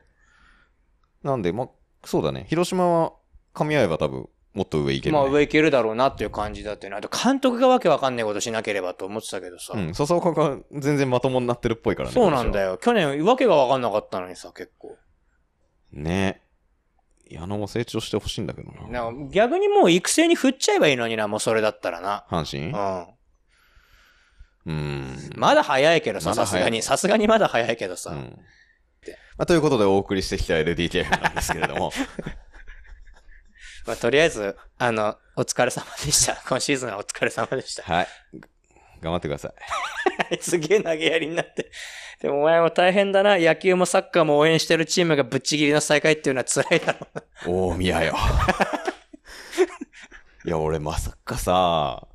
Speaker 1: う。なんで、ま、そうだね。広島は、噛み合えば多分、もっと上いける、ね。
Speaker 2: まあ上いけるだろうなっていう感じだったよね。あと監督がわけわかんないことしなければと思ってたけどさ。
Speaker 1: うん、笹岡が全然まともになってるっぽいからね。
Speaker 2: そうなんだ
Speaker 1: よ。
Speaker 2: よ。去年わけがわかんなかったのにさ、結構。
Speaker 1: ね矢野も成長してほしいんだけどな。
Speaker 2: なんか逆にもう育成に振っちゃえばいいのにな、もうそれだったらな。
Speaker 1: 阪神
Speaker 2: う
Speaker 1: う
Speaker 2: ん。
Speaker 1: ん。
Speaker 2: まだ早いけどさ、
Speaker 1: ま
Speaker 2: さ
Speaker 1: だ
Speaker 2: す
Speaker 1: 早い
Speaker 2: がに。さすがにまだ早いけど
Speaker 1: う
Speaker 2: さ。
Speaker 1: んまあ、ということでお送りしてきた LDKF なんですけれ ども、
Speaker 2: まあとりあえず、あの、お疲れ様でした。今シーズンはお疲れ様でした。
Speaker 1: はい。頑張ってください。
Speaker 2: すげえ投げやりになって。でもお前も大変だな。野球もサッカーも応援してるチームがぶっちぎりの再会っていうのは辛いだろうな。
Speaker 1: 大宮よ。 いや、俺まさかさ、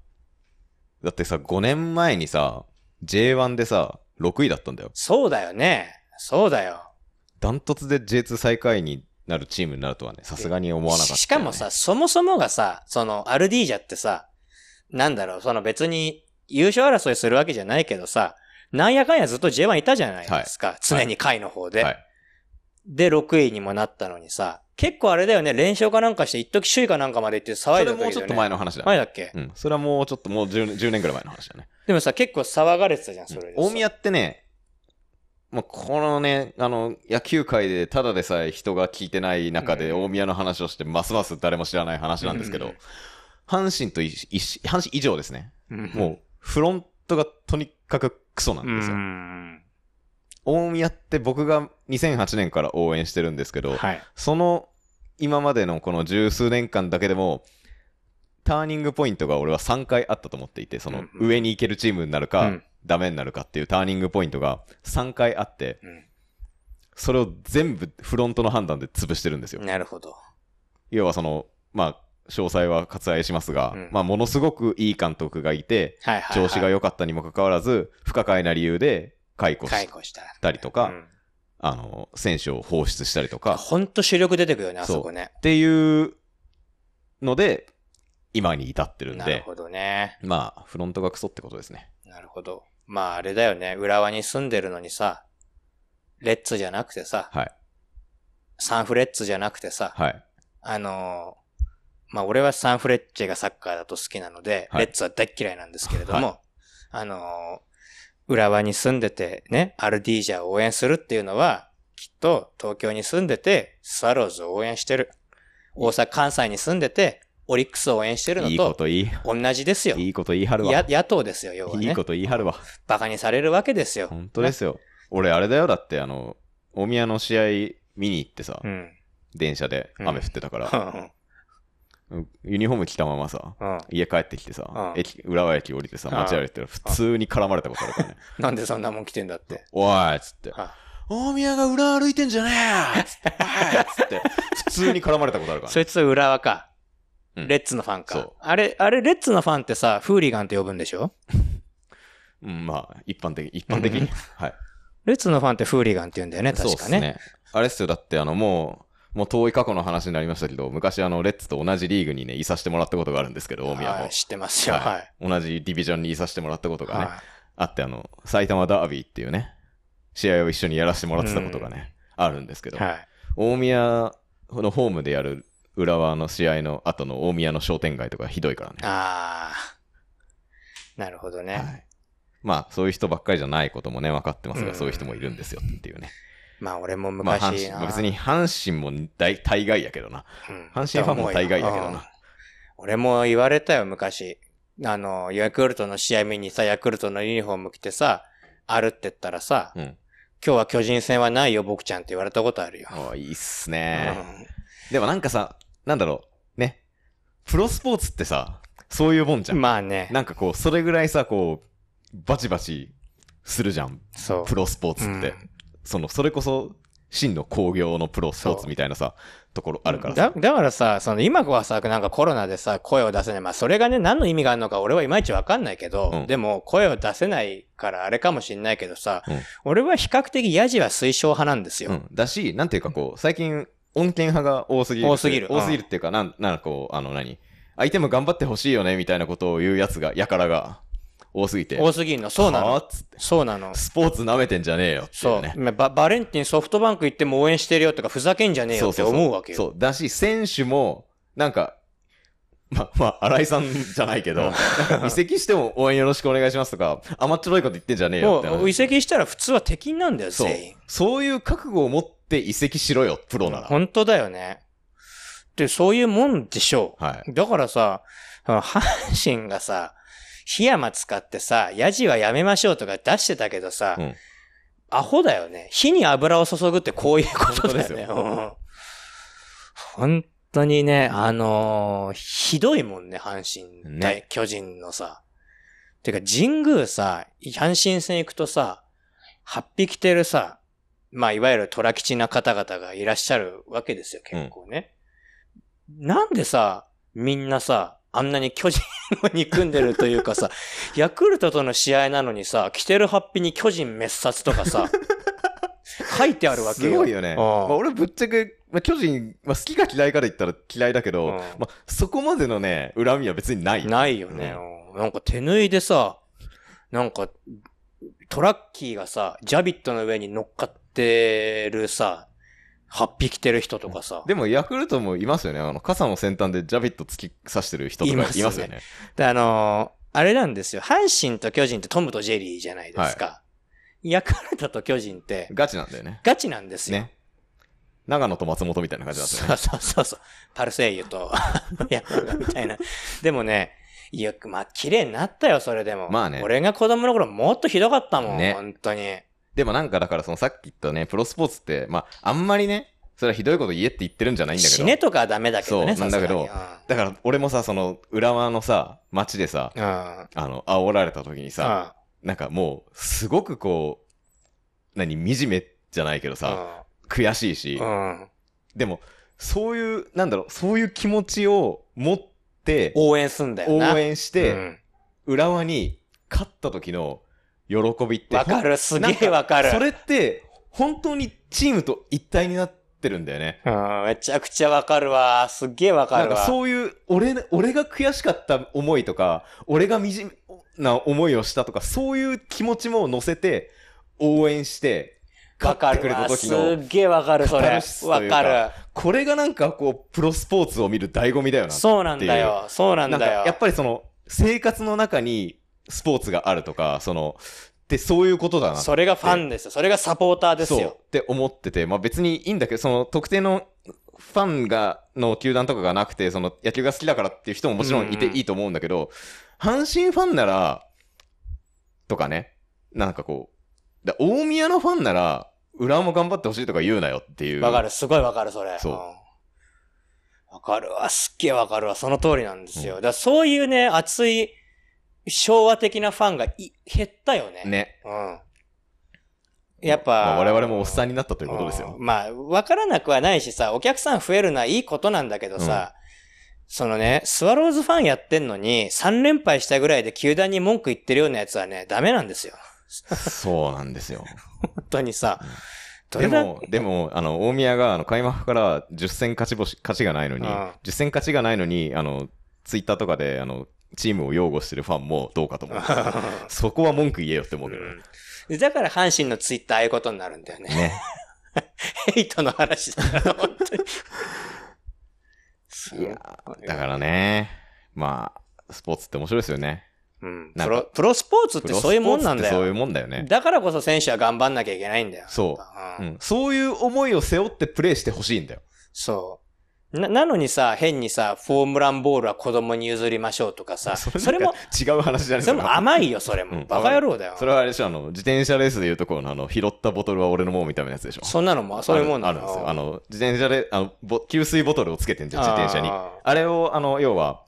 Speaker 1: だってさ、5年前にさ、J1 でさ、6位だったんだよ。
Speaker 2: そうだよね。そうだよ。
Speaker 1: ダントツで J2 最下位になるチームになるとはね、さすがに思わなかった、
Speaker 2: ししかも、さ、そもそもがさ、その、アルディージャってさ、なんだろう、その別に優勝争いするわけじゃないけどさ、なんやかんやずっと J1 いたじゃないですか。常に下位の方で、
Speaker 1: はい。
Speaker 2: で、6位にもなったのにさ、結構あれだよね、連勝かなんかして、一時首位かなんかまで行って
Speaker 1: そ
Speaker 2: 騒
Speaker 1: れ
Speaker 2: いだ時だよ、ね、
Speaker 1: もうちょっと前の話だ、ね。
Speaker 2: 前だっけ、
Speaker 1: うん。それはもうちょっと、もう 10, 10年ぐらい前の話だね。
Speaker 2: でもさ、結構騒がれてたじゃん、それでさ、
Speaker 1: 大宮ってね、まあ、このね、あの、野球界でただでさえ人が聞いてない中で
Speaker 2: うん
Speaker 1: 大宮の話をして、ますます誰も知らない話なんですけ
Speaker 2: う
Speaker 1: ど
Speaker 2: ん、
Speaker 1: 阪神と一一阪神以上ですね。
Speaker 2: うん、
Speaker 1: もう、フロントがとにかくクソな
Speaker 2: うんん、
Speaker 1: ですよ。
Speaker 2: ん。
Speaker 1: 大宮って僕が2008年から応援してるんですけど、
Speaker 2: はい。
Speaker 1: その今までのこの十数年間だけでも、ターニングポイントが俺は3回あったと思っていて、その
Speaker 2: うん
Speaker 1: 上に行けるチームになる
Speaker 2: う
Speaker 1: か、
Speaker 2: ん
Speaker 1: ダメになるかっていうターニングポイントが3回あって、それを全部フロントの判断で潰してるんですよ
Speaker 2: うん。なるほど。
Speaker 1: 要はその、まあ、詳細は割愛しますが、
Speaker 2: うん
Speaker 1: まあ、ものすごくいい監督がいて、
Speaker 2: はいはい、はい。
Speaker 1: 調子が良かったにもかかわらず、不可解な理由で解雇
Speaker 2: 解
Speaker 1: し
Speaker 2: 雇した。
Speaker 1: たりと
Speaker 2: う
Speaker 1: か、
Speaker 2: ん。
Speaker 1: あの、選手を放出したりとか、
Speaker 2: ほんと主力出てくるよね、あそこね。
Speaker 1: っていうので、今に至ってるん
Speaker 2: なる
Speaker 1: で、
Speaker 2: ほどね。
Speaker 1: まあ、フロントがクソってことですね。
Speaker 2: なるほど。まああれだよね。浦和に住んでるのにさ、レッツじゃなくてさ、
Speaker 1: はい。
Speaker 2: サンフレッツじゃなくてさ、
Speaker 1: はい。
Speaker 2: あのーまあ俺はサンフレッチェがサッカーだと好きなので、
Speaker 1: はい
Speaker 2: レッツは大嫌いなんですけれども、
Speaker 1: は
Speaker 2: あのー浦和に住んでてね、アルディージャを応援するっていうのは、きっと東京に住んでて、スワローズを応援してる。大阪、関西に住んでて、オリックスを応援してるの、
Speaker 1: いいことと言い、
Speaker 2: 同じですよ。
Speaker 1: いいこと言い張るわ。
Speaker 2: や野党ですよ、要はね。
Speaker 1: いいこと言い張るわ。
Speaker 2: バカにされるわけですよ。
Speaker 1: 本当ですよ。俺、あれだよ。だって、あの、大宮の試合見に行ってさ、
Speaker 2: うん。
Speaker 1: 電車で
Speaker 2: うん
Speaker 1: 雨降ってたか
Speaker 2: う
Speaker 1: ら、
Speaker 2: ん。
Speaker 1: ユニフォーム着たままさ、
Speaker 2: うん。
Speaker 1: 家帰ってきてさ、
Speaker 2: うん
Speaker 1: 駅、浦和駅降りてさ、
Speaker 2: うん
Speaker 1: 街歩いてたら普通に絡まれたことあるからね。
Speaker 2: なんでそんなもん来てんだって。
Speaker 1: おいっつって
Speaker 2: は、
Speaker 1: 大宮が裏歩いてんじゃねえつっておいっつって、普通に絡まれたことあるから
Speaker 2: そ
Speaker 1: ね。
Speaker 2: いつ浦和か。
Speaker 1: うん
Speaker 2: レッツのファン
Speaker 1: そ
Speaker 2: か
Speaker 1: う。
Speaker 2: あれ、あれ、レッツのファンってさ、フーリガンって呼ぶんでしょ
Speaker 1: うん、まあ、一般的、一般的
Speaker 2: うん
Speaker 1: に。はい。
Speaker 2: レッツのファンってフーリガンって言うんだよね、確
Speaker 1: そう
Speaker 2: か
Speaker 1: っす
Speaker 2: ね。
Speaker 1: ね。あれっすよ、だってあの、もう、もう遠い過去の話になりましたけど、昔あの、レッツと同じリーグにね、いさせてもらったことがあるんですけど、大宮
Speaker 2: は
Speaker 1: も
Speaker 2: い。知ってますよ。
Speaker 1: は
Speaker 2: はい
Speaker 1: 同じディビジョンにいさせてもらったこと
Speaker 2: い。
Speaker 1: がね、
Speaker 2: は
Speaker 1: あって、あの、埼玉ダービーっていうね、試合を一緒にやらせてもらってたことがね、あるんですけ
Speaker 2: い。
Speaker 1: ど、
Speaker 2: はい
Speaker 1: 大宮のホームでやる浦和の試合の後の大宮の商店街とかひどいからね。
Speaker 2: あー。なるほどね。
Speaker 1: はいまあ、そういう人ばっかりじゃないこともね、分かってますが、
Speaker 2: うん
Speaker 1: そういう人もいるんですよっていうね。
Speaker 2: まあ、俺も
Speaker 1: まあ、阪
Speaker 2: 昔
Speaker 1: 神、
Speaker 2: な、
Speaker 1: まあ別に阪神も大大概やけどな。
Speaker 2: うん
Speaker 1: 阪神ファンも大概やけど
Speaker 2: うん
Speaker 1: な。
Speaker 2: 俺も言われたよ、昔。あの、ヤクルトの試合見にさ、ヤクルトのユニフォーム着てさ、歩ってったらさ、
Speaker 1: うん。
Speaker 2: 今日は巨人戦はないよ、僕ちゃんって言われたことあるよ。
Speaker 1: もういいっす
Speaker 2: う
Speaker 1: ね。
Speaker 2: ん
Speaker 1: でもなんかさ、なんだろう、ね。プロスポーツってさ、そういうもんじゃん。
Speaker 2: まあね。
Speaker 1: なんかこう、それぐらいさ、こう、バチバチするじゃん。
Speaker 2: そう。
Speaker 1: プロスポーツって。
Speaker 2: うん
Speaker 1: その、それこそ、真の工業のプロスポーツみたいなさ、ところあるからさ。
Speaker 2: だだからさ、その今はさ、なんかコロナでさ、声を出せない。まあそれがね、何の意味があるのか俺はいまいちわかんないけど、
Speaker 1: うん
Speaker 2: でも声を出せないからあれかもしんないけどさ、
Speaker 1: うん
Speaker 2: 俺は比較的ヤジは推奨派なんですよ。
Speaker 1: うん、だし、なんていうかこう、最近、穏健派が多すぎる。
Speaker 2: 多すぎる
Speaker 1: 多すぎるっていうか、なん、なんかこう、あの何、相手も頑張ってほしいよね、みたいなことを言うやつが、やからが、多すぎて。
Speaker 2: 多すぎるの。そうな
Speaker 1: は
Speaker 2: の。
Speaker 1: あつって
Speaker 2: そうなの。
Speaker 1: スポーツ舐めてんじゃねえよってい
Speaker 2: そう
Speaker 1: ね。
Speaker 2: う。まあババレンティンソフトバンク行っても応援してるよとか、ふざけんじゃねえよって思うわけよ。
Speaker 1: そう。だし、選手も、なんか、ま、まあ、新井さんじゃないけど、なんか移籍しても応援よろしくお願いしますとか、甘っちょろいこと言ってんじゃねえよって話
Speaker 2: もう移籍したら普通は敵になんだよ、
Speaker 1: そう
Speaker 2: 全員。。
Speaker 1: そういう覚悟を持って移籍しろよ、プロなら。
Speaker 2: 本当だよね。で、そういうもんでしょう。
Speaker 1: はい。
Speaker 2: だからさ、あの阪神がさ、檜山使ってさ、ヤジはやめましょうとか出してたけどさ、
Speaker 1: うん
Speaker 2: アホだよね。火に油を注ぐってこういうこ
Speaker 1: 本
Speaker 2: とだ
Speaker 1: 当
Speaker 2: よ
Speaker 1: で
Speaker 2: ね。
Speaker 1: す
Speaker 2: う
Speaker 1: よ
Speaker 2: ん本当にね、あのーひどいもんね、阪神対、
Speaker 1: ね
Speaker 2: 巨人のさ。てか、神宮さ、阪神戦行くとさ、8匹てるさ、まあ、いわゆる虎吉な方々がいらっしゃるわけですよ、結構ね。なんでさ、みんなさ、あんなに巨人を憎んでるというかさ、 ヤクルトとの試合なのにさ、着てるハッピに巨人滅殺とかさ、書いてあるわけよ。
Speaker 1: すごいよね。
Speaker 2: うん
Speaker 1: まあ、俺ぶっちゃけ、まあ、巨人、まあ、好きか嫌いかで言ったら嫌いだけど、
Speaker 2: うん
Speaker 1: まあ、そこまでのね、恨みは別にない。
Speaker 2: ないよね。うんなんか手縫いでさ、なんか、トラッキーがさ、ジャビットの上に乗っかってるさ、ハッピ着てる人とかさ。
Speaker 1: でも、ヤクルトもいますよね。あの、傘の先端でジャビット突き刺してる人とかい
Speaker 2: いま
Speaker 1: ますす
Speaker 2: ね
Speaker 1: よね。
Speaker 2: で、あのーあれなんですよ。阪神と巨人ってトムとジェリーじゃないですか。ヤクルトと巨人って
Speaker 1: ガチなんだよね。
Speaker 2: ガチなんですよ。
Speaker 1: ね。長野と松本みたいな感じだったよ
Speaker 2: そうそうそうそう。パルセイユと、 いや、みたいな。でもね、いや、まあ、綺麗になったよ、それでも。
Speaker 1: まあね
Speaker 2: 俺が子供の頃もっとひどかったもん、
Speaker 1: ね
Speaker 2: 本当に。
Speaker 1: でもなんかだからそのさっき言ったね、プロスポーツって、まあ、あんまりね、それはひどいこと言えって言ってるんじゃないんだけ
Speaker 2: 死
Speaker 1: ど。
Speaker 2: ねとかはダメだけどね、
Speaker 1: そうなんだけど
Speaker 2: さ
Speaker 1: だから俺もさ、その浦和のさ、街でさ
Speaker 2: す、がにうん。うん。
Speaker 1: あの、煽られた時にさ、なんかもう、すごくこう、何、惨めじゃないけどさ、悔しいし、
Speaker 2: うん、うん。
Speaker 1: でも、そういう、なんだろう、そういう気持ちを持って、
Speaker 2: 応援すんだよ
Speaker 1: 応
Speaker 2: な。
Speaker 1: 援し
Speaker 2: う
Speaker 1: て、
Speaker 2: ん
Speaker 1: 浦和に勝った時の喜びって、
Speaker 2: わかる、すげえわかる。
Speaker 1: それって、本当にチームと一体になってるんだよね。
Speaker 2: うん、めちゃくちゃわかるわ。すっげえわか
Speaker 1: なん
Speaker 2: るわ。
Speaker 1: かそういう、俺、俺が悔しかった思いとか、俺がみじめな思いをしたとか、そういう気持ちも乗せて、応援して、
Speaker 2: わ
Speaker 1: 勝
Speaker 2: か
Speaker 1: って
Speaker 2: る
Speaker 1: くれた
Speaker 2: わ。
Speaker 1: 時
Speaker 2: す
Speaker 1: の、
Speaker 2: っげえわかる、それ。
Speaker 1: カタルシスと
Speaker 2: わ
Speaker 1: いうか
Speaker 2: かる。
Speaker 1: これがなんかこう、プロスポーツを見る醍醐味だよな。
Speaker 2: そうなんだよ。そうなん
Speaker 1: か
Speaker 2: だよ。
Speaker 1: やっぱりその、生活の中にスポーツがあるとか、その、ってそういうことだなって
Speaker 2: それがファンですよ。それがサポーターです
Speaker 1: そう
Speaker 2: よ。
Speaker 1: って思ってて、まあ別にいいんだけど、その特定のファンが、の球団とかがなくて、その野球が好きだからっていう人ももちろんいて
Speaker 2: うんうん
Speaker 1: いいと思うんだけど、阪神ファンなら、とかね、なんかこう、だ大宮のファンなら、浦和も頑張ってほしいとか言うなよっていう。
Speaker 2: わかる。すごいわかる、それ。
Speaker 1: そうん
Speaker 2: わかるわ。すっげえわかるわ。その通りなんですよ。だからそういうね、熱い、昭和的なファンがい減ったよね。
Speaker 1: ね。
Speaker 2: うん。やっぱ、
Speaker 1: まあ我々もおっさんになったということですよ
Speaker 2: う。んまあ、わからなくはないしさ、お客さん増えるのはいいことなんだけどさ、そのね、スワローズファンやってんのに、3連敗したぐらいで球団に文句言ってるようなやつはね、ダメなんですよ。
Speaker 1: そうなんですよ。
Speaker 2: 本当にさ。ど
Speaker 1: で
Speaker 2: れだ
Speaker 1: も、でも、あの、大宮が、あの、開幕から10戦勝ち星、勝ちがないのに、
Speaker 2: うん
Speaker 1: 10戦勝ちがないのに、あの、ツイッターとかで、あの、チームを擁護してるファンもどうか と思う。そこは文句言えよって思うけどね。
Speaker 2: うんだから阪神のツイッターああいうことになるんだよね。
Speaker 1: ね。
Speaker 2: ヘイトの話だから、本当に。
Speaker 1: いやだからね、まあ、スポーツって面白いですよね。
Speaker 2: うん、
Speaker 1: なん
Speaker 2: プ
Speaker 1: か
Speaker 2: ロプロスポーツってそういうもんなん
Speaker 1: プ
Speaker 2: だ
Speaker 1: ロスポーツってそうい
Speaker 2: よ。
Speaker 1: うもんだよね。
Speaker 2: だからこそ選手は頑張んなきゃいけないんだよ。
Speaker 1: そ
Speaker 2: うん
Speaker 1: う。うん。そういう思いを背負ってプレーしてほしいんだよ。
Speaker 2: そう。な、なのにさ、変にさ、フォームランボールは子供に譲りましょうとかさ、それ
Speaker 1: なん
Speaker 2: も
Speaker 1: か、違う話じゃない
Speaker 2: それも甘いよ、それ
Speaker 1: う
Speaker 2: も。
Speaker 1: ん
Speaker 2: バカ野郎だよ。
Speaker 1: それはあれでしょ、あの、自転車レースでいうところの、あの、拾ったボトルは俺のもんみたいなやつでしょ。
Speaker 2: そんなのも、そういうもんな
Speaker 1: あるあるんですよ。あの、自転車で、あの、ぼ給水ボトルをつけてんじゃん、自転車に。
Speaker 2: あ
Speaker 1: あれを、あの、要は、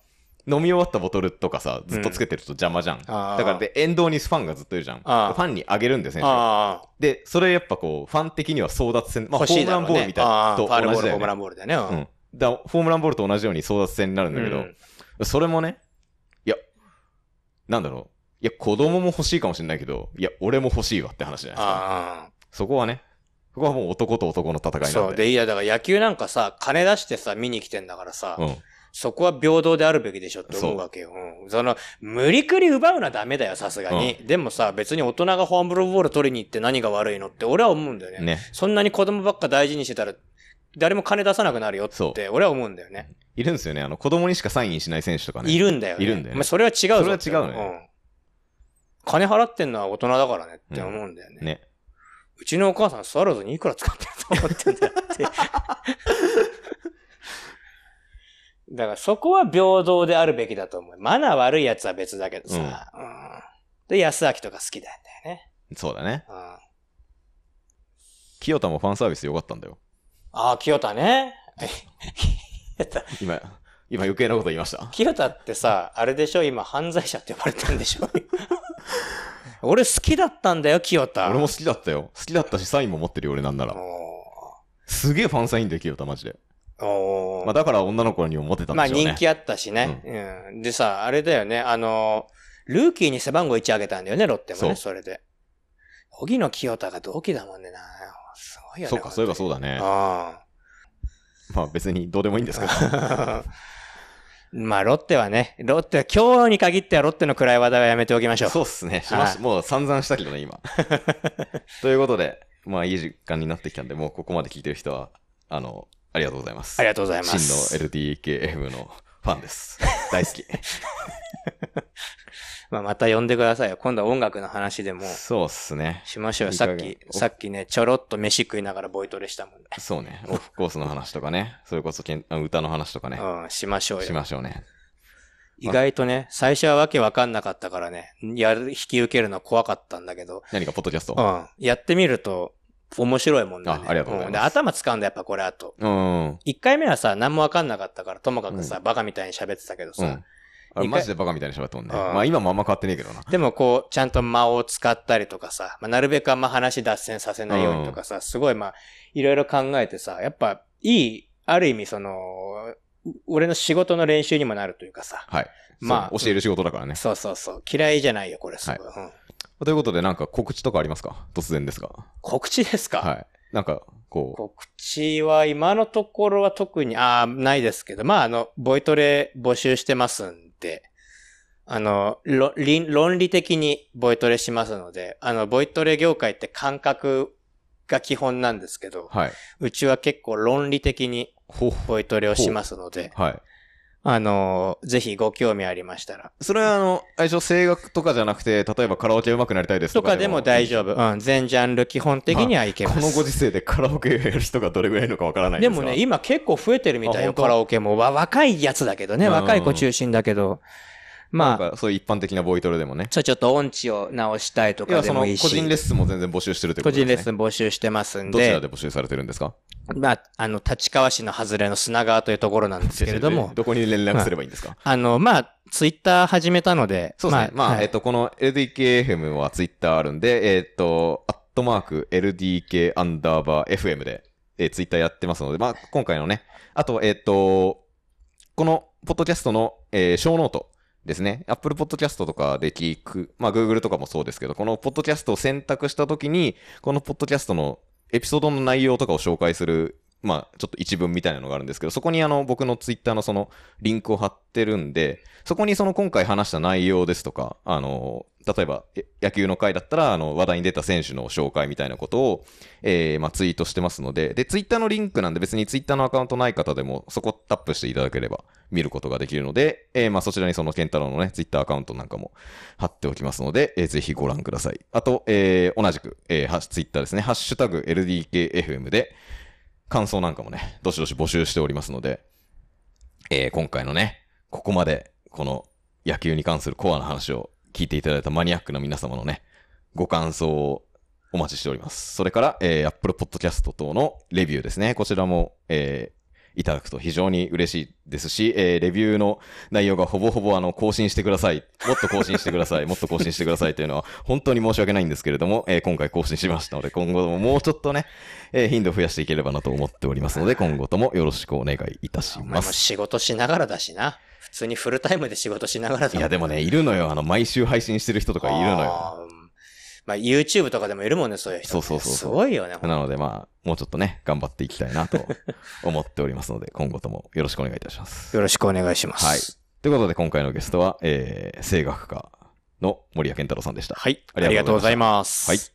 Speaker 1: 飲み終わったボトルとかさ、ずっとつけてると邪魔じゃん。
Speaker 2: あー
Speaker 1: だからで、沿道にファンがずっといるじゃん。フ
Speaker 2: あー
Speaker 1: ァンにあげるんで、選手を
Speaker 2: ああ。
Speaker 1: で、それやっぱこう、ファン的には争奪戦、まあ、
Speaker 2: 欲
Speaker 1: ホ
Speaker 2: し
Speaker 1: ー
Speaker 2: い
Speaker 1: ム
Speaker 2: だ
Speaker 1: ラ
Speaker 2: ろ
Speaker 1: ン
Speaker 2: うね
Speaker 1: ボールみたいな
Speaker 2: あ
Speaker 1: と
Speaker 2: あファール
Speaker 1: 同
Speaker 2: ボー
Speaker 1: じ
Speaker 2: ル、
Speaker 1: だ
Speaker 2: ホ
Speaker 1: よ
Speaker 2: ーム
Speaker 1: ね
Speaker 2: ラ。ンボールだよね。
Speaker 1: う
Speaker 2: うん
Speaker 1: ん。だからホームランボールと同じように争奪戦になるんだけど、
Speaker 2: うん
Speaker 1: それもね、いや、なんだろう。いや、子供も欲しいかもしれないけど、いや、俺も欲しいわって話じゃないですか。
Speaker 2: あ
Speaker 1: そこはね、そこはもう男と男の戦い
Speaker 2: あ。
Speaker 1: な
Speaker 2: そ
Speaker 1: ん
Speaker 2: う。
Speaker 1: で。
Speaker 2: で、いや、だから野球なんかさ、金出してさ、見に来てんだからさ、
Speaker 1: うん、
Speaker 2: そこは平等であるべきでしょって思うわけよ。うんその、無理くり奪うのはダメだよ、さすがに。でもさ、別に大人がホームランボール取りに行って何が悪いのって俺は思うんだよね。
Speaker 1: ね。
Speaker 2: そんなに子供ばっか大事にしてたら、誰も金出さなくなるよ
Speaker 1: そ
Speaker 2: って俺は思うんだよね。
Speaker 1: いるんですよね。あの、子供にしかサインしない選手とかね。
Speaker 2: いるんだよ、ね。
Speaker 1: いるんだよね
Speaker 2: まあ、それは違うぞって
Speaker 1: それは違うね
Speaker 2: ん金払ってんのは大人だからねって思うんだよね。う
Speaker 1: ね。
Speaker 2: ちのお母さん、スワローズにいくら使ってると思ってんだよって。だからそこは平等であるべきだと思う。マナー悪いやつは別だけどさ。うんで、安明とか好きだよね。
Speaker 1: そうだね。
Speaker 2: うん、あ
Speaker 1: 清田もファンサービス良かったんだよ。
Speaker 2: あ、清田ね。
Speaker 1: 今、今余計なこと言いました。
Speaker 2: 清田ってさ、あれでしょ今、犯罪者って呼ばれてるん でしょ俺好きだったんだよ、清田。
Speaker 1: 俺も好きだったよ。好きだったし、サインも持ってるよ、俺なんなら。
Speaker 2: お
Speaker 1: すげえファンサインできるよ、たマジで。
Speaker 2: ーおー
Speaker 1: まあ、だから女の子にもモテたん
Speaker 2: まあ
Speaker 1: でしょうね。
Speaker 2: 人気あったしね、うんでさ、あれだよね、あの、ルーキーに背番号1あげたんだよね、ロッテもね、
Speaker 1: そ
Speaker 2: そうれで。荻野清太が同期だもんねな。すごいよね。
Speaker 1: そうか、そういえばそうだね。
Speaker 2: あ
Speaker 1: まあ別にどうでもいいんですけど。
Speaker 2: あ。 まあ、ロッテはね、ロッテは、今日に限ってはロッテの暗い話題はやめておきましょう。
Speaker 1: そうっすね。しまし
Speaker 2: はい
Speaker 1: もう散々したけどね、 今。ということで、まあいい時間になってきたんで、もうここまで聞いてる人は、あの、ありがとうございます。
Speaker 2: ありがとうございます。
Speaker 1: 真の LDKF のファン です。大好き。
Speaker 2: まあ、また呼んでくださいよ。今度は音楽の話でも
Speaker 1: そうっすね。
Speaker 2: しましょうよ。
Speaker 1: いい
Speaker 2: さ
Speaker 1: 加
Speaker 2: っ
Speaker 1: 減
Speaker 2: き、さっきね、ちょろっと飯食いながらボイトレしたもんね。
Speaker 1: そうね。オフコースの話とかね。それこそけんあ歌の話とかね。
Speaker 2: うん、しましょうよ
Speaker 1: し。ましょうね。
Speaker 2: 意外とね、最初はわけわかんなかったからね、やる、引き受けるの怖かったんだけど、
Speaker 1: 何かポッドキャスト
Speaker 2: うん。やってみると、面白いもんだね。
Speaker 1: あありがとうございます
Speaker 2: んで頭使うんだ、やっぱこれあと。
Speaker 1: うん。うん。
Speaker 2: 一回目はさ、何もわかんなかったから、ともかくさ、バカみたいに喋ってたけどさ、
Speaker 1: あれ
Speaker 2: 一回
Speaker 1: マジでバカみたいに喋ったもんね。
Speaker 2: うん
Speaker 1: まあ今もあんま変わってねえけどな。
Speaker 2: でもこう、ちゃんと間を使ったりとかさ、まあ、なるべくあんま話脱線させないようにとかさ、すごいまあ、いろいろ考えてさ、やっぱ、いい、ある意味その、う俺の仕事の練習にもなるというかさ、
Speaker 1: はい。
Speaker 2: まあ
Speaker 1: まあ教える仕事だからね。
Speaker 2: そうそうそう、嫌いじゃないよ、これすごい。うん
Speaker 1: ということで、なんか告知とかありますか突然ですが。
Speaker 2: 告知ですか、
Speaker 1: はい。なんか、こ
Speaker 2: 告知は今のところは特に、ああ、ないですけど、まあ、あの、ボイトレ募集してますんで、あの、ろ倫論理的にボイトレしますので、あの、ボイトレ業界って感覚が基本なんですけど
Speaker 1: う、、はい。
Speaker 2: うちは結構論理的に
Speaker 1: ほう
Speaker 2: ボイトレをしますので、
Speaker 1: はい。
Speaker 2: あの、ぜひご興味ありましたら、
Speaker 1: それはあの、相性声楽とかじゃなくて、例えばカラオケ上手くなりたいです
Speaker 2: と
Speaker 1: と
Speaker 2: か
Speaker 1: か
Speaker 2: でも大丈
Speaker 1: 夫。
Speaker 2: 夫。うん、全ジャンル基本的にはいけます。
Speaker 1: このご時世でカラオケやる人がどれぐらいいるのかわからない
Speaker 2: で
Speaker 1: です
Speaker 2: も
Speaker 1: が
Speaker 2: ね、、今結構増えてるみたい
Speaker 1: あ
Speaker 2: よ、
Speaker 1: 本当
Speaker 2: カラオケも。わ若いやつだけどね、
Speaker 1: うん
Speaker 2: 若い子中心だけど。
Speaker 1: なん
Speaker 2: まあ、
Speaker 1: かそういう一般的なボイトレでもね。
Speaker 2: そうちょっと音痴を直したいと
Speaker 1: 要
Speaker 2: か
Speaker 1: は
Speaker 2: で
Speaker 1: その
Speaker 2: もいいし。
Speaker 1: 個人レッスンも全然募集してるという
Speaker 2: 個
Speaker 1: ことです
Speaker 2: 人レ
Speaker 1: ね。
Speaker 2: ッスン募集してますん
Speaker 1: どちらで
Speaker 2: で、
Speaker 1: 募集されてるんですか
Speaker 2: まあ、あの、立川市の外れの砂川というところなんですけれども、
Speaker 1: どこに連絡すればいいんですか
Speaker 2: あの、まあ、ツイッター始めたので、
Speaker 1: そうですね。まあ、
Speaker 2: はい
Speaker 1: えっと、この LDKFM はツイッターあるんで、えっと、アットマーク LDK アンダーバー FM で、えツイッター Twitter やってますので、まあ、今回のね、あと、えっと、この、ポッドキャストの、えー、ショーノートですね。Apple Podcast とかで聞く、まあ、Google とかもそうですけど、このポッドキャストを選択したときに、このポッドキャストのエピソードの内容とかを紹介する、まあ、ちょっと一文みたいなのがあるんですけど、そこにあの、僕のツイッターのその、リンクを貼ってるんで、そこにその今回話した内容ですとか、あの、例えばえ野球の回だったら、あの、話題に出た選手の紹介みたいなことを、えーまあ、ツイートしてますので、で、ツイッターのリンクなんで別にツイッターのアカウントない方でも、そこタップしていただければ見ることができるので、えーまあ、そちらにその健太郎のね、ツイッターアカウントなんかも貼っておきますので、えーぜひご覧ください。あと、えー同じく、えーハッシュツイッターですね、ハッシュタグ LDKFM で、感想なんかもね、どしどし募集しておりますので、えー今回のね、ここまで、この野球に関するコアな話を聞いていただいたマニアックな皆様のね、ご感想をお待ちしております。それから、えー、Apple Podcast 等のレビューですね。こちらも、えいただくと非常に嬉しいですし、えーレビューの内容がほぼほぼあの更新してください。もっと更新してください。もっと更新してくださいというのは本当に申し訳ないんですけれども、えー今回更新しましたので、今後ももうちょっとね、えー頻度増やしていければなと思っておりますので、今後ともよろしくお願いいたし
Speaker 2: お前
Speaker 1: ま
Speaker 2: も
Speaker 1: す。
Speaker 2: 仕事しながらだしな。普通にフルタイムで仕事しながらだもん
Speaker 1: いや、でもね、いるのよ。あの、毎週配信してる人とかいるのよ。
Speaker 2: あー。まあ、YouTube とかでもいるもんね、そういう人。
Speaker 1: そうそうそうそう
Speaker 2: すごいよね、ほん
Speaker 1: なので、まあ、もうちょっとね、頑張っていきたいな と思っておりますので、今後ともよろしくお願いいたします。
Speaker 2: よろしくお願いしま
Speaker 1: はい
Speaker 2: す。
Speaker 1: ということで、今回のゲストは、えー、声楽家の森谷健太郎さんでした。
Speaker 2: はい。
Speaker 1: あ
Speaker 2: あ
Speaker 1: り
Speaker 2: り
Speaker 1: が
Speaker 2: が
Speaker 1: と
Speaker 2: と
Speaker 1: う
Speaker 2: う
Speaker 1: ご
Speaker 2: ご
Speaker 1: ざ
Speaker 2: ざ
Speaker 1: い
Speaker 2: います。
Speaker 1: はい